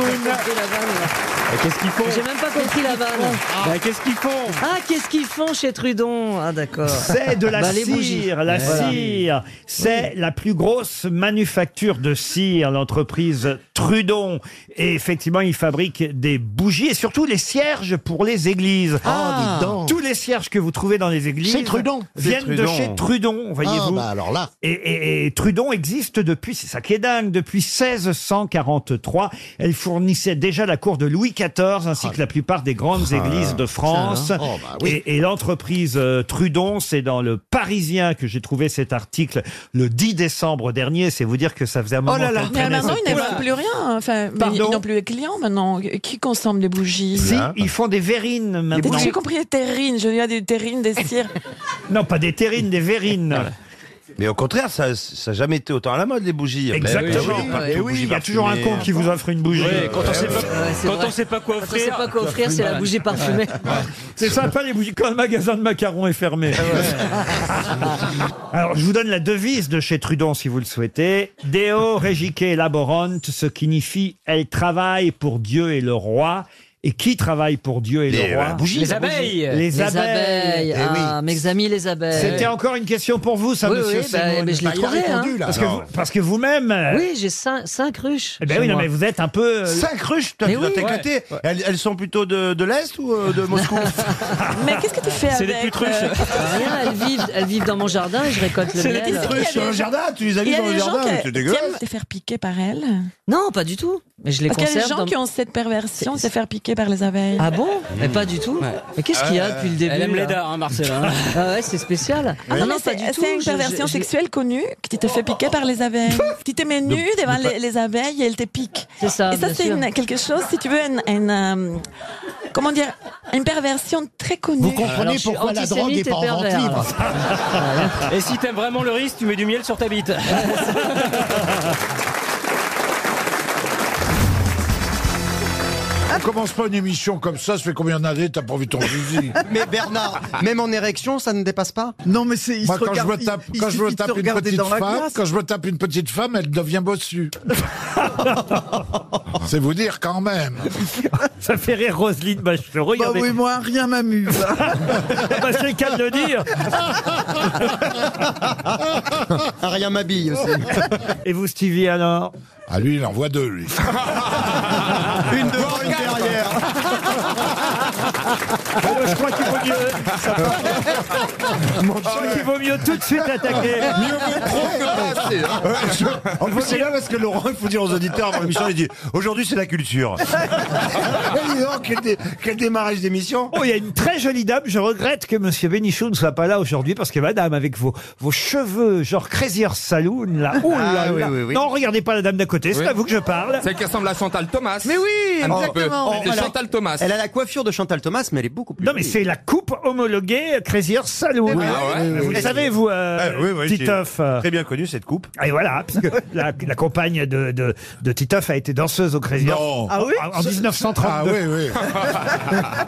S23: Qu'est-ce qu'ils font J'ai même pas compris la vanne.
S14: qu'est-ce qu'ils font
S23: Ah, qu'est-ce qu'ils font chez Trudon Ah, d'accord.
S1: C'est de la
S23: Bah, les bougies.
S1: cire, la
S23: Ouais. Voilà.
S1: cire. C'est la plus grosse manufacture de cire, l'entreprise Trudon. Et effectivement, ils fabriquent des bougies et surtout les cierges pour les églises.
S7: Ah, dis donc.
S1: Tous les cierges que vous trouvez dans les églises
S7: Chez Trudon.
S1: viennent
S7: Chez
S1: de
S7: Trudon.
S1: chez Trudon, voyez-vous.
S7: Ah, bah alors là.
S1: Et, et- et Trudon existe depuis, c'est ça qui est dingue, depuis 1643. Elle fournissait déjà la cour de Louis XIV ainsi que la plupart des grandes
S7: Ah,
S1: églises de France.
S7: ça,
S2: hein.
S7: alors. Oh, bah oui.
S1: Et- et, et l'entreprise euh, Trudon, c'est dans le Parisien que j'ai trouvé cet article le 10 décembre dernier. C'est vous dire que ça faisait un moment. qu'elle
S27: Oh Mais
S1: traînait
S27: maintenant,
S1: cette
S27: ils n'ont
S1: tête.
S27: plus rien. Enfin, mais
S1: Pardon
S27: ils n'ont plus les clients maintenant. Qui consomme des bougies
S1: Si, ils font des verrines maintenant.
S27: J'ai compris les terrines. Je dis ah, des terrines, des cires.
S1: Non, pas des terrines, des verrines.
S2: Mais au contraire, ça n'a jamais été autant à la mode, les bougies.
S1: Exactement.
S2: Mais oui, partout,
S1: Eh oui,
S2: bougies
S1: il y a toujours un
S2: parfumées.
S1: con qui vous offre une bougie.
S2: Ouais, quand on sait pas-
S23: Ouais, c'est
S1: quand
S23: vrai.
S1: on sait pas quoi
S23: Quand
S1: offrir,
S23: on sait pas quoi offrir, c'est la bougie parfumée.
S1: C'est sympa les bougies quand le magasin de macarons est fermé.
S2: Ah
S1: Alors je vous donne la devise de chez Trudon si vous le souhaitez. Deo regique laborant, ce qui signifie elle travaille pour Dieu et le roi. Et qui travaille pour Dieu et
S2: Les,
S1: le roi
S2: euh, bougies. Les abeilles.
S1: Les,
S23: Les abeilles.
S1: abeilles. Eh oui.
S23: Ah, mes amis, les abeilles.
S1: C'était encore une question pour vous, ça,
S23: Oui,
S1: monsieur
S23: oui, bah,
S1: Simon
S23: mais je l'ai
S1: Bah, il a
S23: trouvé,
S1: répondu,
S23: hein.
S1: là. Parce que
S23: Non.
S1: vous- Parce que vous-même. euh,
S23: Oui, j'ai cinq, cinq ruches.
S1: Eh ben
S23: chez
S1: oui, non,
S23: moi.
S1: mais vous êtes un peu. euh,
S2: Cinq ruches, toi,
S23: Mais
S2: tu dois
S23: oui.
S2: t'éclater.
S23: Ouais.
S2: Elles, elles sont plutôt de, de l'Est ou euh, de Moscou
S27: Mais qu'est-ce que tu fais
S2: C'est
S27: avec
S2: les
S27: euh,
S2: putruches.
S23: Ah, Rien, elles vivent, elles vivent dans mon jardin et je récolte le
S27: C'est
S23: miel.
S27: les petites trucs, il y a des gens- il y a des gens qui- qui aiment se faire piquer par elle.
S23: Non, pas du tout. Mais je les
S27: Parce qu'il y a des
S23: conserve.
S27: gens
S23: dans-
S27: qui ont cette perversion de se faire piquer par les abeilles.
S23: Ah bon Mais pas du tout. Mais qu'est-ce qu'il y a depuis le début
S27: Elle aime les
S23: dards, hein, Marcella. ah ouais, c'est spécial.
S27: Ah non,
S23: Non,
S27: mais
S23: non, pas
S27: c'est
S23: du tout.
S27: c'est une
S23: Je- je-
S27: perversion
S23: je-
S27: sexuelle connue qui te fait piquer par les abeilles. qui te met nu devant
S23: de pas-
S27: les, les abeilles et elles te piquent.
S23: C'est ça,
S27: Et ça,
S23: bien
S27: c'est
S23: sûr.
S27: une- quelque chose, si tu veux, une, une, euh, comment dire, une perversion très connue.
S7: Vous comprenez Alors, je suis pourquoi la drogue antisémite est et pas en vente pervers, libre.
S23: hein.
S14: Et si t'aimes vraiment le risque, tu mets du miel sur ta bite.
S1: Ah
S12: On commence pas une émission comme ça, ça fait combien d'années t'as pas vu ton fusil
S15: Mais Bernard,
S11: Ah.
S15: même en érection, ça ne dépasse pas
S4: Non, mais c'est. il
S12: Moi,
S4: se
S12: quand je me
S4: regarde- il-
S12: tape,
S4: il
S12: quand je me
S4: suffit de
S12: tape
S4: se
S12: une
S4: regarder
S12: petite
S4: dans la
S12: femme,
S4: glace.
S12: quand je me tape une petite femme, elle devient bossue. C'est vous dire quand même.
S1: Ça fait rire Roselyne Bachelot.
S4: Bah oui, moi, rien m'amuse.
S1: bah, c'est le cas de le dire.
S15: Rien m'habille aussi.
S1: Et vous, Stevie, alors
S12: Ah, lui, il envoie deux, lui.
S15: Une devant, une derrière.
S1: Oh, Je crois qu'il vaut mieux. Je crois qu'il vaut mieux tout de suite attaquer.
S2: Ah,
S7: Ah, hein. En plus, c'est là parce que Laurent, il faut dire aux auditeurs avant l'émission, il dit aujourd'hui c'est la culture.
S12: quel, démarrage d'émission
S1: Oh, il y a une très jolie dame. Je regrette que Monsieur Bénichou ne soit pas là aujourd'hui parce que Madame, avec vos, vos cheveux, genre Crazy Horse Saloon, là. Oh là
S15: Ah, oui,
S1: là.
S15: oui, oui.
S1: Non, regardez pas la dame d'à côté. C'est
S15: Oui.
S1: à vous que je parle.
S15: Celle qui ressemble à Chantal Thomas. Mais oui,
S1: Un petit peu. exactement.
S15: C'est Chantal Thomas. Elle a la coiffure de Chantal Thomas, mais elle est beaucoup plus.
S1: Non, mais c'est la coupe homologuée Crazy Horse Saloon.
S7: Oui, Ah oui, ouais. oui,
S1: Vous
S7: oui.
S1: le savez, vous, euh,
S7: Ah, oui, oui,
S1: Titoff.
S7: j'ai
S1: euh,
S7: Très bien connu cette coupe.
S1: Et voilà, parce que la, la compagne de, de, de Titoff a été danseuse au Crazy Horse.
S7: Ah oui
S1: En, en 1932.
S7: Ah oui, oui.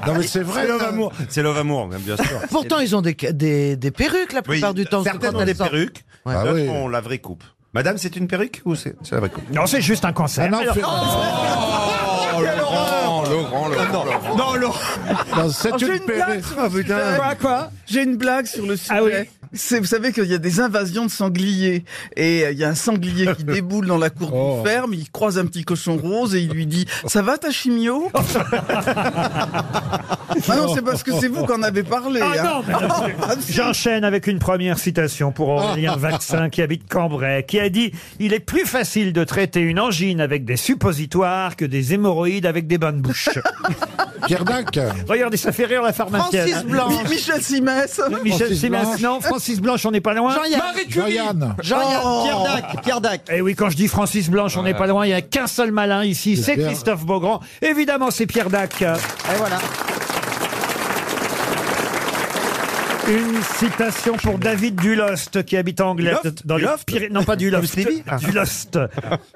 S12: Non, mais c'est
S7: vrai. C'est Love Amour. C'est Love Amour, même, bien sûr.
S11: Pourtant, ils ont des, des, des perruques la plupart du temps.
S7: Certaines
S11: quand
S7: ont
S11: elles
S7: des
S11: sortent.
S7: perruques, Ah d'autres oui. ont la vraie coupe. Madame, c'est une perruque ou c'est c'est la vraie coupe
S1: Non, c'est juste un cancer. Alors-
S7: Oh, Laurent, Laurent, Laurent, Laurent.
S15: Non, Laurent.
S4: Oh, j'ai une blague sur le sujet.
S1: Quoi, quoi
S4: J'ai une blague sur le sujet. C'est- Vous savez qu'il y a des invasions de sangliers. Et euh, il y a un sanglier qui déboule dans la cour d'une ferme, il croise un petit cochon rose et il lui dit « Ça va ta chimio ?» Ah non, c'est parce que c'est vous qui en avez parlé.
S1: Ah
S4: hein.
S1: non, mais non, je- J'enchaîne avec une première citation pour Aurélien Vaccin qui habite Cambrai, qui a dit Il est plus facile de traiter une angine avec des suppositoires que des hémorroïdes avec des bonnes bouches.
S12: Pierre Dac.
S1: Regardez, ça fait rire la pharmacienne. hein.
S4: Francis Blanche. Mi- Michel Simès.
S1: Michel
S4: Francis
S1: Simès,
S4: Blanche.
S1: non. Francis Blanche, on n'est pas loin.
S4: Jean-Yann. Marie Curie. Jean-Yann. Oh. Jean-Yann. Pierre Dac,
S1: Pierre Dac. Et oui, quand je dis Francis Blanche, on n'est pas loin. Il n'y a qu'un seul malin ici, c'est
S12: Bien.
S1: Christophe Beaugrand. Évidemment, c'est Pierre Dac.
S11: Et voilà.
S1: Une citation pour David Dulost qui habite Anglette
S7: Duloft
S1: dans les
S7: Duloft
S1: Pyrénées. Non, pas Dulost.
S7: Comme Stevie Ah.
S1: Dulost.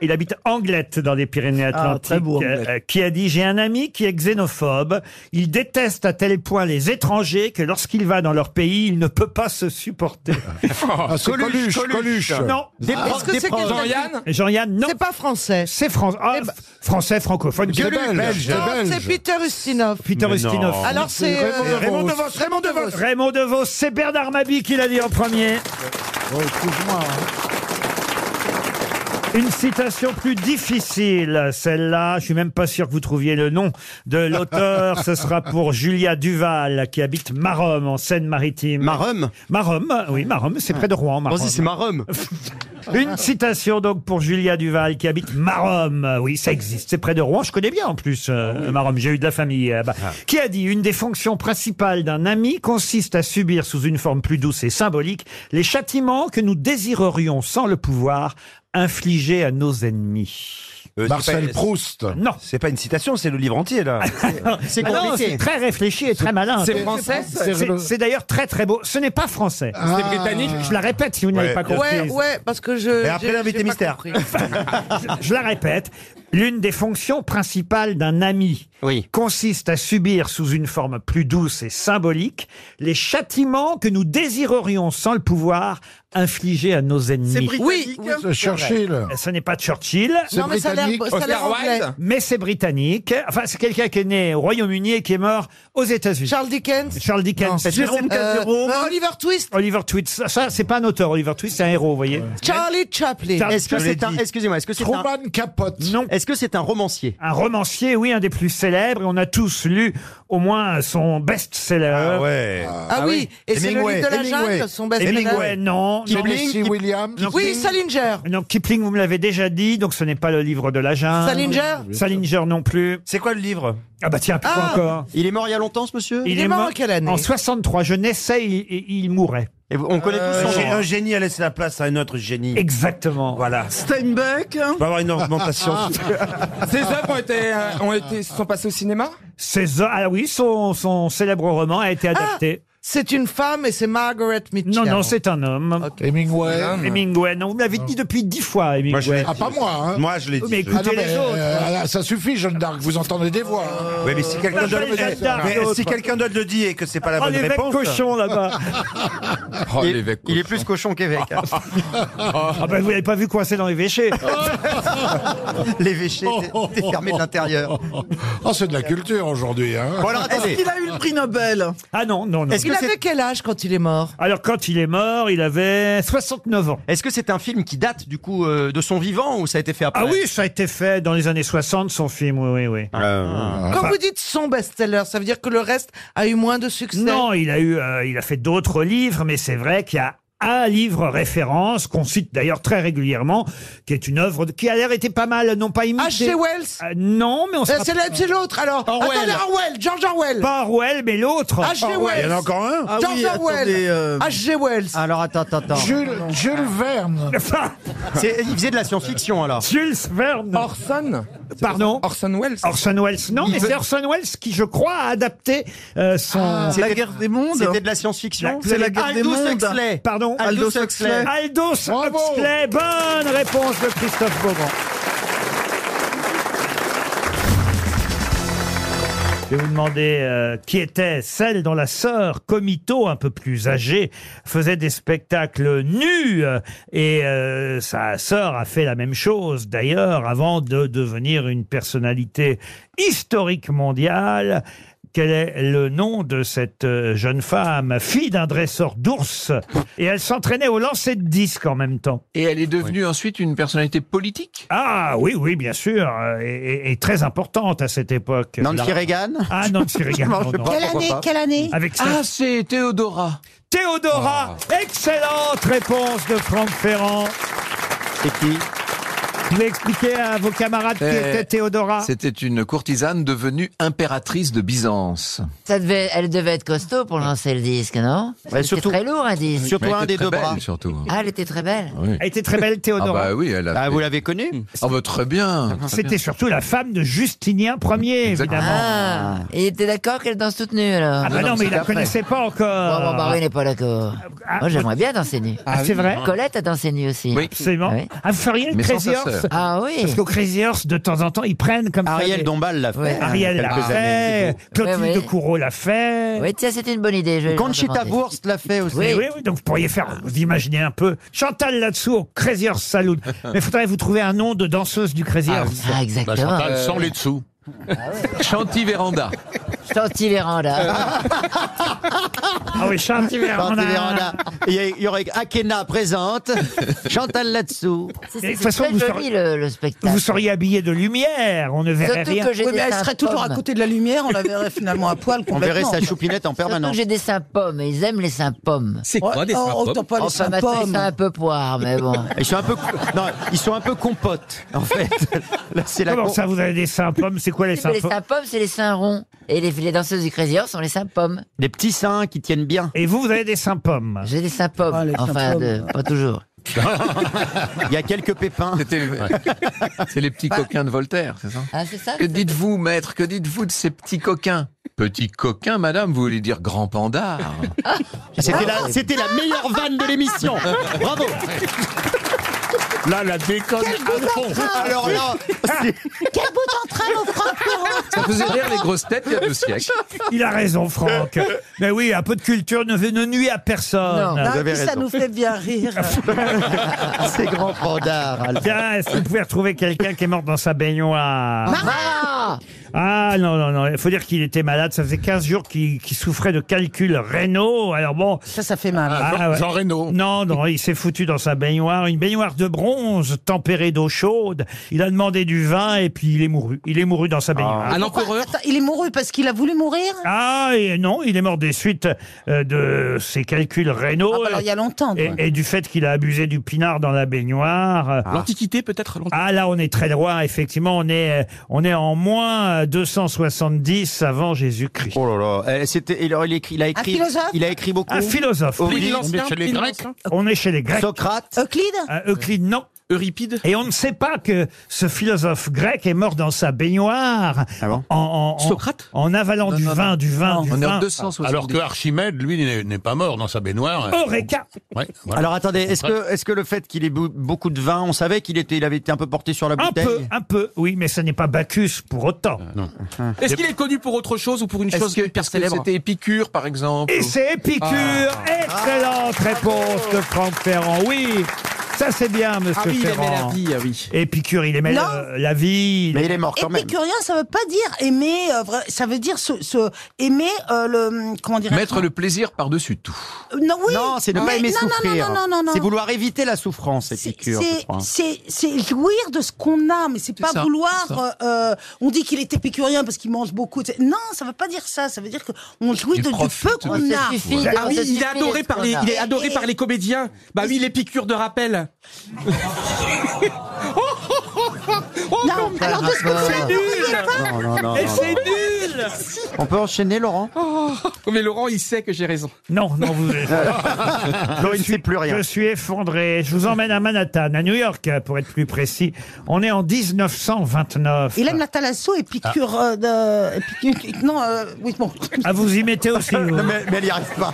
S1: Il habite Anglette dans les
S4: Ah, très
S1: Pyrénées-Atlantiques.
S4: beau, Anglette.
S1: euh, qui a dit J'ai un ami qui est xénophobe. Il déteste à tel point les étrangers que lorsqu'il va dans leur pays, il ne peut pas se supporter.
S12: Ah, c'est Coluche, Coluche.
S1: Non.
S11: Ah, est-ce que c'est quelqu'un- Jean-Yann
S1: Jean-Yann, non.
S11: C'est pas français.
S1: C'est France. ah, français francophone.
S12: C'est
S1: Gueuluc.
S12: belge, belge,
S11: Non, c'est Peter Ustinov.
S1: Peter
S7: Mais
S1: Ustinov.
S7: non.
S11: Alors c'est euh,
S7: Raymond Devos, Raymond Devos.
S1: Raymond Devos, c'est Bernard Mabi qui l'a dit en premier.
S7: Oh, hein.
S1: Une citation plus difficile, celle-là. Je suis même pas sûr que vous trouviez le nom de l'auteur. Ce sera pour Julia Duval, qui habite Marom, en Seine-Maritime. Marom Marom, oui, Marom, c'est près de Rouen, Marom.
S15: Vas-y, c'est ma rhum.
S1: Une citation donc pour Julia Duval qui habite Marom. Oui, ça existe. C'est près de Rouen. Je connais bien en plus euh,
S7: Ah
S1: Marom. J'ai eu de la famille. euh, bah. Qui a dit une des fonctions principales d'un ami consiste à subir sous une forme plus douce et symbolique les châtiments que nous désirerions sans le pouvoir infliger à nos ennemis.
S7: Euh,
S12: Marcel
S7: c'est pas-
S12: Proust.
S1: Non. Ah,
S7: C'est pas une citation, c'est le livre entier, là. Ah,
S1: C'est C'est très réfléchi et très malin.
S15: c'est français
S1: C'est- C'est c'est d'ailleurs très très beau. Ce n'est pas français.
S15: C'est britannique
S1: Je la répète si vous n'avez
S7: Ah. Ouais.
S1: pas compris.
S11: Ouais, ouais, parce que je.
S7: Et après,
S11: j'ai-
S7: l'invité
S11: j'ai pas
S7: mystère.
S11: compris.
S1: je la répète, l'une des fonctions principales d'un ami consiste à subir sous une forme plus douce et symbolique les châtiments que nous désirerions sans le pouvoir infliger à nos
S4: C'est
S1: ennemis. Euh,
S4: britannique.
S12: C'est Churchill.
S1: Ce n'est pas Churchill,
S12: C'est
S11: Non, mais ça a l'air-
S12: britannique.
S11: ça a l'air
S15: Oscar
S11: anglais.
S15: Wilde.
S1: mais c'est britannique. Enfin, c'est quelqu'un qui est né au Royaume-Uni et qui est mort aux États-Unis.
S11: Charles Dickens.
S1: Charles Dickens.
S4: Jérôme Casero.
S11: Euh, Oliver Twist.
S1: Oliver Twist. Ça, Ça, c'est pas un auteur, Oliver Twist, c'est un héros, vous voyez.
S11: Charlie Chaplin.
S1: Charles-
S15: Est-ce que
S1: je l'ai
S15: c'est un,
S1: dit.
S15: excusez-moi, est-ce que c'est un,
S12: Truman Capote.
S1: Non.
S15: est-ce que c'est un romancier
S1: Un romancier, oui, un des plus célèbres. Et on a tous lu au moins son best-seller.
S7: Ah ouais.
S11: Ah, oui. Et c'est le
S7: Hemingway,
S11: livre de la
S7: Hemingway,
S11: jungle, son best
S1: Hemingway, Euh, non. non.
S12: Tennessee Williams.
S11: Oui, Salinger.
S1: Non, Kipling, vous me l'avez déjà dit, donc ce n'est pas le livre de la jungle.
S11: Salinger
S1: Salinger non plus.
S7: C'est quoi le livre
S1: Ah bah tiens, plus
S11: Ah
S1: encore.
S15: Il est mort il y a longtemps, ce monsieur
S11: est mort en quelle année
S1: En 63, je naissais, il, il- il mourait.
S15: Et vous- On connaît tous son
S7: J'ai
S15: nom.
S7: Euh, un génie à laisser la place à un autre génie.
S1: Exactement.
S7: Voilà.
S4: Steinbeck. hein.
S7: On va avoir une augmentation.
S20: Ses œuvres ont été, euh, ont été, se sont passées au cinéma
S1: Ses- ah oui, son, son célèbre roman a été adapté.
S11: C'est une femme et c'est Margaret Mitchell.
S1: Non, non, c'est un homme.
S11: Hemingway.
S1: Hemingway, non, vous l'avez dit depuis dix fois, Hemingway.
S30: Ah, pas moi, hein.
S1: Moi, je l'ai dit. Mais écoutez
S30: Ah non, mais,
S1: les autres. hein.
S30: euh, ah, ça suffit, Jeanne d'Arc, vous entendez des voix. hein.
S31: Oui, mais si quelqu'un d'autre mais euh, si quelqu'un d'autre le dit et que c'est pas la
S30: Oh,
S31: bonne
S30: les mecs
S31: réponse.
S30: cochons,
S1: là-bas.
S15: Oh,
S31: il, il est plus cochon qu'évêque.
S1: Ah ben, vous n'avez pas vu coincé dans l'évêché.
S31: L'évêché était fermé de l'intérieur.
S30: Oh, c'est de la culture aujourd'hui. Hein.
S32: Est-ce qu'il a eu le prix Nobel
S1: Ah non, non, non.
S11: Est-ce qu'il avait quel âge quand il est mort
S1: Alors, quand il est mort, il avait 69 ans.
S2: Est-ce que c'est un film qui date du coup euh, de son vivant ou ça a été fait après
S1: Ah oui, ça a été fait dans les années 60, son film, oui, oui, oui.
S2: Ah.
S11: Quand
S1: Ah, Enfin,
S11: vous dites son best-seller, ça veut dire que le reste a eu moins de succès
S1: Non, il a eu, euh, il a fait d'autres livres, mais c'est vrai qu'il y a un livre référence qu'on cite d'ailleurs très régulièrement, qui est une œuvre de- qui a l'air été pas mal, non pas
S2: Ah,
S1: imitée.
S11: H.G. Wells
S1: Euh, Non, mais on se
S11: Euh, c'est
S1: rappelle-
S11: la- c'est l'autre, alors.
S1: Orwell.
S11: Attendez, Orwell, George Orwell.
S1: Pas Orwell, mais l'autre.
S11: H.G. Wells.
S32: Ah
S11: George
S32: oui,
S11: Orwell.
S32: attendez, euh,
S2: Ah,
S11: H.G. Wells.
S2: Alors attends, attends, attends.
S30: Jules, Jules Verne.
S2: C'est- Il faisait de la science-fiction alors.
S1: Jules Verne.
S2: Orson.
S1: Pardon
S2: Orson Welles.
S1: Orson Welles. Non,
S2: Il
S1: mais
S2: veut-
S1: c'est Orson Welles qui, je crois, a adapté euh, son.
S2: Ah. C'était- C'était de la science-fiction.
S1: C'est la guerre des
S2: Aldous
S1: mondes.
S2: Huxley.
S1: Pardon.
S2: Aldous Huxley.
S1: Aldous Huxley. Bonne réponse de Christophe Beaugrand. Je vais vous demander euh, qui était celle dont la sœur Comito, un peu plus âgée, faisait des spectacles nus. euh, Et euh, sa sœur a fait la même chose, d'ailleurs, avant de devenir une personnalité historique mondiale. Quel est le nom de cette euh, jeune femme, fille d'un dresseur d'ours Et elle s'entraînait au lancer de disques en même temps.
S12: Et elle est devenue ensuite une personnalité politique
S1: Ah oui, oui, bien sûr, euh, et, et- et très importante à cette époque.
S12: Nancy
S1: La-
S12: Reagan
S1: Ah, Nancy Reagan.
S12: Non, je
S1: non,
S12: sais
S1: non.
S12: pas Quelle pourquoi année, pas. quelle année
S1: Avec
S12: Ah,
S1: c'est Théodora. Théodora,
S18: Ah.
S1: excellente réponse de Franck Ferrand.
S12: Et qui
S1: Vous pouvez expliquer à vos camarades qui
S18: Eh.
S12: Euh,
S1: était Théodora
S12: C'était une courtisane devenue impératrice de Byzance.
S18: Ça devait, elle devait être costaud pour lancer le disque, non C'était
S12: surtout-
S18: très lourd un disque.
S12: surtout Mais elle un était des très deux belle, bras. surtout. hein.
S18: Ah, elle était très belle.
S12: Oui.
S1: Elle était très belle, Théodora.
S12: Ah bah oui, elle a
S2: Ah,
S12: fait-
S2: vous l'avez connue
S12: Ah bah très bien. très
S1: C'était
S12: bien.
S1: surtout la femme de Justinien Ier, évidemment.
S18: Ah, et il était d'accord qu'elle danse toute nue alors.
S1: Ah bah non, mais il la connaissait pas encore.
S18: Bon, bon, bah oui, il n'est pas d'accord. Moi, j'aimerais bien danser nu.
S1: Ah, c'est vrai
S18: Colette a dansé nu aussi.
S1: Oui. Absolument. Ah, vous feriez le
S18: Mais sans
S1: Crazy
S18: sa
S1: Horse
S18: sœur. Ah oui.
S1: Parce qu'au Crazy Horse, de temps en temps, ils prennent comme ça.
S2: Ariel
S1: des-
S2: Dombal l'a fait. hein,
S1: Ouais, Ariel l'a
S2: Quelques années.
S1: fait, Clotilde
S18: Ouais, ouais.
S1: Courreau l'a fait.
S18: Oui, tiens, c'était une bonne idée. Je vais leur
S2: Conchita
S18: demander.
S2: Wurst l'a fait aussi.
S1: Oui. Oui, oui, donc vous pourriez faire, vous imaginez un peu, Chantal là-dessous au Crazy Horse Saloon. Mais faudrait vous trouver un nom de danseuse du Crazy
S18: Ah,
S1: Horse.
S18: ah,
S2: Bah,
S18: exactement.
S12: Bah,
S18: Ah
S12: Chantal, sans les
S1: dessous.
S12: Chanty Véranda.
S18: Chanty
S2: Euh,
S18: Véranda.
S1: Ah oui, Chanty Véranda.
S2: Chanty Véranda. Il y a- il y aurait Akena présente, Chantal là-dessous.
S18: C'est
S1: Mais de toute
S18: c'est
S1: façon,
S18: très
S1: vous
S18: joli
S1: saurez-
S18: le, le spectacle.
S1: Vous seriez habillé de lumière, on ne verrait
S18: Surtout
S1: rien.
S18: que j'ai
S11: Oui, mais
S18: des
S11: elle
S18: seins
S11: serait toujours à
S18: pommes.
S11: côté de la lumière, on la verrait finalement à poil
S2: On
S11: complètement.
S2: verrait sa choupinette en
S18: Surtout que
S2: permanence.
S18: j'ai des seins pommes et ils aiment les seins pommes.
S11: C'est quoi, Ouais, des seins oh, pommes t'as pas les
S18: Enfin,
S11: seins
S18: maintenant,
S11: pommes.
S18: ils sont un peu poire, mais bon.
S2: Ils sont un peu, non, ils sont un peu compotes en fait. Là, c'est la
S1: Comment
S2: com-
S1: ça, vous avez des seins pommes C'est quoi les
S18: Mais
S1: seins
S18: les
S1: pommes
S18: seins pommes, c'est les seins ronds. Et les, les danseuses du Crazy Horse sont les seins pommes.
S2: Des petits seins qui tiennent bien.
S1: Et vous, vous avez des seins pommes
S18: J'ai des seins pommes.
S11: Ah, les seins
S18: enfin,
S11: pommes.
S18: de- pas toujours.
S2: Il y a quelques pépins. Bah.
S12: C'est les petits coquins de Voltaire, c'est ça
S18: Ah, c'est ça
S12: Que dites-vous, maître Que dites-vous de ces petits coquins Petits coquins, madame, vous voulez dire grand pandard
S2: C'était la, c'était la meilleure vanne de l'émission. Bravo.
S33: Là, la déconne à fond.
S2: Alors là, c'est-
S7: Quel bout d'entrain au Franck Ferrand
S12: Ça faisait rire les grosses têtes il y a deux siècles.
S1: Il a raison, Franck. Mais oui, un peu de culture ne, ne nuit à personne.
S11: Non, Bah, Ah, puis ça nous fait bien rire.
S18: Ah,
S2: c'est grand pandard.
S1: Tiens, est-ce que vous pouvez retrouver quelqu'un qui est mort dans sa baignoire
S18: Ah
S1: Ah non, non, non, il faut dire qu'il était malade, ça faisait 15 jours qu'il qu'il souffrait de calculs rénaux, alors bon...
S11: Ça, ça fait mal.
S1: Ah, ouais. Non, non, il s'est foutu dans sa baignoire, une baignoire de bronze tempérée d'eau chaude. Il a demandé du vin et puis il est mouru. Il est mouru dans sa baignoire. Ah,
S12: encoureur
S7: Attends, Il est mouru parce qu'il a voulu mourir
S1: et non, il est mort des suites euh, de ses calculs rénaux.
S7: Ah bah alors, il y a longtemps, quoi.
S1: Et, et du fait qu'il a abusé du pinard dans la baignoire.
S12: Ah. L'Antiquité, peut-être l'Antiquité.
S1: Ah là, on est très loin, effectivement, on est, euh, on est en moins euh, 270 avant Jésus-Christ.
S2: Oh là là, euh, c'était, il, a- il a écrit, il a écrit,
S7: philosophe
S2: il a écrit beaucoup.
S1: Un philosophe.
S2: Ovide,
S1: On est chez les Grecs.
S2: Socrate.
S1: Euclide,
S7: Euclide
S1: Euclide, non. Euripide. Et on ne sait pas que ce philosophe grec est mort dans sa baignoire.
S2: Ah
S1: en, Socrate En avalant du vin, du vin, du
S7: On est
S1: vin.
S7: en 270. Alors que Archimède, lui, n'est- n'est pas mort dans sa baignoire.
S12: Oh,
S1: Eureka
S7: Ouais, voilà.
S2: Alors attendez, est-ce que, est que le fait qu'il ait bu beaucoup de vin, on savait qu'il était, il avait été un peu porté sur la
S4: Ah.
S1: Un
S2: bouteille Euh,
S1: peu, un peu, oui, mais ce n'est pas Bacchus pour autant.
S2: Est-ce
S12: qu'il est connu pour autre chose ou pour une
S1: Est-ce
S12: chose
S1: que-
S12: hyper
S1: est-ce que
S12: célèbre
S1: c'était
S12: Épicure, par exemple. Ah.
S1: Et c'est Épicure Excellente réponse de Franck Ferrand, oui ça c'est bien, monsieur
S12: Ah oui, il aimait
S1: Ferrand.
S12: la vie, ah oui.
S1: Épicure, il aimait
S15: Non.
S1: le- la vie. Mais il est mort
S15: Épicurien, ça veut pas dire aimer, euh, vra- ça veut dire se, se- aimer euh, le comment dire
S12: Mettre le plaisir par-dessus tout.
S15: Non, oui.
S2: Non, c'est ne pas
S15: mais
S2: aimer
S15: non, non,
S2: souffrir.
S15: Non, non, non, non,
S2: C'est
S15: non.
S2: vouloir éviter la souffrance, Épicure, je
S15: C'est-
S2: crois.
S15: C'est c'est jouir de ce qu'on a, mais c'est pas
S2: ça,
S15: vouloir.
S2: c'est ça.
S15: euh, euh, on dit qu'il est épicurien parce qu'il mange beaucoup. c'est- Non, ça veut pas dire ça. Ça veut dire qu'on jouit
S12: Il
S15: de du
S12: profite
S15: peu
S12: de
S15: qu'on
S12: ce
S15: a.
S12: qu'il faut. Voilà.
S4: Ah oui, il est adoré par les, il est adoré
S15: Et-
S4: par les comédiens. Bah oui, les piqûres de rappel.
S15: Oh, Non, alors de ce qu'on
S2: rapport.
S15: fait,
S2: Non, non, non,
S4: Et
S2: non,
S4: c'est
S2: non.
S4: nul
S2: On peut enchaîner, Laurent
S4: Oh, Mais Laurent, il sait que j'ai raison.
S1: Non, non, vous.
S2: Non, il ne sait plus rien.
S1: Je suis effondré. Je vous emmène à Manhattan, à New York, pour être plus précis. On est en 1929.
S15: Il aime la thalasso et piqûre euh, de. Épicure- non, euh, oui, bon.
S1: Ah, vous y mettez aussi, vous.
S2: Non, mais, mais elle n'y arrive pas.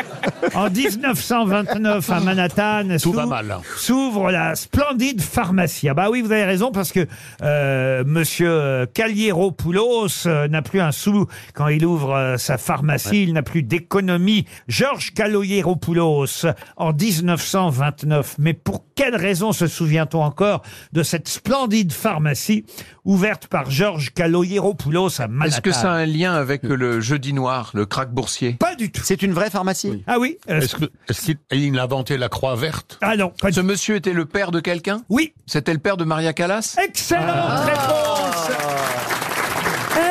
S1: En 1929, à Manhattan, s'ouvre- s'ouvre la splendide pharmacie. Ah bah oui, vous avez raison, parce que euh, Monsieur Calieropoulos euh, n'a plus un sou quand il ouvre euh, sa pharmacie, il n'a plus d'économie. Georges Calieropoulos, en 1929. Mais pour quelle raison se souvient-on encore de cette splendide pharmacie ouverte par Georges Calieropoulos à Manhattan
S12: Est-ce que ça a un lien avec le jeudi noir, le crack boursier
S1: Pas du tout.
S2: C'est une vraie pharmacie
S1: Ah oui
S7: Est-ce que- est-ce qu'il il a inventé la croix verte
S1: Ah non,
S12: Ce monsieur était le père de quelqu'un
S1: Oui.
S12: C'était le père de Maria Callas
S1: Excellente
S18: Ah.
S1: réponse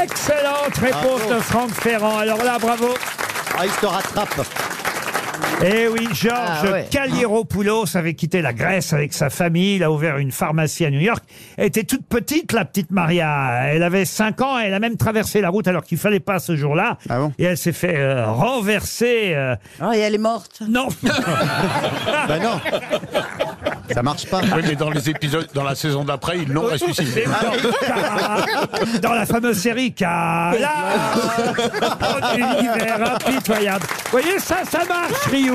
S1: Excellente réponse de Franck Ferrand. Alors là, bravo.
S2: Ah, il te rattrape.
S1: Eh oui, Georges
S2: Ah ouais.
S1: Kalieropoulos avait quitté la Grèce avec sa famille. Il a ouvert une pharmacie à New York. Elle était toute petite, la petite Maria. Elle avait 5 ans. Elle a même traversé la route alors qu'il fallait pas ce jour-là. et elle s'est fait euh, renverser. euh.
S15: Ah, et elle est morte.
S1: Non.
S2: Ben non. Ah, Ça marche pas.
S7: Oui, mais dans les épisodes, dans la saison d'après, ils l'ont ressuscité.
S2: Ah
S1: Ah Dans la fameuse série Kala. Un univers impitoyable. Vous voyez, ça, ça marche, Ryu.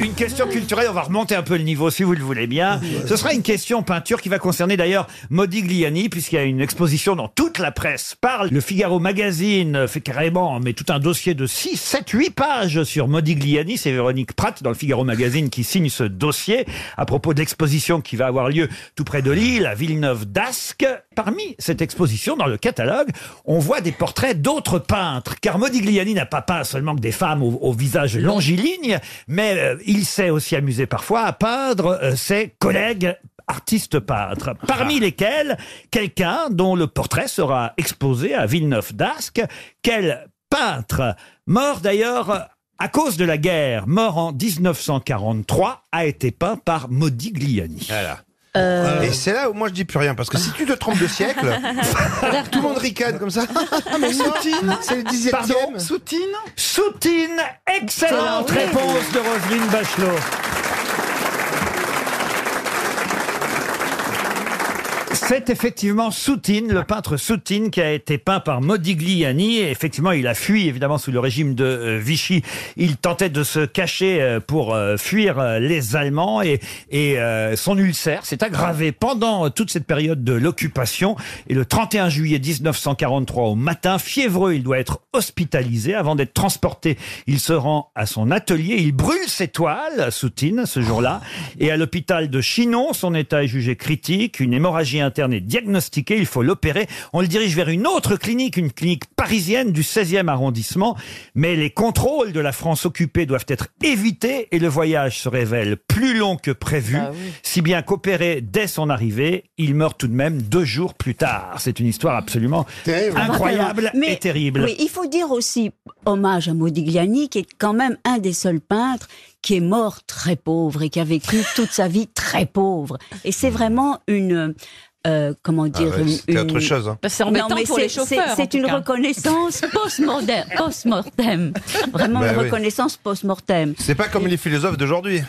S1: Une question culturelle, on va remonter un peu le niveau si vous le voulez bien. Ce sera une question peinture qui va concerner d'ailleurs Modigliani, puisqu'il y a une exposition dont toute la presse parle. Le Figaro Magazine fait carrément, mais tout un dossier de 6, 7, 8 pages sur Modigliani. C'est Véronique Pratt dans le Figaro Magazine qui signe ce dossier à propos de l'exposition qui va avoir lieu tout près de Lille, à Villeneuve d'Ascq. Parmi cette exposition, dans le catalogue, on voit des portraits d'autres peintres, car Modigliani n'a pas peint seulement que des femmes au, au visage longiligne, mais euh, il s'est aussi amusé parfois à peindre euh, ses collègues artistes peintres, parmi
S34: Ah.
S1: lesquels quelqu'un dont le portrait sera exposé à Villeneuve d'Ascq, quel peintre, mort d'ailleurs euh, à cause de la guerre, mort en 1943, a été peint par Modigliani.
S34: Et c'est là où moi je dis plus rien, parce que si tu te trompes de siècle, tout le monde ricane comme ça. Ah, Mais non, c'est le dixième
S1: Pardon
S34: Soutine
S1: Soutine, excellente
S34: Ah oui.
S1: réponse de Roselyne Bachelot. C'est effectivement Soutine, le peintre Soutine, qui a été peint par Modigliani. Et effectivement, il a fui, évidemment, sous le régime de euh, Vichy. Il tentait de se cacher euh, pour euh, fuir euh, les Allemands. Et, et euh, son ulcère s'est aggravé pendant euh, toute cette période de l'occupation. Et le 31 juillet 1943, au matin, fiévreux, il doit être hospitalisé. Avant d'être transporté, il se rend à son atelier. Il brûle ses toiles, Soutine, ce jour-là. Et à l'hôpital de Chinon, son état est jugé critique. Une hémorragie interne est diagnostiquée. Il faut l'opérer. On le dirige vers une autre clinique, une clinique parisienne du 16e arrondissement. Mais les contrôles de la France occupée doivent être évités et le voyage se révèle plus long que prévu. Si bien qu'opéré dès son arrivée, il meurt tout de même deux jours plus tard. C'est une histoire absolument incroyable et terrible.
S5: Mais il faut dire aussi hommage à Modigliani, qui est quand même un des seuls peintres qui est mort très pauvre et qui a vécu toute sa vie très pauvre. Et c'est vraiment une, euh, comment
S2: Ah
S5: dire
S2: ouais,
S5: une-
S2: c'était autre
S5: une-
S2: chose, hein. Bah,
S35: c'est embêtant
S5: Non, mais
S35: pour les
S5: c'est-
S35: chauffeurs,
S5: c'est-
S35: en
S5: C'est
S35: tout
S5: une
S35: cas.
S5: reconnaissance post-mortem, post-mortem. Vraiment
S2: Bah
S5: une
S2: oui.
S5: reconnaissance post-mortem.
S2: C'est pas comme les philosophes d'aujourd'hui.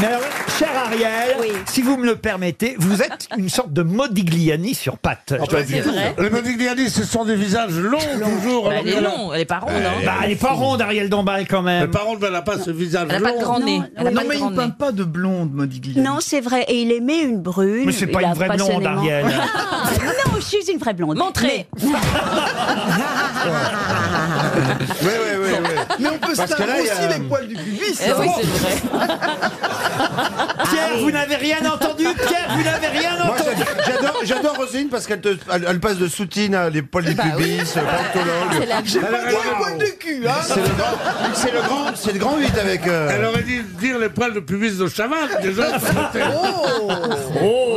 S1: Mais alors, cher Ariel, si vous me le permettez, vous êtes une sorte de Modigliani sur pattes. je dois
S12: bah,
S1: dire.
S12: c'est vrai. Le Modigliani, ce sont des visages longs, toujours.
S1: Bah, elle est
S12: longue,
S1: longue, elle est pas ronde, hein.
S4: Euh,
S1: Bah, elle est pas ronde, Ariel Dombal, quand même.
S12: Elle est pas ronde, Euh, mais elle n'a pas ce visage
S5: Elle a pas de
S12: long.
S5: grand nez. Elle a
S7: non,
S5: pas de
S7: mais
S5: grand
S7: il peint pas de blonde, Modigliani.
S5: Non, c'est vrai. Et il aimait une brune.
S7: Mais c'est pas
S5: Il
S7: une
S5: a
S7: vraie blonde,
S5: passionnément-
S7: Ariel.
S5: Ah, non, je suis une vraie blonde. Montrez.
S2: Oui, oui, oui.
S7: Mais on peut
S2: Parce
S7: se
S2: que là,
S7: tarder
S2: il y a-
S7: aussi les poils du pubis.
S1: Eh oui,
S7: hein.
S1: c'est vrai. Pierre, vous n'avez rien entendu Pierre, vous n'avez rien
S2: Moi,
S1: entendu
S2: j'a- j'adore- J'adore Roselyne parce qu'elle te- elle, elle passe de soutine à les poils du
S1: Bah oui.
S2: pubis, euh,
S1: C'est la-
S2: pantologue.
S1: J'ai pas dit les poils
S2: du
S7: cul,
S2: hein C'est le grand, c'est le grand, c'est le grand 8 avec. euh, Oh.
S12: Elle aurait dû dire les poils de pubis de Chaval, déjà. c'était-
S1: Oh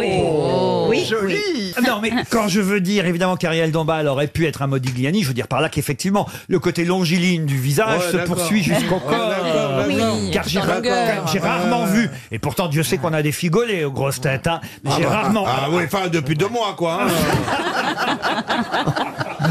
S12: Oui.
S1: Joli Ah Non, mais quand je veux dire, évidemment, qu'Ariel Dombal aurait pu être un Modigliani, je veux dire par là qu'effectivement, le côté longiligne du visage
S12: Ouais,
S1: se
S12: d'accord.
S1: poursuit jusqu'au
S12: Ouais,
S1: corps.
S12: d'accord,
S1: Euh,
S12: d'accord. Oui,
S1: Car j'ai
S12: dans
S1: ra-
S12: longueur.
S1: j'ai rarement
S2: Ouais.
S1: vu, et pourtant Dieu sait qu'on a des figolés aux grosses têtes, hein, mais
S2: Ah
S1: j'ai
S2: bah,
S1: rarement...
S2: Ah oui, enfin depuis deux mois quoi. hein.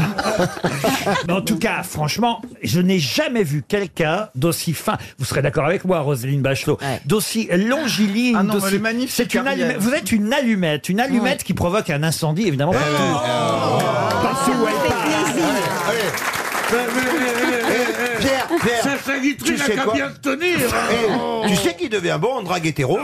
S1: Mais en tout cas, franchement, je n'ai jamais vu quelqu'un d'aussi fin. Vous serez d'accord avec moi, Roselyne Bachelot, d'aussi longiligne.
S7: Ah non,
S1: d'aussi-
S7: elle est magnifique,
S1: C'est une
S7: Ariel.
S1: allumette. Vous êtes une allumette, une allumette qui provoque un incendie,
S2: Eh
S1: évidemment. partout. Ah, Partout où elle passe.
S7: Eh,
S2: Pierre, Pierre,
S12: Sacha Guitry
S2: tu
S12: n'a
S2: sais
S12: qu'à
S2: quoi
S12: bien se tenir.
S7: hein.
S12: hein.
S2: Eh, Tu sais qui devient bon en drague hétéro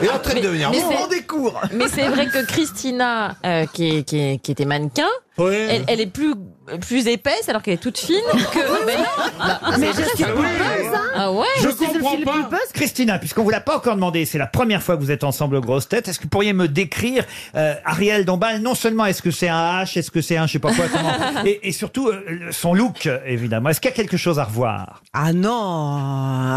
S2: Il est en train de devenir
S23: mais
S2: bon.
S23: c'est-
S7: cours.
S23: Mais c'est vrai que Christina, euh, qui, est- qui est- qui était mannequin,
S12: Ouais.
S23: elle, elle est plus, plus épaisse alors qu'elle est toute fine que. Mais,
S2: Eh.
S1: Mais je
S23: c'est vrai,
S7: Ah
S1: suis
S23: c'est
S1: plus
S23: vrai.
S1: mince, hein.
S23: Ah ouais Je comprends pas.
S1: Christina, puisqu'on vous l'a pas encore demandé, c'est la première fois que vous êtes ensemble aux grosses têtes. Est-ce que vous pourriez me décrire euh, Ariel Dombal Non seulement est-ce que c'est un H, est-ce que c'est un je sais pas quoi, comment, et, et surtout euh, son look euh, évidemment. Est-ce qu'il y a quelque chose à revoir
S25: Ah non,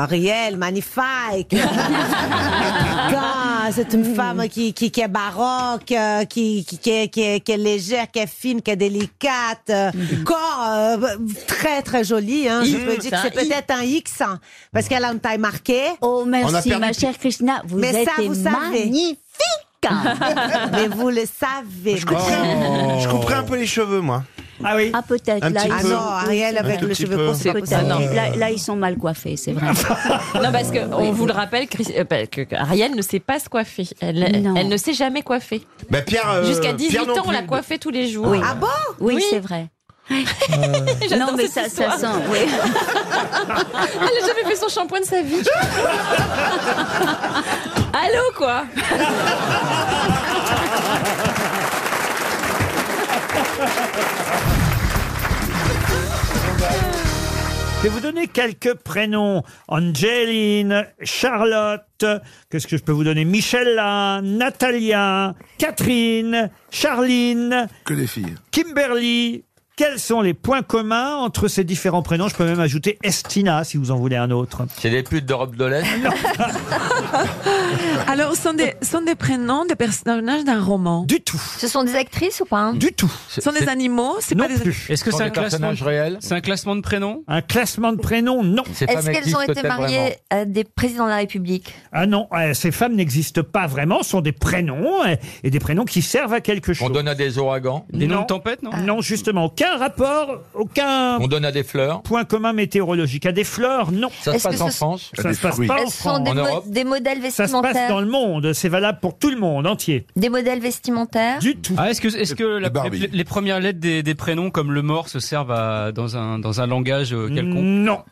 S25: Ariel, magnifique. Ah, c'est
S5: Mm.
S25: une femme qui, qui, qui est baroque, euh, qui, qui, qui, est, qui, est, qui est légère, qui est fine, qui est délicate. euh, Corps euh, très, très joli. Hein. Je
S5: Mm.
S25: peux dire que
S5: C'est
S25: c'est
S5: un I.
S25: peut-être un X, hein, parce qu'elle a une taille marquée.
S5: Oh, merci, ma chère Christina. Vous
S25: Mais
S5: êtes
S25: ça, vous savez.
S5: magnifique.
S25: Mais vous le savez.
S2: Je couperais,
S12: Oh.
S2: un- je couperais un peu les cheveux moi.
S1: Ah oui.
S5: Ah, peut-être.
S2: Un
S5: Là,
S2: petit
S5: ils
S2: peu.
S5: sont-
S25: Ah non, Ariel,
S5: oui,
S2: avec
S5: oui,
S2: le
S5: oui,
S2: cheveu court, c'est pas
S5: peut-être.
S23: possible.
S5: Non, Là, là, ils sont mal coiffés, c'est vrai.
S23: Non, parce que
S5: Oui.
S23: on vous le rappelle, Chris- euh, bah, que, que Ariel ne sait pas se coiffer. Elle, elle ne sait jamais coiffer.
S2: Bah, Pierre, euh,
S23: Jusqu'à 18
S2: Pierre non
S23: ans, on la
S2: plus.
S23: coiffait tous les jours.
S5: Oui.
S23: Ah
S25: bon
S5: Oui, c'est vrai.
S23: J'adore
S5: Non, mais
S23: cette
S5: ça, ça
S23: histoire.
S5: sent. oui.
S23: Elle n'a jamais fait son shampoing de sa vie. Allô, quoi
S1: Je vais vous donner quelques prénoms. Angeline, Charlotte, qu'est-ce que je peux vous donner Michella, Natalia, Catherine, Charline. Que des filles. Kimberly. Quels sont les points communs entre ces différents prénoms Je peux même ajouter Estina si vous en voulez un autre.
S10: C'est les putes d'Europe de
S25: Ah
S10: l'Est.
S23: Alors, sont des, sont des prénoms des personnages d'un roman
S1: Du tout.
S23: Ce sont des actrices ou pas
S1: Du tout.
S23: Ce sont des
S7: Oh,
S23: animaux C'est pas des
S14: Est-ce que
S23: Sont
S14: c'est
S23: des
S14: un classement
S23: personnages
S14: réel C'est un classement de prénoms
S1: Un classement de prénoms, non.
S36: Est-ce qu'elles ont été mariées à des présidents de la République
S1: Ah non, euh, ces femmes n'existent pas vraiment, ce sont des prénoms euh, et des prénoms qui servent à quelque chose.
S10: On donne à des ouragans.
S1: Non. Ah. Non, justement, aucun rapport, aucun
S10: On donne à des fleurs.
S1: point commun météorologique. À des fleurs, non.
S10: Ça se Est-ce passe que en ce- France
S1: Ça
S10: À
S1: se
S10: des
S1: passe
S10: fruits.
S1: pas en
S36: Ce sont
S1: France.
S36: des,
S1: En
S36: mo-
S1: Europe.
S36: des modèles
S1: Ça se passe
S36: vestimentaires.
S1: dans le monde, c'est valable pour tout le monde entier.
S36: Des modèles vestimentaires.
S1: Du tout.
S14: Ah, est-ce que, est-ce que la- les, les premières lettres des, des prénoms comme le mort se servent à- dans, un, dans un langage euh, quelconque
S1: Non.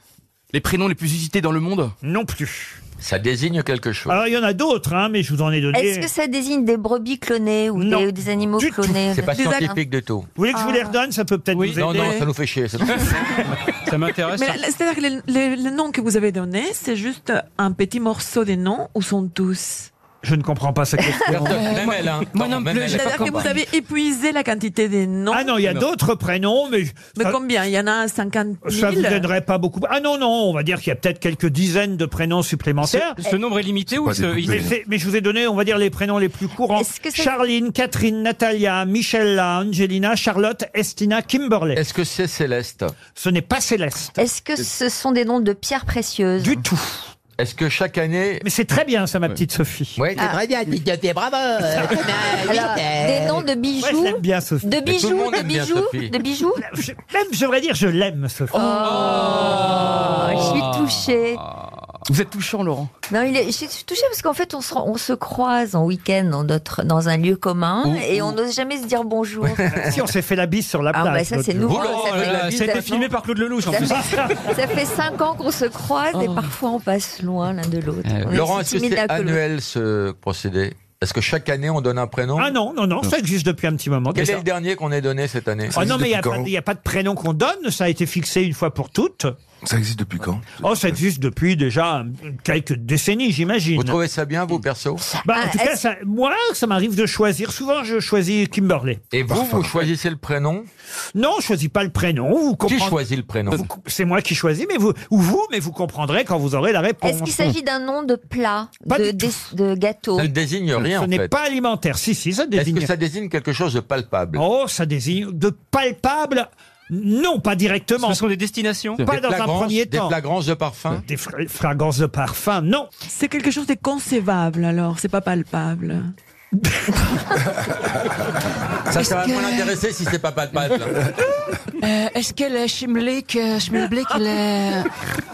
S14: Les prénoms les plus usités dans le monde
S1: Non plus.
S10: Ça désigne quelque chose.
S1: Alors, il y en a d'autres, hein, mais je vous en ai donné.
S36: Est-ce que ça désigne des brebis clonées ou des, ou des animaux clonés
S10: C'est pas scientifique du tout.
S1: Vous voulez que je
S36: Ah.
S1: vous les redonne Ça peut peut-être vous aider.
S10: Non, non, ça nous fait chier. ça nous fait-
S14: Ça m'intéresse.
S23: Mais la- c'est-à-dire que les- les- le nom que vous avez donné, c'est juste un petit morceau des noms ou sont tous
S1: Je ne comprends pas sa question.
S37: Même elle, hein. Moi non plus, j'ai pas
S18: C'est-à-dire que vous
S37: compris.
S18: avez épuisé la quantité des noms.
S1: Ah non, il y a d'autres prénoms, mais...
S18: Mais
S1: ça-
S18: combien Il y en a 50 000
S1: Ça vous donnerait pas beaucoup. Ah non, non, on va dire qu'il y a peut-être quelques dizaines de prénoms supplémentaires.
S14: Ce- ce nombre est limité ou ce- il-
S1: mais, c'est- mais je vous ai donné, on va dire, les prénoms les plus courants. Charline, Catherine, Natalia, Michella, Angelina, Charlotte, Estina, Kimberley. Est-ce que c'est Céleste Ce n'est pas Céleste.
S23: Est-ce que
S10: Euh.
S23: ce sont des noms de pierres précieuses
S1: Du tout.
S10: Est-ce que chaque année...
S1: Mais c'est très bien ça, ma petite Sophie.
S10: Oui,
S23: Ah.
S10: bien, Tito, t'es bravo.
S14: Euh,
S23: Alors, des noms de bijoux.
S1: Euh, Ouais, je l'aime bien, Sophie.
S23: De
S1: Mais tout le
S23: bijoux,
S1: monde
S23: de
S1: aime bien
S23: bijoux,
S1: Sophie.
S23: de bijoux.
S1: Je- Même, je devrais dire, je l'aime, Sophie.
S23: Oh, je suis
S10: Ah.
S23: touchée.
S2: Vous êtes touchant, Laurent.
S23: Non, il est- je suis touchée parce qu'en fait, on se, on se croise en week-end dans, notre- dans un lieu
S18: Hein,
S23: commun
S1: Ouh,
S23: et
S1: ouh.
S23: on n'ose jamais se dire bonjour.
S1: si on s'est fait la bise sur la
S23: Ah,
S1: plage.
S23: bah, ça,
S1: l'autre
S23: c'est
S1: jour.
S23: nouveau, Oh ça là fait-
S14: euh,
S23: là, ça a été filmé
S14: par Claude Lelouch,
S23: ça, fait, ça fait cinq ans qu'on se croise et parfois on passe loin l'un de l'autre. On est
S10: Oh. Eh, Laurent,
S23: si
S10: est-ce que
S23: timides
S10: c'est
S23: l'un que l'autre.
S10: annuel ce procédé Est-ce que chaque année on donne un prénom
S1: Ah non, non, non, ça existe depuis un petit moment.
S10: Quel
S1: déjà.
S10: est le dernier qu'on ait donné cette année
S1: Ah non, mais il n'y a, pas de prénom qu'on donne, ça a été fixé une fois pour toutes.
S10: Ça existe depuis quand
S1: Oh, ça existe depuis déjà quelques décennies, j'imagine.
S10: Vous trouvez ça bien, vous, perso
S1: Bah,
S23: Ah,
S1: en tout cas, ça- moi, ça m'arrive de choisir. Souvent, je choisis Kimberley.
S10: Et vous, vous choisissez le prénom
S1: Non, je choisis pas le prénom. Vous
S10: Qui
S1: comprendrez-
S10: choisit le prénom
S1: Vous- C'est moi qui choisis, mais vous, ou vous, mais vous comprendrez quand vous aurez la réponse.
S23: Est-ce qu'il s'agit d'un nom de plat, de, dess- de gâteau
S10: Ça ne désigne rien,
S1: Ce
S10: en
S1: n'est
S10: fait.
S1: pas alimentaire. Si, si, ça
S10: Est-ce
S1: désigne.
S10: que ça désigne quelque chose de palpable
S1: Oh, ça désigne de palpable. Non, pas directement.
S14: Ce sont des destinations
S1: Pas
S10: Des
S1: dans un
S10: flagrances-
S1: premier
S10: des
S1: temps.
S10: flagrances de parfum
S1: Des fra- fragrances de parfum, non.
S18: C'est quelque chose de concevable alors, c'est pas palpable.
S10: Ça, ça va
S18: Est-ce
S10: moins
S18: que-
S10: l'intéresser si c'est pas palpable.
S18: Euh, Est-ce que le schmilblick, euh, schmilblick, il est euh,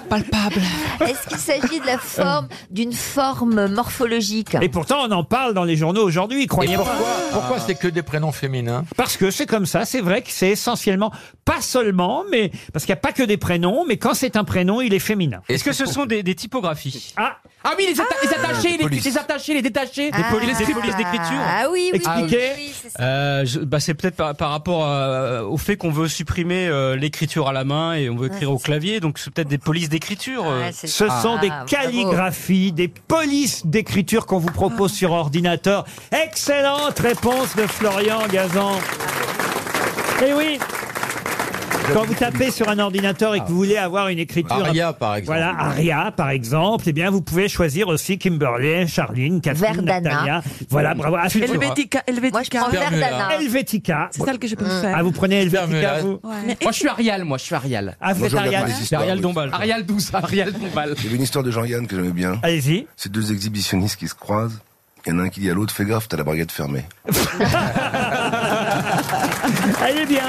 S18: palpable
S23: Est-ce qu'il s'agit de la forme, d'une forme morphologique
S1: Et pourtant, on en parle dans les journaux aujourd'hui,
S10: Et
S1: croyez
S10: pourquoi,
S1: moi
S10: pourquoi c'est que des prénoms féminins
S1: Parce que c'est comme ça, c'est vrai que c'est essentiellement, pas seulement, mais parce qu'il n'y a pas que des prénoms, mais quand c'est un prénom, il est féminin.
S14: Est-ce que ce sont des, des typographies
S1: Ah,
S2: Ah oui, les, atta- les attachés, les,
S14: polices.
S2: les attachés, les détachés.
S14: Des polices, des polices d'écriture.
S23: Ah oui, oui, oui,
S1: Expliquez.
S23: oui, c'est ça.
S14: Euh, je- bah, c'est peut-être par, par rapport à- au fait qu'on veut supprimer euh, l'écriture à la main et on veut écrire au clavier, donc c'est peut-être des polices d'écriture. euh.
S1: Ce sont des
S23: Ah, bravo.
S1: calligraphies, des polices d'écriture qu'on vous
S18: Ah.
S1: propose sur ordinateur. Excellente réponse de Florian Gazan. Eh oui quand vous tapez sur un ordinateur et que vous voulez avoir une écriture...
S10: Ah. Aria, par exemple.
S1: Voilà, Aria, par exemple. Eh bien, vous pouvez choisir aussi Kimberley, Charline, Catherine,
S23: Verdana.
S1: Natalia. Voilà, bravo. Ah, c'est-
S18: Helvetica,
S23: Moi, je prends
S10: Fermez-la.
S23: Verdana.
S1: Helvetica.
S18: C'est ça que je peux
S1: Mm.
S18: faire.
S1: Ah, vous prenez Helvetica,
S10: Fermez-la.
S1: vous
S2: Moi, je suis Arial, moi, je suis Arial.
S1: Ah, vous
S12: Moi,
S1: êtes
S12: j'aime bien
S1: Ariane
S12: les histoires, oui.
S2: Arial 12, Arial Dombal.
S12: Il y avait une histoire de Jean-Yann que j'aimais bien.
S1: Allez-y.
S12: C'est deux exhibitionnistes qui se croisent. Il y en a un qui dit à l'autre, fais gaffe, t'as la braguette fermée.
S1: Elle est bien.